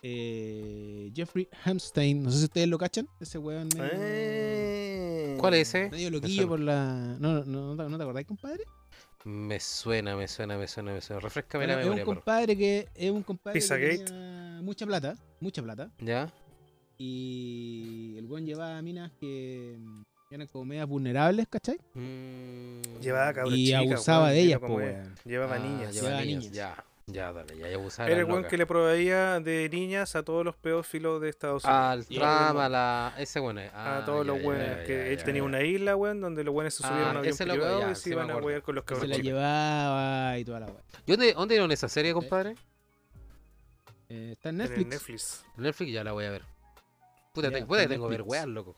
Speaker 2: eh, Jeffrey Hamstein. No sé si ustedes lo cachan. Ese weón medio,
Speaker 1: Eh,
Speaker 2: Eh.
Speaker 3: ¿Cuál es ese? suena.
Speaker 2: medio loquillo por la. No, no, no, te- ¿no te acordás, compadre?
Speaker 3: Me suena, me suena, me suena, me suena. Refrescame
Speaker 2: Bueno,
Speaker 3: la
Speaker 2: es un
Speaker 3: memoria, perro.
Speaker 2: compadre que es un compadre que
Speaker 1: Pizzagate.
Speaker 2: tenía mucha plata, mucha plata.
Speaker 3: ¿Ya?
Speaker 2: Y el weón llevaba a minas que mm, eran como medias vulnerables, ¿cachai?
Speaker 3: Mm.
Speaker 1: Llevaba cabros
Speaker 2: y
Speaker 1: chicas,
Speaker 2: abusaba
Speaker 1: weón,
Speaker 2: de
Speaker 1: mira
Speaker 2: ellas,
Speaker 1: cómo
Speaker 2: po,
Speaker 1: es.
Speaker 2: weón.
Speaker 1: Llevaba
Speaker 3: Ah,
Speaker 1: niñas.
Speaker 2: llevaba
Speaker 3: Llevaba niñas.
Speaker 2: niñas.
Speaker 3: Ya, ya, dale, ya, ya abusaba.
Speaker 1: Era el weón que le proveía de niñas a todos los pedófilos de Estados Unidos.
Speaker 3: Al
Speaker 2: Y-
Speaker 3: trama, la... ese Ah, bueno.
Speaker 1: a todos los
Speaker 3: buenos
Speaker 1: weones. Que él tenía una isla, weón, donde los weones se
Speaker 3: Ah,
Speaker 1: subieron a un avión
Speaker 3: ese loco,
Speaker 1: privado
Speaker 3: ya,
Speaker 1: y
Speaker 3: sí
Speaker 1: se
Speaker 3: me
Speaker 1: iban a
Speaker 3: acuerdo.
Speaker 1: wear con los
Speaker 2: Que se
Speaker 1: cabros
Speaker 2: la
Speaker 1: chicos.
Speaker 2: llevaba y toda la weón.
Speaker 3: ¿Y dónde, dónde dieron esa serie, compadre?
Speaker 2: Eh, está en
Speaker 1: En
Speaker 2: Netflix.
Speaker 1: el Netflix.
Speaker 3: Netflix ya la voy a ver. Puta,
Speaker 2: Ya,
Speaker 3: te- puta,
Speaker 2: en
Speaker 3: tengo que ver
Speaker 2: Netflix.
Speaker 3: weas, loco.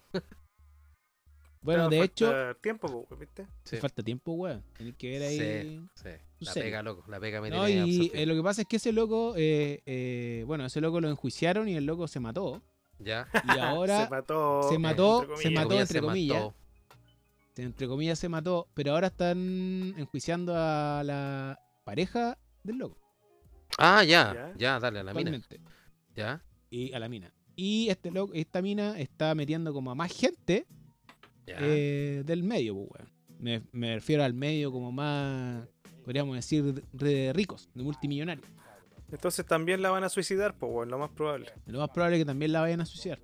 Speaker 2: Bueno,
Speaker 1: Te
Speaker 2: de
Speaker 1: va a
Speaker 2: hecho,
Speaker 1: faltar tiempo, po, weón, ¿viste?
Speaker 2: te
Speaker 3: Sí.
Speaker 2: falta tiempo, weón. Tenés que ver ahí.
Speaker 3: Sí. Sí,
Speaker 2: Tu
Speaker 3: la
Speaker 2: serie.
Speaker 3: pega, loco. La pega me
Speaker 2: No,
Speaker 3: tiene
Speaker 2: y
Speaker 3: absorbido.
Speaker 2: eh, lo que pasa es que ese loco, eh, eh, bueno, ese loco lo enjuiciaron y el loco se mató.
Speaker 3: Ya.
Speaker 2: Y ahora,
Speaker 1: se mató.
Speaker 2: se
Speaker 1: eh,
Speaker 2: mató,
Speaker 1: entre comillas.
Speaker 3: Comillas,
Speaker 2: se mató. entre
Speaker 3: se
Speaker 2: comillas.
Speaker 3: mató.
Speaker 2: entre comillas, se mató, pero ahora están enjuiciando a la pareja del loco.
Speaker 3: Ah, ya,
Speaker 1: Ya.
Speaker 3: ya, dale a la mina.
Speaker 2: actualmente.
Speaker 3: Ya,
Speaker 2: Y a la mina. Y este loco, esta mina está metiendo como a más gente
Speaker 3: ya.
Speaker 2: eh, del medio, pues, weón. Me, me refiero al medio como más, podríamos decir, de ricos, de multimillonarios.
Speaker 1: Entonces también la van a suicidar, pues, bueno, lo más probable.
Speaker 2: Lo más probable es que también la vayan a suicidar.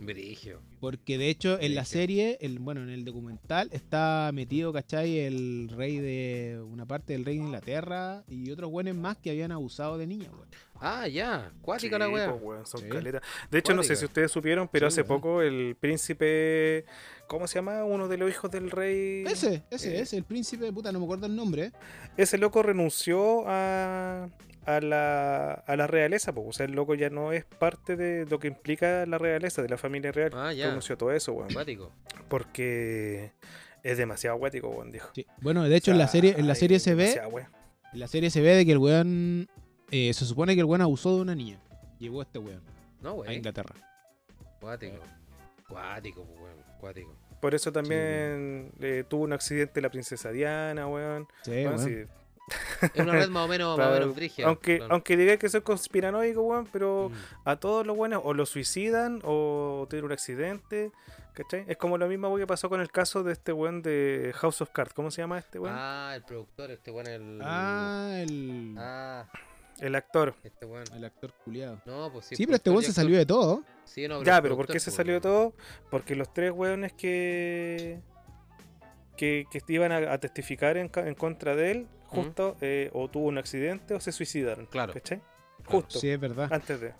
Speaker 3: Brigio.
Speaker 2: Porque de hecho en la
Speaker 3: Brígido.
Speaker 2: serie, el, bueno, en el documental está metido, ¿cachai? El rey de una parte del rey de Inglaterra y otros buenos más que habían abusado de niñas, weón.
Speaker 3: Ah, ya. Cuática
Speaker 1: Sí,
Speaker 3: la wea.
Speaker 1: pues, weón, son
Speaker 2: Sí.
Speaker 1: caletas. De hecho, no sé
Speaker 3: Cuática.
Speaker 1: si ustedes supieron, pero
Speaker 2: Sí,
Speaker 1: hace
Speaker 2: weón.
Speaker 1: poco el príncipe. ¿Cómo se llama? Uno de los hijos del rey.
Speaker 2: Ese, ese,
Speaker 1: Eh.
Speaker 2: ese, el príncipe, puta, no me acuerdo el nombre.
Speaker 1: Ese loco renunció a. A la, a la realeza, pues. O sea, el loco ya no es parte de lo que implica la realeza, de la familia real.
Speaker 3: Ah, ya.
Speaker 1: Renunció a todo eso, weón.
Speaker 3: Cuático.
Speaker 1: Porque es demasiado acuático, weón, dijo.
Speaker 2: Sí. Bueno, de hecho en la
Speaker 1: O sea,
Speaker 2: serie, en la
Speaker 1: hay
Speaker 2: serie se ve,
Speaker 1: demasiada wea.
Speaker 2: en la serie se ve de que el weón, eh, se supone que el weón abusó de una niña. Llegó este weón
Speaker 3: No,
Speaker 2: a
Speaker 3: wey.
Speaker 2: Inglaterra.
Speaker 3: Cuático. Cuático, pues, weón. Cuático.
Speaker 1: Por eso también eh, tuvo un accidente la princesa Diana, weón.
Speaker 2: Sí,
Speaker 1: Weón,
Speaker 2: weón.
Speaker 1: sí,
Speaker 3: Es una red más o menos, más o
Speaker 1: Claro,
Speaker 3: menos brigia.
Speaker 1: Aunque, aunque digáis que soy conspiranoico, weón, pero
Speaker 3: Mm.
Speaker 1: a todos los buenos o lo suicidan o tienen un accidente. ¿Cachai? Es como lo mismo weón, que pasó con el caso de este weón de House of Cards. ¿Cómo se llama este weón?
Speaker 3: Ah, el productor, este weón, el.
Speaker 2: Ah, el,
Speaker 3: Ah,
Speaker 1: El actor.
Speaker 3: este weón.
Speaker 2: el actor culiado.
Speaker 3: No, pues sí.
Speaker 2: Sí, pero este weón se salió de todo.
Speaker 3: Sí, no,
Speaker 1: ya,
Speaker 3: el
Speaker 1: pero ¿por qué
Speaker 3: productor,
Speaker 1: se
Speaker 3: pues,
Speaker 1: salió
Speaker 3: weón.
Speaker 1: todo? Porque los tres weones que. que, que iban a, a testificar en, ca- en contra de él, justo eh, o tuvo un accidente o se suicidaron.
Speaker 3: Mm. Claro.
Speaker 1: ¿Cachai?
Speaker 3: Claro.
Speaker 1: Justo.
Speaker 2: Sí, es verdad.
Speaker 3: Ah,
Speaker 1: Antes de.
Speaker 2: es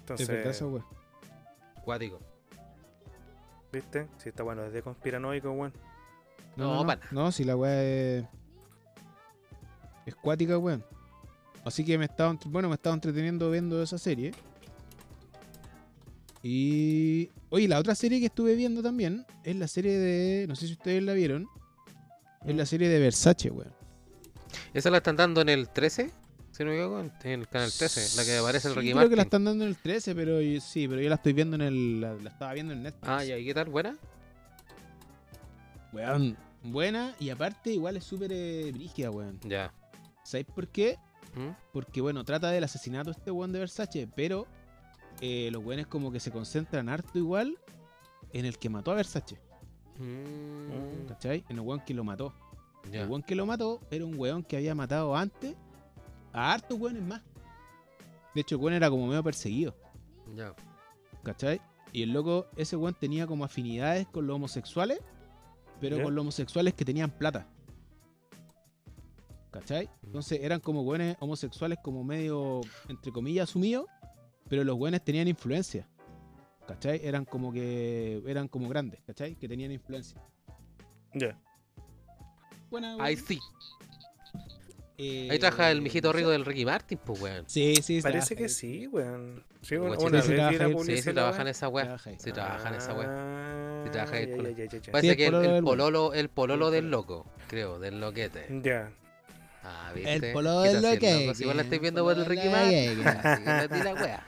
Speaker 1: Entonces,
Speaker 2: verdad esa weón.
Speaker 3: Cuático.
Speaker 1: ¿viste? Sí, está bueno, desde conspiranoico, weón.
Speaker 3: No,
Speaker 2: No, no,
Speaker 3: pana.
Speaker 2: no, si la weá es. Es cuática, weón. Así que me estaba, entre- bueno, me estaba entreteniendo viendo esa serie. Y. Oye, la otra serie que estuve viendo también es la serie de. No sé si ustedes la vieron. Es
Speaker 3: Mm.
Speaker 2: la serie de Versace, weón.
Speaker 3: ¿Esa la están dando en el 13? Si no me equivoco, en en el canal 13, la que aparece el
Speaker 2: Sí,
Speaker 3: Rocky
Speaker 2: Creo que la
Speaker 3: Martin.
Speaker 2: están dando en el 13, pero yo- sí, pero yo la estoy viendo en el. La, la estaba viendo en Netflix.
Speaker 3: Ah, ya, ¿y qué tal? ¿Buena?
Speaker 2: Weón. Buena y aparte, igual es súper eh, brígida, weón.
Speaker 3: Ya.
Speaker 2: ¿Sabéis por qué?
Speaker 3: ¿Mm?
Speaker 2: Porque bueno, trata del asesinato este weón de Versace, pero eh, los weones como que se concentran harto igual en el que mató a Versace,
Speaker 3: Mm,
Speaker 2: ¿cachai? En el weón que lo mató.
Speaker 3: ya.
Speaker 2: El weón que lo mató era un weón que había matado antes a hartos weones más. De hecho, el weón era como medio perseguido,
Speaker 3: Ya.
Speaker 2: ¿cachai? Y el loco, ese weón tenía como afinidades con los homosexuales, pero
Speaker 1: Ya.
Speaker 2: con los homosexuales que tenían plata. ¿Cachai?
Speaker 1: Mm.
Speaker 2: Entonces eran como güenes homosexuales como medio, entre comillas, asumidos, pero los güenes tenían influencia. ¿Cachai? Eran como que. eran como grandes, ¿cachai? Que tenían influencia.
Speaker 1: Ya.
Speaker 2: Buena,
Speaker 3: Ahí
Speaker 2: weón.
Speaker 3: sí.
Speaker 2: Eh,
Speaker 3: Ahí trabaja el mijito
Speaker 2: no sé.
Speaker 3: rico del Ricky Martin, pues, weón.
Speaker 2: Sí, sí,
Speaker 1: Parece
Speaker 2: trabaja
Speaker 1: que
Speaker 2: ahí.
Speaker 1: sí, weón. Sí,
Speaker 3: Guachín,
Speaker 1: una, una
Speaker 3: sí,
Speaker 2: sí,
Speaker 1: vez vi
Speaker 2: trabaja
Speaker 1: la
Speaker 2: ahí. Sí,
Speaker 3: Sí,
Speaker 1: publicidad,
Speaker 3: se
Speaker 1: weón.
Speaker 3: trabaja en esa weá.
Speaker 2: Trabaja ahí.
Speaker 3: Sí, trabaja en esa weá.
Speaker 1: Ah,
Speaker 3: Sí,
Speaker 1: ya,
Speaker 3: trabaja en el Pues,
Speaker 1: ya, ya, ya, ya.
Speaker 3: Parece
Speaker 2: el
Speaker 3: que el,
Speaker 2: pololo
Speaker 3: el
Speaker 2: del weón.
Speaker 3: pololo, el pololo
Speaker 1: El
Speaker 3: del
Speaker 1: pololo.
Speaker 3: loco, creo, del loquete.
Speaker 1: Ya.
Speaker 3: Ah, ¿viste?
Speaker 2: El polo
Speaker 3: ¿Qué
Speaker 2: de
Speaker 3: te
Speaker 2: lo
Speaker 3: hace el
Speaker 2: que.
Speaker 3: loco? Si igual la
Speaker 2: estáis
Speaker 3: estáis viendo por el Ricky Martin. Así que no es de la wea.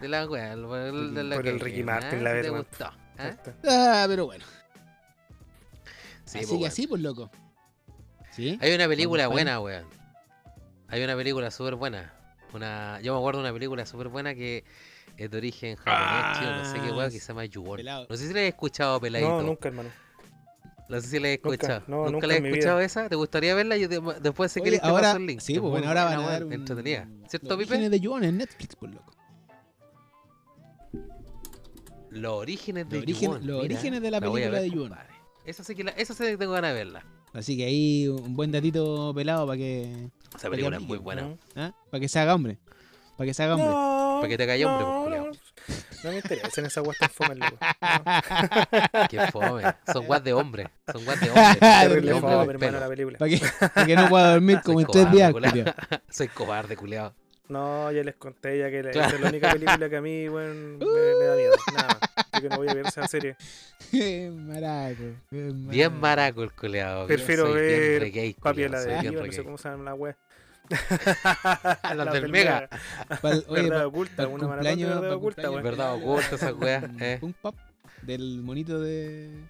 Speaker 3: De la wea. el- el- de la
Speaker 1: Por el
Speaker 3: que-
Speaker 1: Ricky
Speaker 3: ah,
Speaker 1: Martin, la
Speaker 3: si te
Speaker 1: verdad.
Speaker 3: gustó,
Speaker 1: Ahí
Speaker 3: ¿eh?
Speaker 1: está.
Speaker 2: Ah, pero bueno.
Speaker 3: Sí,
Speaker 2: así
Speaker 3: pues,
Speaker 2: que
Speaker 3: weón.
Speaker 2: así, pues loco. ¿Sí?
Speaker 3: Hay una película
Speaker 2: Cuando
Speaker 3: buena, weón. Hay una película súper buena. Una, yo me acuerdo de una película súper buena que es de origen japonés, chino, no sé qué
Speaker 2: Ah,
Speaker 3: weón,
Speaker 2: sí.
Speaker 3: que se llama Yugon.
Speaker 2: Pelado.
Speaker 3: No sé si la he escuchado, peladito.
Speaker 1: No, nunca, hermano.
Speaker 3: No sé si la he
Speaker 1: Nunca,
Speaker 3: escuchado.
Speaker 1: no,
Speaker 3: nunca,
Speaker 1: nunca
Speaker 3: la he
Speaker 1: en mi vida.
Speaker 3: escuchado esa. ¿Te gustaría verla? Yo te- después se
Speaker 2: Oye,
Speaker 3: queréis te
Speaker 2: ahora-
Speaker 3: paso el link.
Speaker 2: Sí,
Speaker 3: Es
Speaker 2: pues bueno,
Speaker 3: muy
Speaker 2: ahora van
Speaker 3: buena,
Speaker 2: a
Speaker 3: weón,
Speaker 2: dar un.
Speaker 3: Entretenida. ¿Cierto,
Speaker 2: los
Speaker 3: Pipe?
Speaker 2: orígenes de Yuan en Netflix, pues loco.
Speaker 3: Los orígenes de
Speaker 2: Los origen-
Speaker 3: Yugon,
Speaker 2: los
Speaker 3: mira,
Speaker 2: orígenes de la
Speaker 3: voy a
Speaker 2: película
Speaker 3: ver,
Speaker 2: de Yugon.
Speaker 3: compadre. Esa sí que la, esa sí que tengo ganas de verla.
Speaker 2: Así que ahí un buen datito pelado para que
Speaker 3: Esa película es
Speaker 2: aplique,
Speaker 3: muy buena.
Speaker 1: No.
Speaker 2: ¿ah? para que se haga hombre. Para que se haga hombre.
Speaker 1: No,
Speaker 3: Pa' que te calle hombre, pues,
Speaker 1: no,
Speaker 3: culiao.
Speaker 1: no. No me interesa en esa guas tan fome, loco.
Speaker 3: Qué fome. Son guas de hombre. Son guas de hombre.
Speaker 1: Terrible
Speaker 3: De
Speaker 2: no,
Speaker 3: hombre
Speaker 1: fome,
Speaker 3: con
Speaker 1: hermano,
Speaker 3: pelo.
Speaker 1: la película.
Speaker 2: Para que, pa' que no pueda dormir como en tres
Speaker 3: cobarde,
Speaker 2: días.
Speaker 3: culiao.
Speaker 2: culiao.
Speaker 3: Soy cobarde, culiado.
Speaker 1: No, ya les conté ya que la-
Speaker 3: Claro.
Speaker 1: esa es la única película que a mí, weón, me, me da miedo. Nada más. Así que no voy a ver esa serie.
Speaker 2: Qué maraco. qué
Speaker 3: Bien maraco el culeado.
Speaker 1: Prefiero
Speaker 3: soy
Speaker 1: ver
Speaker 3: bien reggae,
Speaker 1: Papi de la
Speaker 3: culiao, soy
Speaker 1: de
Speaker 3: bien
Speaker 1: no sé
Speaker 3: reggae.
Speaker 1: cómo se llama la wea.
Speaker 3: Las del Mega.
Speaker 2: Pa'l- oye,
Speaker 1: verdad
Speaker 2: pa-
Speaker 1: oculta,
Speaker 2: pa'l
Speaker 1: una maratón de
Speaker 2: cumpleaños-
Speaker 1: verdad
Speaker 2: pa'l
Speaker 1: oculta,
Speaker 3: eh.
Speaker 2: cumpleaños.
Speaker 1: weón.
Speaker 3: Verdad oculta esas weas. eh.
Speaker 2: un pop del monito de.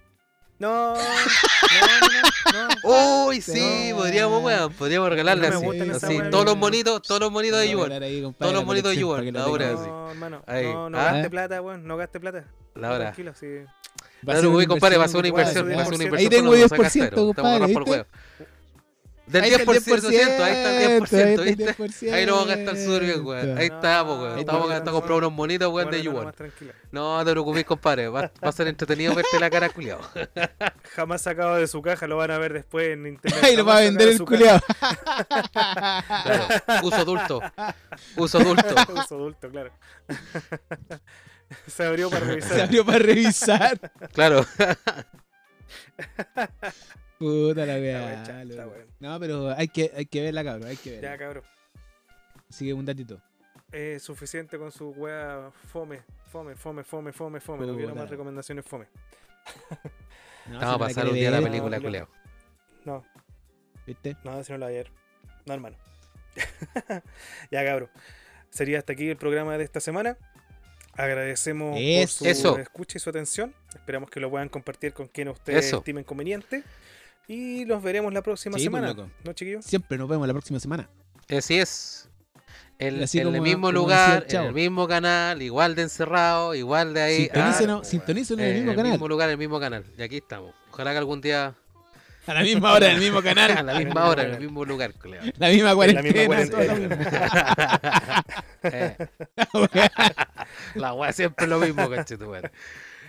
Speaker 1: No, no, no, no, no.
Speaker 3: Uy, sí,
Speaker 2: Pero-
Speaker 3: podríamos, weón, podríamos
Speaker 1: No
Speaker 3: regalarle
Speaker 1: me
Speaker 3: así.
Speaker 1: gustan esas
Speaker 3: así,
Speaker 1: weas,
Speaker 3: todos los
Speaker 1: weón.
Speaker 3: monitos, todos los monitos de Yuan. Todos los monitos de Yuan, ahora sí.
Speaker 1: No, hermano,
Speaker 3: Ahí.
Speaker 1: no, no
Speaker 3: Ah.
Speaker 1: gaste plata, weón, no gaste plata.
Speaker 3: La hora.
Speaker 1: Tranquilo, sí.
Speaker 3: Claro, güey, compadre, va a ser una inversión, va a ser una
Speaker 1: Ahí
Speaker 3: inversión.
Speaker 2: tengo
Speaker 3: pero no saca
Speaker 2: 10%,
Speaker 3: cero, estamos
Speaker 2: compadre,
Speaker 3: rapados por
Speaker 2: ¿viste?
Speaker 3: el huevo. Del 10%, ahí está el 10%, ¿viste? Ahí no vamos a gastar súper bien, weón. Ahí
Speaker 1: No,
Speaker 3: estamos, weón.
Speaker 1: ahí
Speaker 3: Estamos
Speaker 1: está.
Speaker 3: gastando comprar unos bonitos, weón, de
Speaker 1: Guárdala
Speaker 3: Yuan.
Speaker 1: nomás, tranquila.
Speaker 3: No te preocupes, compadre. Va, va a ser entretenido verte la cara, culiao.
Speaker 1: Jamás sacado de su caja, lo van a ver después en internet.
Speaker 2: Ahí lo va a
Speaker 1: Jamás
Speaker 2: vender el
Speaker 1: sacado de
Speaker 2: culiao.
Speaker 3: Claro. Uso adulto. Uso adulto.
Speaker 1: su caja. Uso adulto, claro. Se abrió para revisar.
Speaker 2: Se abrió para revisar.
Speaker 3: Claro.
Speaker 2: Puta la
Speaker 1: buena,
Speaker 2: weá.
Speaker 1: está
Speaker 2: loco.
Speaker 1: buena.
Speaker 2: No, pero hay que, hay que verla, cabrón. Hay que
Speaker 1: Ya,
Speaker 2: verla.
Speaker 1: cabrón.
Speaker 2: Sigue un datito.
Speaker 1: Eh, suficiente con su wea fome, fome, fome, fome, fome, fome. No quiero
Speaker 2: Puta.
Speaker 1: más recomendaciones fome.
Speaker 3: Vamos a
Speaker 2: No, si no la
Speaker 3: pasar
Speaker 2: quiere
Speaker 3: un día a la
Speaker 2: ver,
Speaker 3: película,
Speaker 1: no, no.
Speaker 3: culiao.
Speaker 1: No,
Speaker 2: ¿Viste?
Speaker 1: no, si no lo voy a ver. No, hermano. ya, cabrón. Sería hasta aquí el programa de esta semana. Agradecemos
Speaker 2: Es-
Speaker 1: por su
Speaker 3: Eso.
Speaker 1: escucha y su atención. Esperamos que lo puedan compartir con quien ustedes
Speaker 3: Eso.
Speaker 1: estimen conveniente. Y los veremos la próxima
Speaker 2: Sí, pues,
Speaker 1: semana.
Speaker 2: loco.
Speaker 1: ¿No, chiquillos?
Speaker 2: Siempre nos vemos la próxima semana.
Speaker 3: Así Eh, es. En,
Speaker 2: Así
Speaker 3: en el
Speaker 2: como-
Speaker 3: mismo
Speaker 2: como decía el
Speaker 3: lugar, en
Speaker 2: chavo.
Speaker 3: el mismo canal, igual de encerrado, igual de ahí. ah,
Speaker 1: Sintonícenos
Speaker 2: Sintonícenos,
Speaker 1: pues,
Speaker 2: sintonícenos en
Speaker 3: eh,
Speaker 2: el mismo canal.
Speaker 3: mismo lugar, en el mismo canal. Y aquí estamos. Ojalá que algún día,
Speaker 2: A la misma hora, en el mismo
Speaker 3: a
Speaker 2: canal.
Speaker 3: la
Speaker 1: el
Speaker 3: misma
Speaker 1: mismo
Speaker 3: hora, en el
Speaker 1: canal.
Speaker 3: mismo lugar, culiao.
Speaker 2: La misma
Speaker 1: En la misma
Speaker 2: cuarentena.
Speaker 1: cuarentena.
Speaker 2: todo lo mismo.
Speaker 3: Eh, la weá siempre es lo mismo, conchetumare.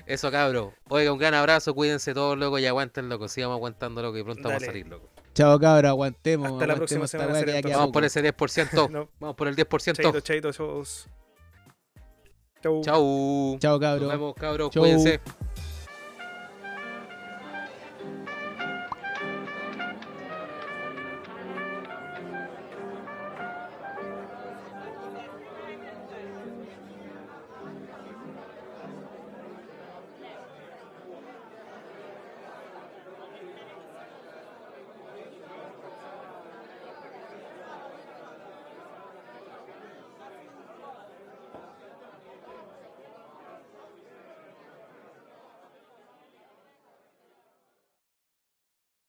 Speaker 3: Eso, cabro. Oiga, un gran abrazo, cuídense todos, loco, y aguanten, loco. Sigamos aguantando, loco, y pronto vamos a
Speaker 1: Dale.
Speaker 3: salir, loco.
Speaker 2: Chao, cabrón. Aguantemos.
Speaker 1: Hasta la
Speaker 2: aguantemos
Speaker 1: próxima
Speaker 2: esta
Speaker 1: semana,
Speaker 2: weá que
Speaker 1: será
Speaker 2: ya queda
Speaker 1: entonces.
Speaker 3: Vamos
Speaker 2: poco.
Speaker 3: por ese 10%.
Speaker 1: No.
Speaker 3: Vamos por el 10%.
Speaker 1: Chaito, chaito, chaos. Chau.
Speaker 3: Chau.
Speaker 2: Chao,
Speaker 3: Nos
Speaker 2: cabrón.
Speaker 3: vemos, cabros.
Speaker 2: Chau.
Speaker 3: Cuídense.